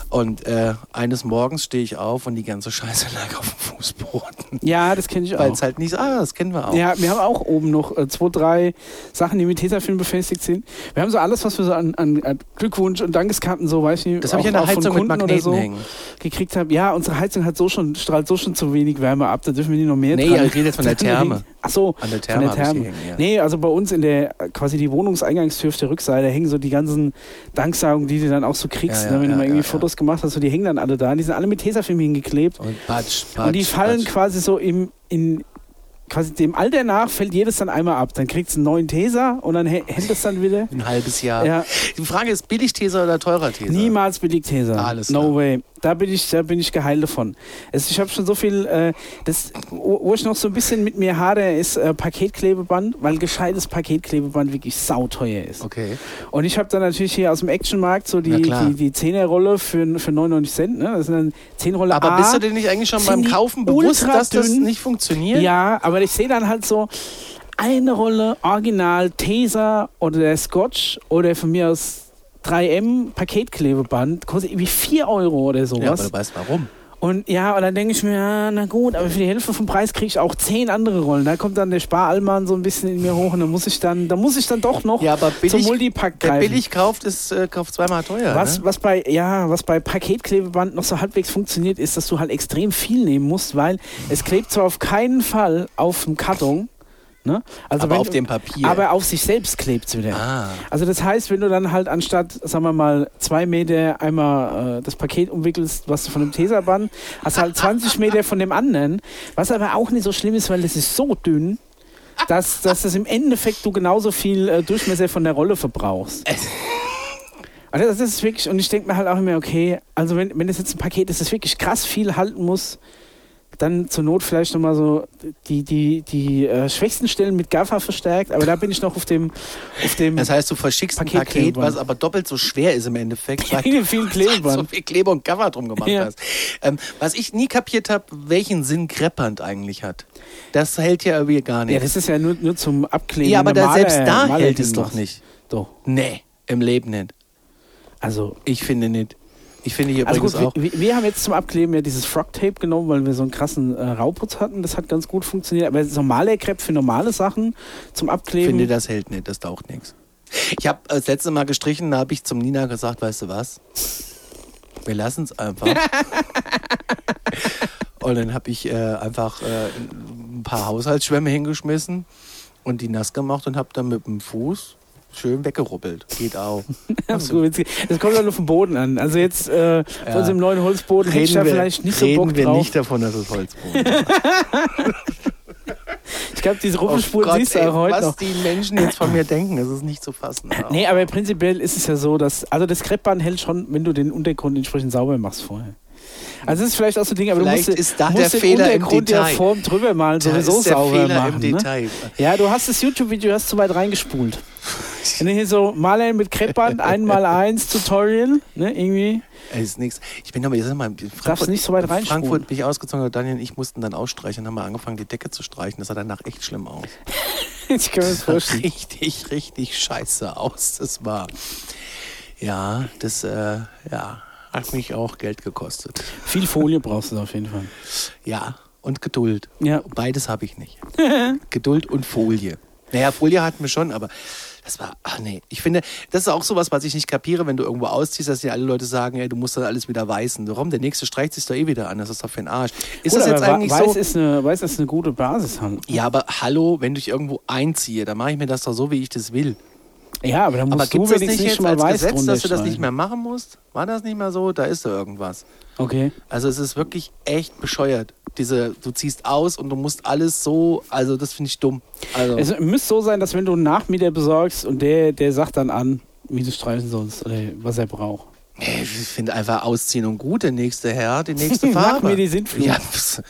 Speaker 2: Und äh, eines Morgens stehe ich auf und die ganze Scheiße lag auf dem Fußboden.
Speaker 1: ja, das kenne ich
Speaker 2: Weil
Speaker 1: auch.
Speaker 2: es halt nicht, ah, das kennen wir auch.
Speaker 1: Ja, wir haben auch oben noch äh, zwei, drei Sachen, die mit Tesafilm befestigt sind. Wir haben so alles, was wir so an, an, an Glückwunsch und Dankeskarten so, weiß ich nicht,
Speaker 2: Das habe
Speaker 1: auch-
Speaker 2: ich an der
Speaker 1: auch von
Speaker 2: Heizung mit
Speaker 1: Kunden
Speaker 2: Magneten
Speaker 1: oder so
Speaker 2: hängen.
Speaker 1: gekriegt haben. Ja, unsere Heizung hat so schon, strahlt so schon zu wenig Wärme ab, da dürfen wir nicht noch mehr
Speaker 2: Nee,
Speaker 1: dran.
Speaker 2: ja, ich rede jetzt von der Therme.
Speaker 1: Ach so,
Speaker 2: An der
Speaker 1: von
Speaker 2: Therme
Speaker 1: der
Speaker 2: habe ich die
Speaker 1: Therme.
Speaker 2: hängen, ja.
Speaker 1: Nee, also bei uns in der äh, quasi die Wohnungseingangstür auf der Rückseite hängen so die ganzen Danksagungen, die du dann auch so kriegst,
Speaker 2: Ja, ja,
Speaker 1: ne, wenn
Speaker 2: ja,
Speaker 1: du mal irgendwie
Speaker 2: ja, ja.
Speaker 1: Fotos gemacht hast, so, die hängen dann alle da. Die sind alle mit Tesafilm hingeklebt.
Speaker 2: Und patsch, patsch.
Speaker 1: und die fallen
Speaker 2: patsch.
Speaker 1: quasi so im, in quasi dem Alter nach fällt jedes dann einmal ab. Dann kriegst du einen neuen Tesa und dann hä- hängt es dann wieder.
Speaker 2: ein halbes Jahr.
Speaker 1: Ja.
Speaker 2: Die Frage ist, billig Teser oder teurer Teser?
Speaker 1: Niemals billig Tesa.
Speaker 2: Alles
Speaker 1: no
Speaker 2: klar.
Speaker 1: way. Da bin ich, da bin ich geheilt davon. Es, ich habe schon so viel, äh, das, wo wo ich noch so ein bisschen mit mir hadere, ist äh, Paketklebeband, weil gescheites Paketklebeband wirklich sauteuer ist.
Speaker 2: Okay.
Speaker 1: Und ich habe dann natürlich hier aus dem Actionmarkt so
Speaker 2: Na
Speaker 1: die,
Speaker 2: klar.
Speaker 1: die, die 10er Rolle für, für 99 Cent. Ne? Das sind dann 10 Rolle
Speaker 2: Aber
Speaker 1: A.
Speaker 2: bist du dir nicht eigentlich schon
Speaker 1: sind
Speaker 2: beim
Speaker 1: die
Speaker 2: Kaufen bewusst,
Speaker 1: ultra
Speaker 2: dass das
Speaker 1: dünn?
Speaker 2: nicht funktioniert?
Speaker 1: Ja, aber ich sehe dann halt so eine Rolle Original Tesa oder der Scotch oder von mir aus 3M Paketklebeband, kostet irgendwie 4 Euro oder
Speaker 2: ja
Speaker 1: sowas.
Speaker 2: aber du weißt warum.
Speaker 1: und ja, und dann denke ich mir, ja, na gut, aber für die Hälfte vom Preis kriege ich auch 10 andere Rollen. Da kommt dann der Sparalmann so ein bisschen in mir hoch und dann muss ich dann, da muss ich dann doch noch
Speaker 2: Ja, aber
Speaker 1: zum
Speaker 2: billig,
Speaker 1: Multipack
Speaker 2: wer
Speaker 1: greifen.
Speaker 2: billig kauft, ist, äh, kauft zweimal teuer.
Speaker 1: Was,
Speaker 2: Ne?
Speaker 1: was, bei, ja, was bei Paketklebeband noch so halbwegs funktioniert, ist, dass du halt extrem viel nehmen musst, weil es klebt zwar auf keinen Fall auf dem Karton, ne? also
Speaker 2: aber
Speaker 1: wenn
Speaker 2: auf
Speaker 1: du-
Speaker 2: dem Papier.
Speaker 1: aber auf sich selbst klebt es wieder.
Speaker 2: ah,
Speaker 1: Also das heißt, wenn du dann halt anstatt, sagen wir mal, zwei Meter einmal äh, das Paket umwickelst, was du von dem Tesaband, hast du halt 20 Meter von dem anderen. Was aber auch nicht so schlimm ist, weil das ist so dünn, dass, dass das im Endeffekt du genauso viel äh, Durchmesser von der Rolle verbrauchst. Also das ist wirklich, und ich denke mir halt auch immer, okay, also wenn, wenn das jetzt ein Paket ist, das wirklich krass viel halten muss, dann zur Not vielleicht nochmal so die, die, die äh, schwächsten Stellen mit Gaffer verstärkt, aber da bin ich noch auf dem, auf dem
Speaker 2: das heißt, du verschickst ein Paket,
Speaker 1: Paketkleber.
Speaker 2: was aber doppelt so schwer ist im Endeffekt, weil
Speaker 1: Viel, viel
Speaker 2: du so
Speaker 1: Klebeband.
Speaker 2: viel Kleber und Cover drum gemacht
Speaker 1: Ja.
Speaker 2: hast. Ähm, was ich nie kapiert habe, welchen Sinn Kreppernd eigentlich hat. Das hält ja irgendwie gar
Speaker 1: Ja,
Speaker 2: nicht.
Speaker 1: das ist ja nur, nur zum Abkleben.
Speaker 2: Ja, aber
Speaker 1: wenn du
Speaker 2: da,
Speaker 1: Maler-
Speaker 2: selbst da
Speaker 1: Maler
Speaker 2: hält es
Speaker 1: drin
Speaker 2: doch
Speaker 1: machst.
Speaker 2: nicht.
Speaker 1: Doch.
Speaker 2: Nee, im Leben nicht.
Speaker 1: Also,
Speaker 2: Ich finde nicht. Ich finde hier
Speaker 1: also
Speaker 2: übrigens
Speaker 1: gut, wir,
Speaker 2: auch.
Speaker 1: wir wir haben jetzt zum Abkleben ja dieses Frog-Tape genommen, weil wir so einen krassen äh, Rauputz hatten. Das hat ganz gut funktioniert. Aber normaler Crepe für normale Sachen zum
Speaker 2: Ich
Speaker 1: Abkleben.
Speaker 2: finde, das hält nicht, das taucht nichts. Ich habe das letzte Mal gestrichen, da habe ich zum Nina gesagt, weißt du was? Wir lassen es einfach. und dann habe ich äh, einfach äh, ein paar Haushaltsschwämme hingeschmissen und die nass gemacht und habe dann mit dem Fuß schön weggerubbelt. Geht auch.
Speaker 1: das, das kommt ja nur vom Boden an. Also jetzt äh, auf unserem neuen Holzboden hätte ich da vielleicht nicht so
Speaker 2: reden
Speaker 1: Bock
Speaker 2: wir
Speaker 1: drauf.
Speaker 2: nicht davon, dass es Holzboden ist.
Speaker 1: Ich glaube, diese
Speaker 2: Oh
Speaker 1: Rumpelspuren
Speaker 2: Gott,
Speaker 1: siehst du
Speaker 2: ey,
Speaker 1: auch heute
Speaker 2: was
Speaker 1: noch.
Speaker 2: die Menschen jetzt von mir denken, das ist nicht zu fassen.
Speaker 1: Nee, aber prinzipiell ist es ja so, dass. Also, das Kreppband hält schon, wenn du den Untergrund entsprechend sauber machst vorher. Also, das ist vielleicht auch so ein Ding, aber
Speaker 2: Vielleicht
Speaker 1: du musst, den-
Speaker 2: ist da der
Speaker 1: musst den
Speaker 2: Fehler im
Speaker 1: Untergrund
Speaker 2: Detail.
Speaker 1: der Form drüber malen,
Speaker 2: Da
Speaker 1: sowieso
Speaker 2: ist der
Speaker 1: sauber
Speaker 2: Fehler
Speaker 1: machen.
Speaker 2: im
Speaker 1: ne?
Speaker 2: Detail.
Speaker 1: Ja, du hast das YouTube-Video, hast zu weit reingespult. Wenn du hier so Maler mit Kreppband, 1x1 Tutorial, ne, irgendwie.
Speaker 2: Ey, ist nix. Ich bin aber, ich sag mal, in Frankfurt,
Speaker 1: nicht so weit
Speaker 2: in
Speaker 1: reinspulen.
Speaker 2: Frankfurt bin ich ausgezogen, aber Daniel und ich mussten dann ausstreichen, haben wir angefangen, die Decke zu streichen. Das sah danach echt schlimm aus.
Speaker 1: Ich kann mir das
Speaker 2: Das sah
Speaker 1: vorstellen.
Speaker 2: richtig, richtig scheiße aus. Das war, ja, das, äh, ja, hat mich auch Geld gekostet.
Speaker 1: Viel Folie brauchst du da auf jeden Fall.
Speaker 2: Ja, und Geduld.
Speaker 1: Ja.
Speaker 2: Beides habe ich nicht. Geduld und Folie. Naja, Folie hatten wir schon, aber das war, ach nee, ich finde, das ist auch sowas, was ich nicht kapiere, wenn du irgendwo ausziehst, dass dir alle Leute sagen, ey, du musst dann alles wieder weißen. Warum? Der nächste streicht sich doch eh wieder an, das ist doch für den Arsch. Ist
Speaker 1: Gut,
Speaker 2: das jetzt
Speaker 1: aber
Speaker 2: eigentlich
Speaker 1: weiß
Speaker 2: so?
Speaker 1: Ist eine, weiß ist eine gute Basis. Halt.
Speaker 2: ja, aber hallo, wenn ich irgendwo einziehe, dann mache ich mir das doch so, wie ich das will.
Speaker 1: Ja, aber dann musst
Speaker 2: Aber
Speaker 1: du
Speaker 2: gibt es
Speaker 1: wenigstens
Speaker 2: nicht jetzt
Speaker 1: schon mal
Speaker 2: als
Speaker 1: weiß
Speaker 2: Gesetz,
Speaker 1: drunter
Speaker 2: dass du das nicht
Speaker 1: schreiben.
Speaker 2: mehr machen musst? War das nicht mal so? Da ist da irgendwas.
Speaker 1: Okay.
Speaker 2: Also es ist wirklich echt bescheuert. Diese, du ziehst aus und du musst alles so, also das finde ich dumm. Also,
Speaker 1: Es müsste so sein, dass wenn du einen Nachmieter besorgst und der, der sagt dann an, wie du streichen sollst oder was er braucht.
Speaker 2: ich finde einfach ausziehen und gut, der nächste Herr, die nächste
Speaker 1: Mach
Speaker 2: Farbe.
Speaker 1: mir die Sintflut.
Speaker 2: Ja, pff,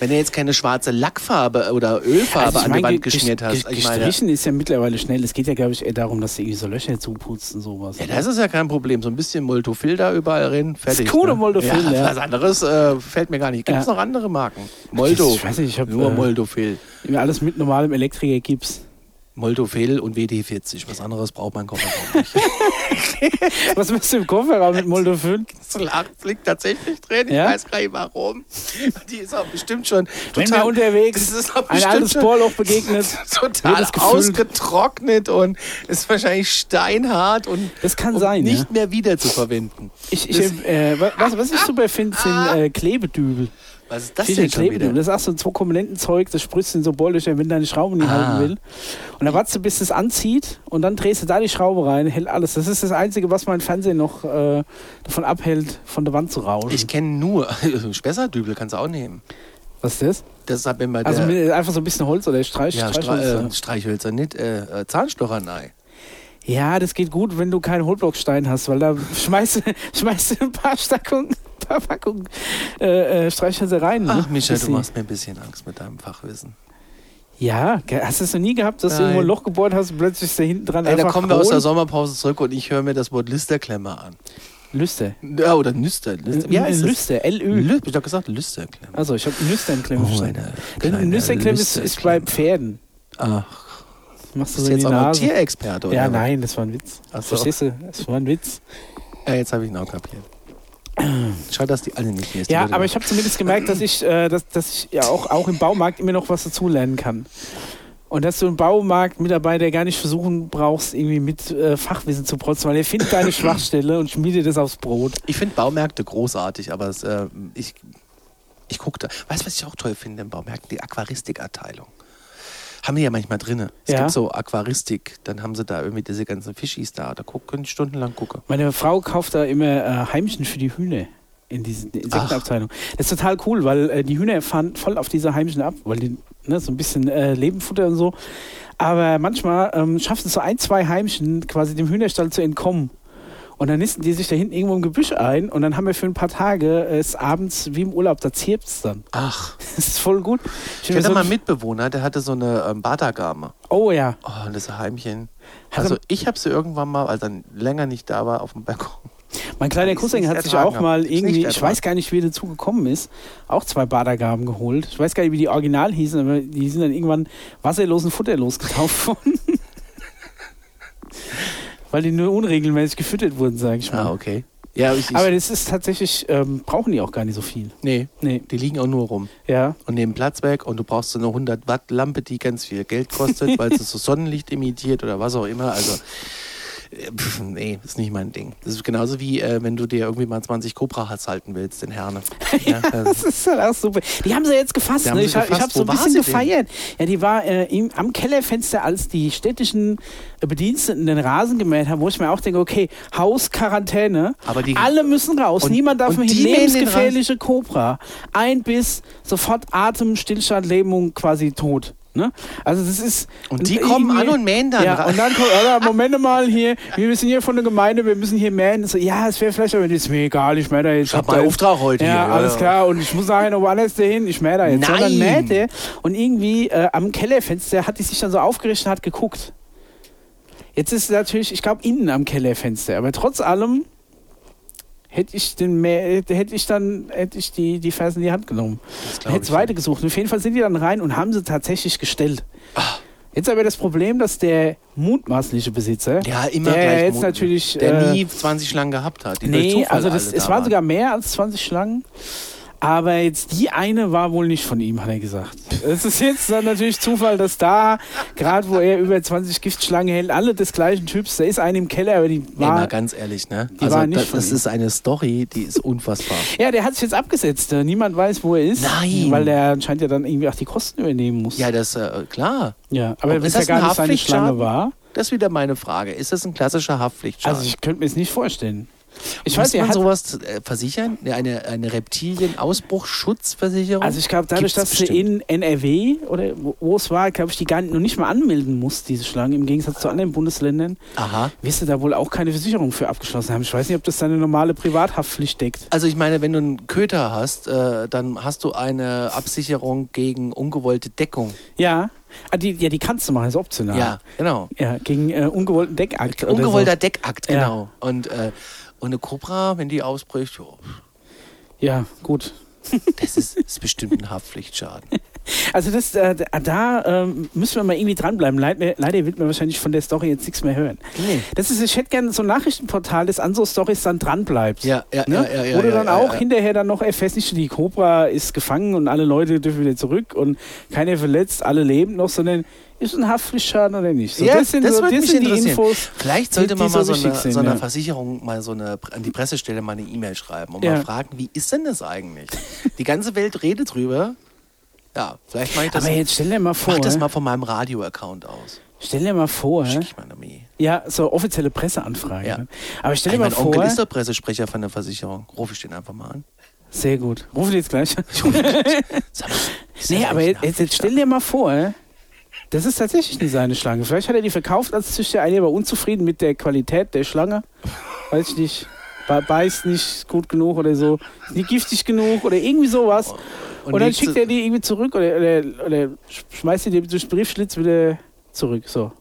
Speaker 2: wenn du jetzt keine schwarze Lackfarbe oder Ölfarbe
Speaker 1: Also ich
Speaker 2: an die
Speaker 1: meine,
Speaker 2: Wand
Speaker 1: ge-
Speaker 2: geschmiert
Speaker 1: ge-
Speaker 2: hast.
Speaker 1: ge-
Speaker 2: Ich meine,
Speaker 1: Gestrichen ist ja mittlerweile schnell. Es geht ja, glaube ich, eher darum, dass du irgendwie so Löcher zuputzt und sowas.
Speaker 2: ja, das ist ja kein Problem. So ein bisschen Moltofil da überall rein, fertig.
Speaker 1: coole
Speaker 2: ne?
Speaker 1: Moldofil, ja.
Speaker 2: Was anderes äh, fällt mir gar nicht. Gibt es
Speaker 1: Ja.
Speaker 2: noch andere Marken? Moldo.
Speaker 1: Ich weiß nicht, ich hab,
Speaker 2: Nur
Speaker 1: äh,
Speaker 2: Moldofil.
Speaker 1: Immer alles mit normalem Elektriker gibt's.
Speaker 2: Moldofil und WD40. Was anderes braucht man Koffer.
Speaker 1: Was machst du im Kofferraum mit Moldo 5?
Speaker 2: zu lacht, liegt tatsächlich drin.
Speaker 1: Ja?
Speaker 2: Ich weiß gar nicht warum. Die ist auch bestimmt schon
Speaker 1: Wenn
Speaker 2: total,
Speaker 1: mir unterwegs
Speaker 2: Das ist auch
Speaker 1: ein
Speaker 2: bestimmt
Speaker 1: altes
Speaker 2: schon
Speaker 1: Bohrloch begegnet, wird
Speaker 2: total
Speaker 1: es gefüllt.
Speaker 2: ausgetrocknet und ist wahrscheinlich steinhart und,
Speaker 1: Das kann
Speaker 2: und
Speaker 1: sein,
Speaker 2: nicht
Speaker 1: ja.
Speaker 2: mehr wieder zu verwenden.
Speaker 1: Ich, ich, äh, wa- was, was ich super finde,
Speaker 2: Ah.
Speaker 1: sind äh, Klebedübel.
Speaker 2: Was ist das
Speaker 1: Steht
Speaker 2: denn
Speaker 1: hier
Speaker 2: schon
Speaker 1: Klebedübel.
Speaker 2: wieder?
Speaker 1: Das ist auch so ein Zwei-Komponenten-Zeug, das spritzt in so Bohrlöcher, wenn deine Schraube nicht
Speaker 2: Ah.
Speaker 1: halten will. Und dann wartest du, bis es anzieht und dann drehst du da die Schraube rein, hält alles. Das ist das Einzige, was mein Fernseher noch äh, davon abhält, von der Wand zu rauschen.
Speaker 2: Ich kenne nur Spessardübel, kannst du auch nehmen.
Speaker 1: was ist das?
Speaker 2: Das hat mir mal
Speaker 1: Also
Speaker 2: der
Speaker 1: mit, einfach so ein bisschen Holz oder Streich.
Speaker 2: ja, Stra
Speaker 1: Streichholz,
Speaker 2: äh, Streichhölzer, nicht äh, äh, Zahnstocher, nein.
Speaker 1: Ja, das geht gut, wenn du keinen Hohlblockstein hast, weil da schmeißt, du- schmeißt du ein paar Stackungen, paar Packungen äh, äh, Streichhölzer rein. Ne?
Speaker 2: Ach, Michael,
Speaker 1: Bis
Speaker 2: du
Speaker 1: sie-
Speaker 2: machst mir ein bisschen Angst mit deinem Fachwissen.
Speaker 1: Ja, ge- hast du es noch nie gehabt, dass du
Speaker 2: Nein.
Speaker 1: irgendwo ein Loch gebohrt hast und plötzlich ist da hinten dran
Speaker 2: Ey, da
Speaker 1: einfach
Speaker 2: kommen wir aus der
Speaker 1: Hohl-
Speaker 2: Sommerpause zurück und ich höre mir das Wort Listerklemme an.
Speaker 1: Lüste.
Speaker 2: Ja, oder Nüster. Nüster.
Speaker 1: Ja,
Speaker 2: es?
Speaker 1: Lüste, L-Ö.
Speaker 2: Lü hab ich doch gesagt, Oh, Lüsterklemme.
Speaker 1: Also, ich habe Nüsternklemm verstanden. Denn Nüsternklemm ist, ist bei Pferden.
Speaker 2: Ach,
Speaker 1: Machst du
Speaker 2: bist
Speaker 1: so
Speaker 2: du
Speaker 1: in
Speaker 2: jetzt
Speaker 1: die
Speaker 2: auch noch
Speaker 1: Nase.
Speaker 2: Tierexperte, oder?
Speaker 1: Ja,
Speaker 2: was?
Speaker 1: nein, das war ein Witz.
Speaker 2: Ach so.
Speaker 1: Verstehst du? Das war ein Witz.
Speaker 2: Ja, jetzt habe ich ihn auch kapiert. Schade, dass die alle nicht hier ist. Die
Speaker 1: Ja,
Speaker 2: würde
Speaker 1: aber
Speaker 2: man-
Speaker 1: ich habe zumindest gemerkt, dass ich, äh, dass, dass ich ja auch, auch im Baumarkt immer noch was dazulernen kann. Und dass du im Baumarkt Mitarbeiter gar nicht versuchen brauchst, irgendwie mit äh, Fachwissen zu protzen, weil er findet deine Schwachstelle und schmiedet das aufs Brot.
Speaker 2: Ich finde Baumärkte großartig, aber es, äh, ich, ich gucke da. Weißt du, was ich auch toll finde in Baumärkten? Die Aquaristikabteilung. Haben die ja manchmal drin. Es
Speaker 1: Ja.
Speaker 2: gibt so Aquaristik, dann haben sie da irgendwie diese ganzen Fischis da. Da guck, können ich stundenlang gucken.
Speaker 1: Meine Frau kauft da immer äh, Heimchen für die Hühner in diesen Insektenabteilung. Das ist total cool, weil äh, die Hühner fahren voll auf diese Heimchen ab, weil die ne, so ein bisschen äh, Lebenfutter und so. Aber manchmal ähm, schaffen es so ein, zwei Heimchen quasi dem Hühnerstall zu entkommen. Und dann nisten die sich da hinten irgendwo im Gebüsch ein und dann haben wir für ein paar Tage äh, es abends wie im Urlaub, da zirpt es dann.
Speaker 2: Ach.
Speaker 1: Das ist voll gut.
Speaker 2: Ich hatte
Speaker 1: so
Speaker 2: mal einen Mitbewohner, der hatte so eine ähm, Badagame.
Speaker 1: Oh ja.
Speaker 2: Oh, und das Heimchen.
Speaker 1: Hat
Speaker 2: Also
Speaker 1: er-
Speaker 2: ich habe sie irgendwann mal, als er länger nicht da war, auf dem Balkon.
Speaker 1: Mein kleiner
Speaker 2: Kann ich's
Speaker 1: Cousin
Speaker 2: nicht
Speaker 1: hat sich
Speaker 2: ertragen,
Speaker 1: auch mal
Speaker 2: hab ich's nicht
Speaker 1: irgendwie, ich
Speaker 2: ertragen.
Speaker 1: weiß gar nicht, wie er dazu gekommen ist, auch zwei Badergaben geholt. Ich weiß gar nicht, wie die original hießen, aber die sind dann irgendwann wasserlos und futterlos getauft worden. Weil die nur unregelmäßig gefüttert wurden, sage ich mal.
Speaker 2: Ah, okay. Ja, ich, ich,
Speaker 1: Aber das ist tatsächlich, ähm, brauchen die auch gar nicht so viel.
Speaker 2: nee,
Speaker 1: Nee,
Speaker 2: die liegen auch nur rum
Speaker 1: ja.
Speaker 2: und nehmen Platz weg und du brauchst so eine 100 Watt Lampe, die ganz viel Geld kostet, weil sie so Sonnenlicht imitiert oder was auch immer. Also äh, pf, nee, ist nicht mein Ding. Das ist genauso wie äh, wenn du dir irgendwie mal 20 Cobra Hats halten willst, den Herne. Ja, also,
Speaker 1: Das ist halt auch super. Die haben sie jetzt gefasst.
Speaker 2: Die haben
Speaker 1: Ne?
Speaker 2: sie
Speaker 1: Ich, ha- ich
Speaker 2: gefasst.
Speaker 1: habe so ein
Speaker 2: Wo war
Speaker 1: bisschen
Speaker 2: sie denn?
Speaker 1: gefeiert. Ja, die war äh, im, am Kellerfenster, als die städtischen äh, Bediensteten den Rasen gemäht haben, wo ich mir auch denke, okay, Hausquarantäne.
Speaker 2: Aber die-
Speaker 1: Alle müssen raus.
Speaker 2: und-
Speaker 1: Niemand darf
Speaker 2: und
Speaker 1: mehr hin.
Speaker 2: die mähen den
Speaker 1: Lebensgefährliche Cobra. Ein Biss, sofort Atem, Stillstand, Lähmung, quasi tot. Ne? Also das ist
Speaker 2: Und die kommen an und mähen dann
Speaker 1: ja,
Speaker 2: ra-
Speaker 1: und dann kommt, Alter, Moment mal hier, wir sind hier von der Gemeinde, wir müssen hier mähen. So, ja, es wäre vielleicht, aber das ist mir egal, ich mähe da jetzt.
Speaker 2: Ich hab
Speaker 1: da
Speaker 2: meinen
Speaker 1: jetzt-
Speaker 2: Auftrag heute
Speaker 1: Ja,
Speaker 2: hier,
Speaker 1: alles
Speaker 2: ja.
Speaker 1: klar. Ah, Und ich muss nachher noch woanders hin, ich mähe da jetzt. Und dann
Speaker 2: Nein.
Speaker 1: mäht er. Und irgendwie äh, am Kellerfenster hat die sich dann so aufgerichtet und hat geguckt. Jetzt ist sie natürlich, ich glaube, innen am Kellerfenster. Aber trotz allem hätte ich den Mä- hätte ich dann hätte ich die, die Fersen in die Hand genommen.
Speaker 2: das glaub
Speaker 1: Hätte es
Speaker 2: ich.
Speaker 1: weitergesucht. Auf jeden Fall sind die dann rein und haben sie tatsächlich gestellt.
Speaker 2: Ah.
Speaker 1: Jetzt aber das Problem, dass der mutmaßliche Besitzer,
Speaker 2: Ja, immer
Speaker 1: der
Speaker 2: gleich
Speaker 1: jetzt
Speaker 2: muten.
Speaker 1: natürlich,
Speaker 2: der
Speaker 1: äh,
Speaker 2: nie 20 Schlangen gehabt hat. Die durch
Speaker 1: nee,
Speaker 2: Zufall
Speaker 1: also das,
Speaker 2: alle
Speaker 1: es
Speaker 2: da
Speaker 1: waren sogar mehr als 20 Schlangen, aber jetzt die eine war wohl nicht von ihm, hat er gesagt. Es ist jetzt dann natürlich Zufall, dass da, gerade wo er über 20 Giftschlangen hält, alle des gleichen Typs, da ist eine im Keller, aber die
Speaker 2: Ey, mal
Speaker 1: war...
Speaker 2: ganz ehrlich, ne?
Speaker 1: die waren nicht
Speaker 2: das,
Speaker 1: von
Speaker 2: das
Speaker 1: ihm.
Speaker 2: ist eine Story, die ist unfassbar.
Speaker 1: Ja, der hat sich jetzt abgesetzt. Äh, Niemand weiß, wo er ist.
Speaker 2: Nein.
Speaker 1: Weil der anscheinend ja dann irgendwie auch die Kosten übernehmen muss.
Speaker 2: Ja, das äh, klar.
Speaker 1: Ja, aber
Speaker 2: Ob-
Speaker 1: wenn es
Speaker 2: ist
Speaker 1: ja
Speaker 2: das
Speaker 1: gar nicht
Speaker 2: ein
Speaker 1: seine
Speaker 2: Haftpflichtschaden?
Speaker 1: Schlange war.
Speaker 2: Das ist wieder meine Frage. Ist das ein klassischer Haftpflichtschaden?
Speaker 1: Also ich könnte mir es nicht vorstellen. Ich
Speaker 2: Muss
Speaker 1: weiß, er
Speaker 2: man
Speaker 1: hat,
Speaker 2: sowas äh, versichern? Eine, eine Reptilienausbruchschutzversicherung?
Speaker 1: also ich glaube, dadurch,
Speaker 2: Oh, Gibt's
Speaker 1: dass du in NRW oder wo- wo es war, glaube ich, die gar noch nicht mal anmelden musst, diese Schlangen, im Gegensatz zu anderen Bundesländern,
Speaker 2: Aha.
Speaker 1: wirst du da wohl auch keine Versicherung für abgeschlossen haben. Ich weiß nicht, ob das deine normale Privathaftpflicht deckt.
Speaker 2: Also ich meine, wenn du einen Köter hast, äh, dann hast du eine Absicherung gegen ungewollte Deckung.
Speaker 1: Ja, ah, die, ja die kannst du machen, ist optional.
Speaker 2: Ja, genau.
Speaker 1: Ja, gegen äh, ungewollten Deckakt. oder
Speaker 2: Ungewollter Deckakt,
Speaker 1: Ja.
Speaker 2: genau. Und, äh, und eine Kobra, wenn die ausbricht, jo,
Speaker 1: So. Ja, gut.
Speaker 2: das ist, ist bestimmt ein Haftpflichtschaden.
Speaker 1: Also das, äh, da ähm, müssen wir mal irgendwie dranbleiben. Leid mir, leider wird man wahrscheinlich von der Story jetzt nichts mehr hören.
Speaker 2: Nee.
Speaker 1: Das ist, ich hätte gerne so ein Nachrichtenportal, das an so Stories dann dranbleibt.
Speaker 2: Ja, ja,
Speaker 1: Ne?
Speaker 2: ja, ja, ja.
Speaker 1: Wo du
Speaker 2: ja,
Speaker 1: dann
Speaker 2: ja,
Speaker 1: auch
Speaker 2: ja.
Speaker 1: hinterher dann noch erfährst, nicht nur die Cobra ist gefangen und alle Leute dürfen wieder zurück und keiner verletzt, alle leben noch, sondern ist ein Haftpflichtschaden oder nicht. So,
Speaker 2: Ja, das würde mich
Speaker 1: sind die
Speaker 2: interessieren.
Speaker 1: Infos.
Speaker 2: Vielleicht sollte
Speaker 1: die
Speaker 2: man mal
Speaker 1: so
Speaker 2: so,
Speaker 1: wichtig
Speaker 2: eine,
Speaker 1: sind,
Speaker 2: so einer
Speaker 1: ja.
Speaker 2: Versicherung mal so eine an die Pressestelle mal eine E-Mail schreiben und
Speaker 1: Ja.
Speaker 2: mal fragen, wie ist denn das eigentlich? Die ganze Welt redet drüber. Ja, vielleicht mache ich das,
Speaker 1: Aber jetzt stell dir mal vor,
Speaker 2: mach das
Speaker 1: ja.
Speaker 2: mal von meinem Radio-Account aus.
Speaker 1: stell dir mal vor, ja.
Speaker 2: Schicke ich meine Mail.
Speaker 1: ja, so offizielle Presseanfrage.
Speaker 2: Ja.
Speaker 1: ne? Aber stell
Speaker 2: Ey,
Speaker 1: dir mal
Speaker 2: mein
Speaker 1: vor,
Speaker 2: Onkel ist der Pressesprecher von der Versicherung. Ruf ich den einfach mal an.
Speaker 1: sehr gut. Ruf ihn jetzt gleich an.
Speaker 2: Sag mal, ist
Speaker 1: Nee,
Speaker 2: das
Speaker 1: aber
Speaker 2: eigentlich
Speaker 1: jetzt,
Speaker 2: ein
Speaker 1: jetzt, jetzt stell dir mal vor, äh, das ist tatsächlich eine seine Schlange. Vielleicht hat er die verkauft als Tischler, war unzufrieden mit der Qualität der Schlange. Weiß ich nicht. Be- Beißt nicht gut genug oder so. Ist nicht giftig genug oder irgendwie sowas.
Speaker 2: Haftpflicht-
Speaker 1: Und, dann
Speaker 2: nächste-
Speaker 1: schickt er die irgendwie zurück oder, oder, oder sch- schmeißt die durch den Briefschlitz wieder zurück. So.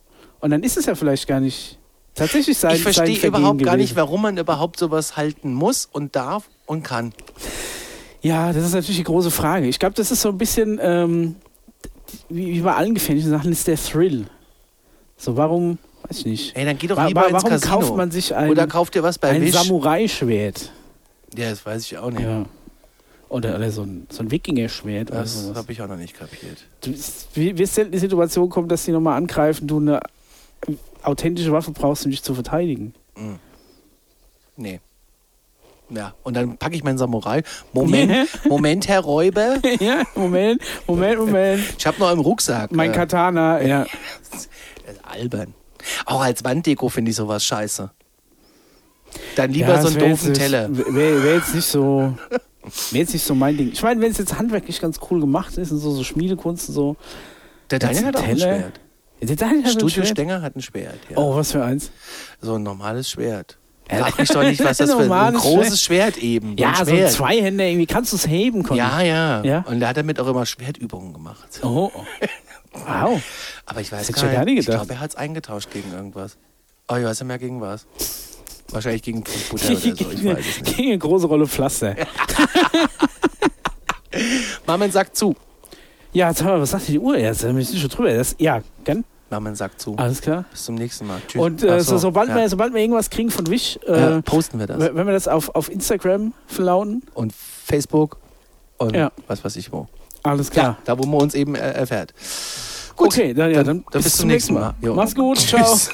Speaker 1: Und dann ist es ja vielleicht gar nicht tatsächlich sein
Speaker 2: Ich verstehe
Speaker 1: sein Vergehen
Speaker 2: überhaupt gar nicht,
Speaker 1: gewesen.
Speaker 2: warum man überhaupt sowas halten muss und darf und kann.
Speaker 1: Ja, das ist natürlich die große Frage. Ich glaube, das ist so ein bisschen, ähm, wie, wie bei allen gefährlichen Sachen, ist der Thrill. So, warum, weiß ich nicht.
Speaker 2: Ey, dann geh doch
Speaker 1: Wa-
Speaker 2: lieber
Speaker 1: wa-
Speaker 2: ins
Speaker 1: warum
Speaker 2: Casino.
Speaker 1: kauft man sich ein,
Speaker 2: Oder kauft ihr was bei
Speaker 1: ein
Speaker 2: Wish?
Speaker 1: Samurai-Schwert?
Speaker 2: Ja, das weiß ich auch nicht.
Speaker 1: Ja. Oder, oder so ein, so ein Wikinger-Schwert oder
Speaker 2: Das
Speaker 1: sowas.
Speaker 2: habe ich auch noch nicht kapiert.
Speaker 1: Du bist- wie- wirst selten in die Situation kommen, dass die nochmal angreifen, du eine authentische Waffe brauchst, um dich zu verteidigen.
Speaker 2: Nee. Ja, und dann packe ich meinen Samurai. Moment, Moment, Herr Räuber.
Speaker 1: ja, Moment, Moment, Moment.
Speaker 2: Ich habe noch im Rucksack.
Speaker 1: Mein
Speaker 2: äh,
Speaker 1: Katana, ja.
Speaker 2: das ist albern. Auch als Wanddeko finde ich sowas scheiße. Dann lieber
Speaker 1: Ja,
Speaker 2: so
Speaker 1: es
Speaker 2: einen
Speaker 1: wär
Speaker 2: doofen
Speaker 1: jetzt,
Speaker 2: Teller.
Speaker 1: Wäre wär jetzt nicht so. Wäre jetzt nicht so mein Ding. Ich meine, wenn es jetzt handwerklich ganz cool gemacht ist und so, so Schmiedekunst und so.
Speaker 2: Der Daniel
Speaker 1: Jetzt
Speaker 2: hat auch ein
Speaker 1: Teller?
Speaker 2: Schwert.
Speaker 1: Der Daniel hat ein
Speaker 2: Studio
Speaker 1: Schwert.
Speaker 2: Stenger hat ein Schwert. Ja.
Speaker 1: Oh, was für eins.
Speaker 2: So ein normales Schwert. Frag mich doch nicht, was das für ein
Speaker 1: Normales
Speaker 2: großes Schwert, eben.
Speaker 1: Ja,
Speaker 2: ein
Speaker 1: so ein
Speaker 2: Schwert.
Speaker 1: Zweihänder irgendwie. Kannst du es heben, Conny?
Speaker 2: ja, ja,
Speaker 1: Ja?
Speaker 2: Und da hat er mit auch immer Schwertübungen gemacht.
Speaker 1: Oh. Wow.
Speaker 2: Aber ich weiß
Speaker 1: Hätte ich
Speaker 2: gar
Speaker 1: ja gar
Speaker 2: nicht.
Speaker 1: nicht
Speaker 2: Ich
Speaker 1: gedacht.
Speaker 2: glaube, er hat es eingetauscht gegen irgendwas. Oh, ich weiß nicht mehr gegen was. Wahrscheinlich gegen Pfund Butter oder so, ich weiß es nicht.
Speaker 1: Gegen eine große Rolle Pflaster.
Speaker 2: Mamen sagt zu.
Speaker 1: Ja, jetzt haben wir, was sagt die Uhr jetzt? Da müssen wir schon drüber. Das, ja, gern.
Speaker 2: Mamen sagt zu.
Speaker 1: Alles klar.
Speaker 2: Bis zum nächsten Mal. Tschüss.
Speaker 1: Ah. Und äh,
Speaker 2: Ach
Speaker 1: so, sobald,
Speaker 2: ja.
Speaker 1: wir, sobald wir irgendwas kriegen von Wish, äh,
Speaker 2: äh, posten wir das.
Speaker 1: wenn wir das auf, auf Instagram verlauten,
Speaker 2: Und Facebook und
Speaker 1: Ja.
Speaker 2: was weiß ich wo.
Speaker 1: alles
Speaker 2: Ja,
Speaker 1: klar.
Speaker 2: da wo man uns eben äh, erfährt.
Speaker 1: Gut, okay, dann, ja, dann,
Speaker 2: dann bis zum nächsten Mal. Jo.
Speaker 1: Mach's gut, ciao.
Speaker 2: Tschüss.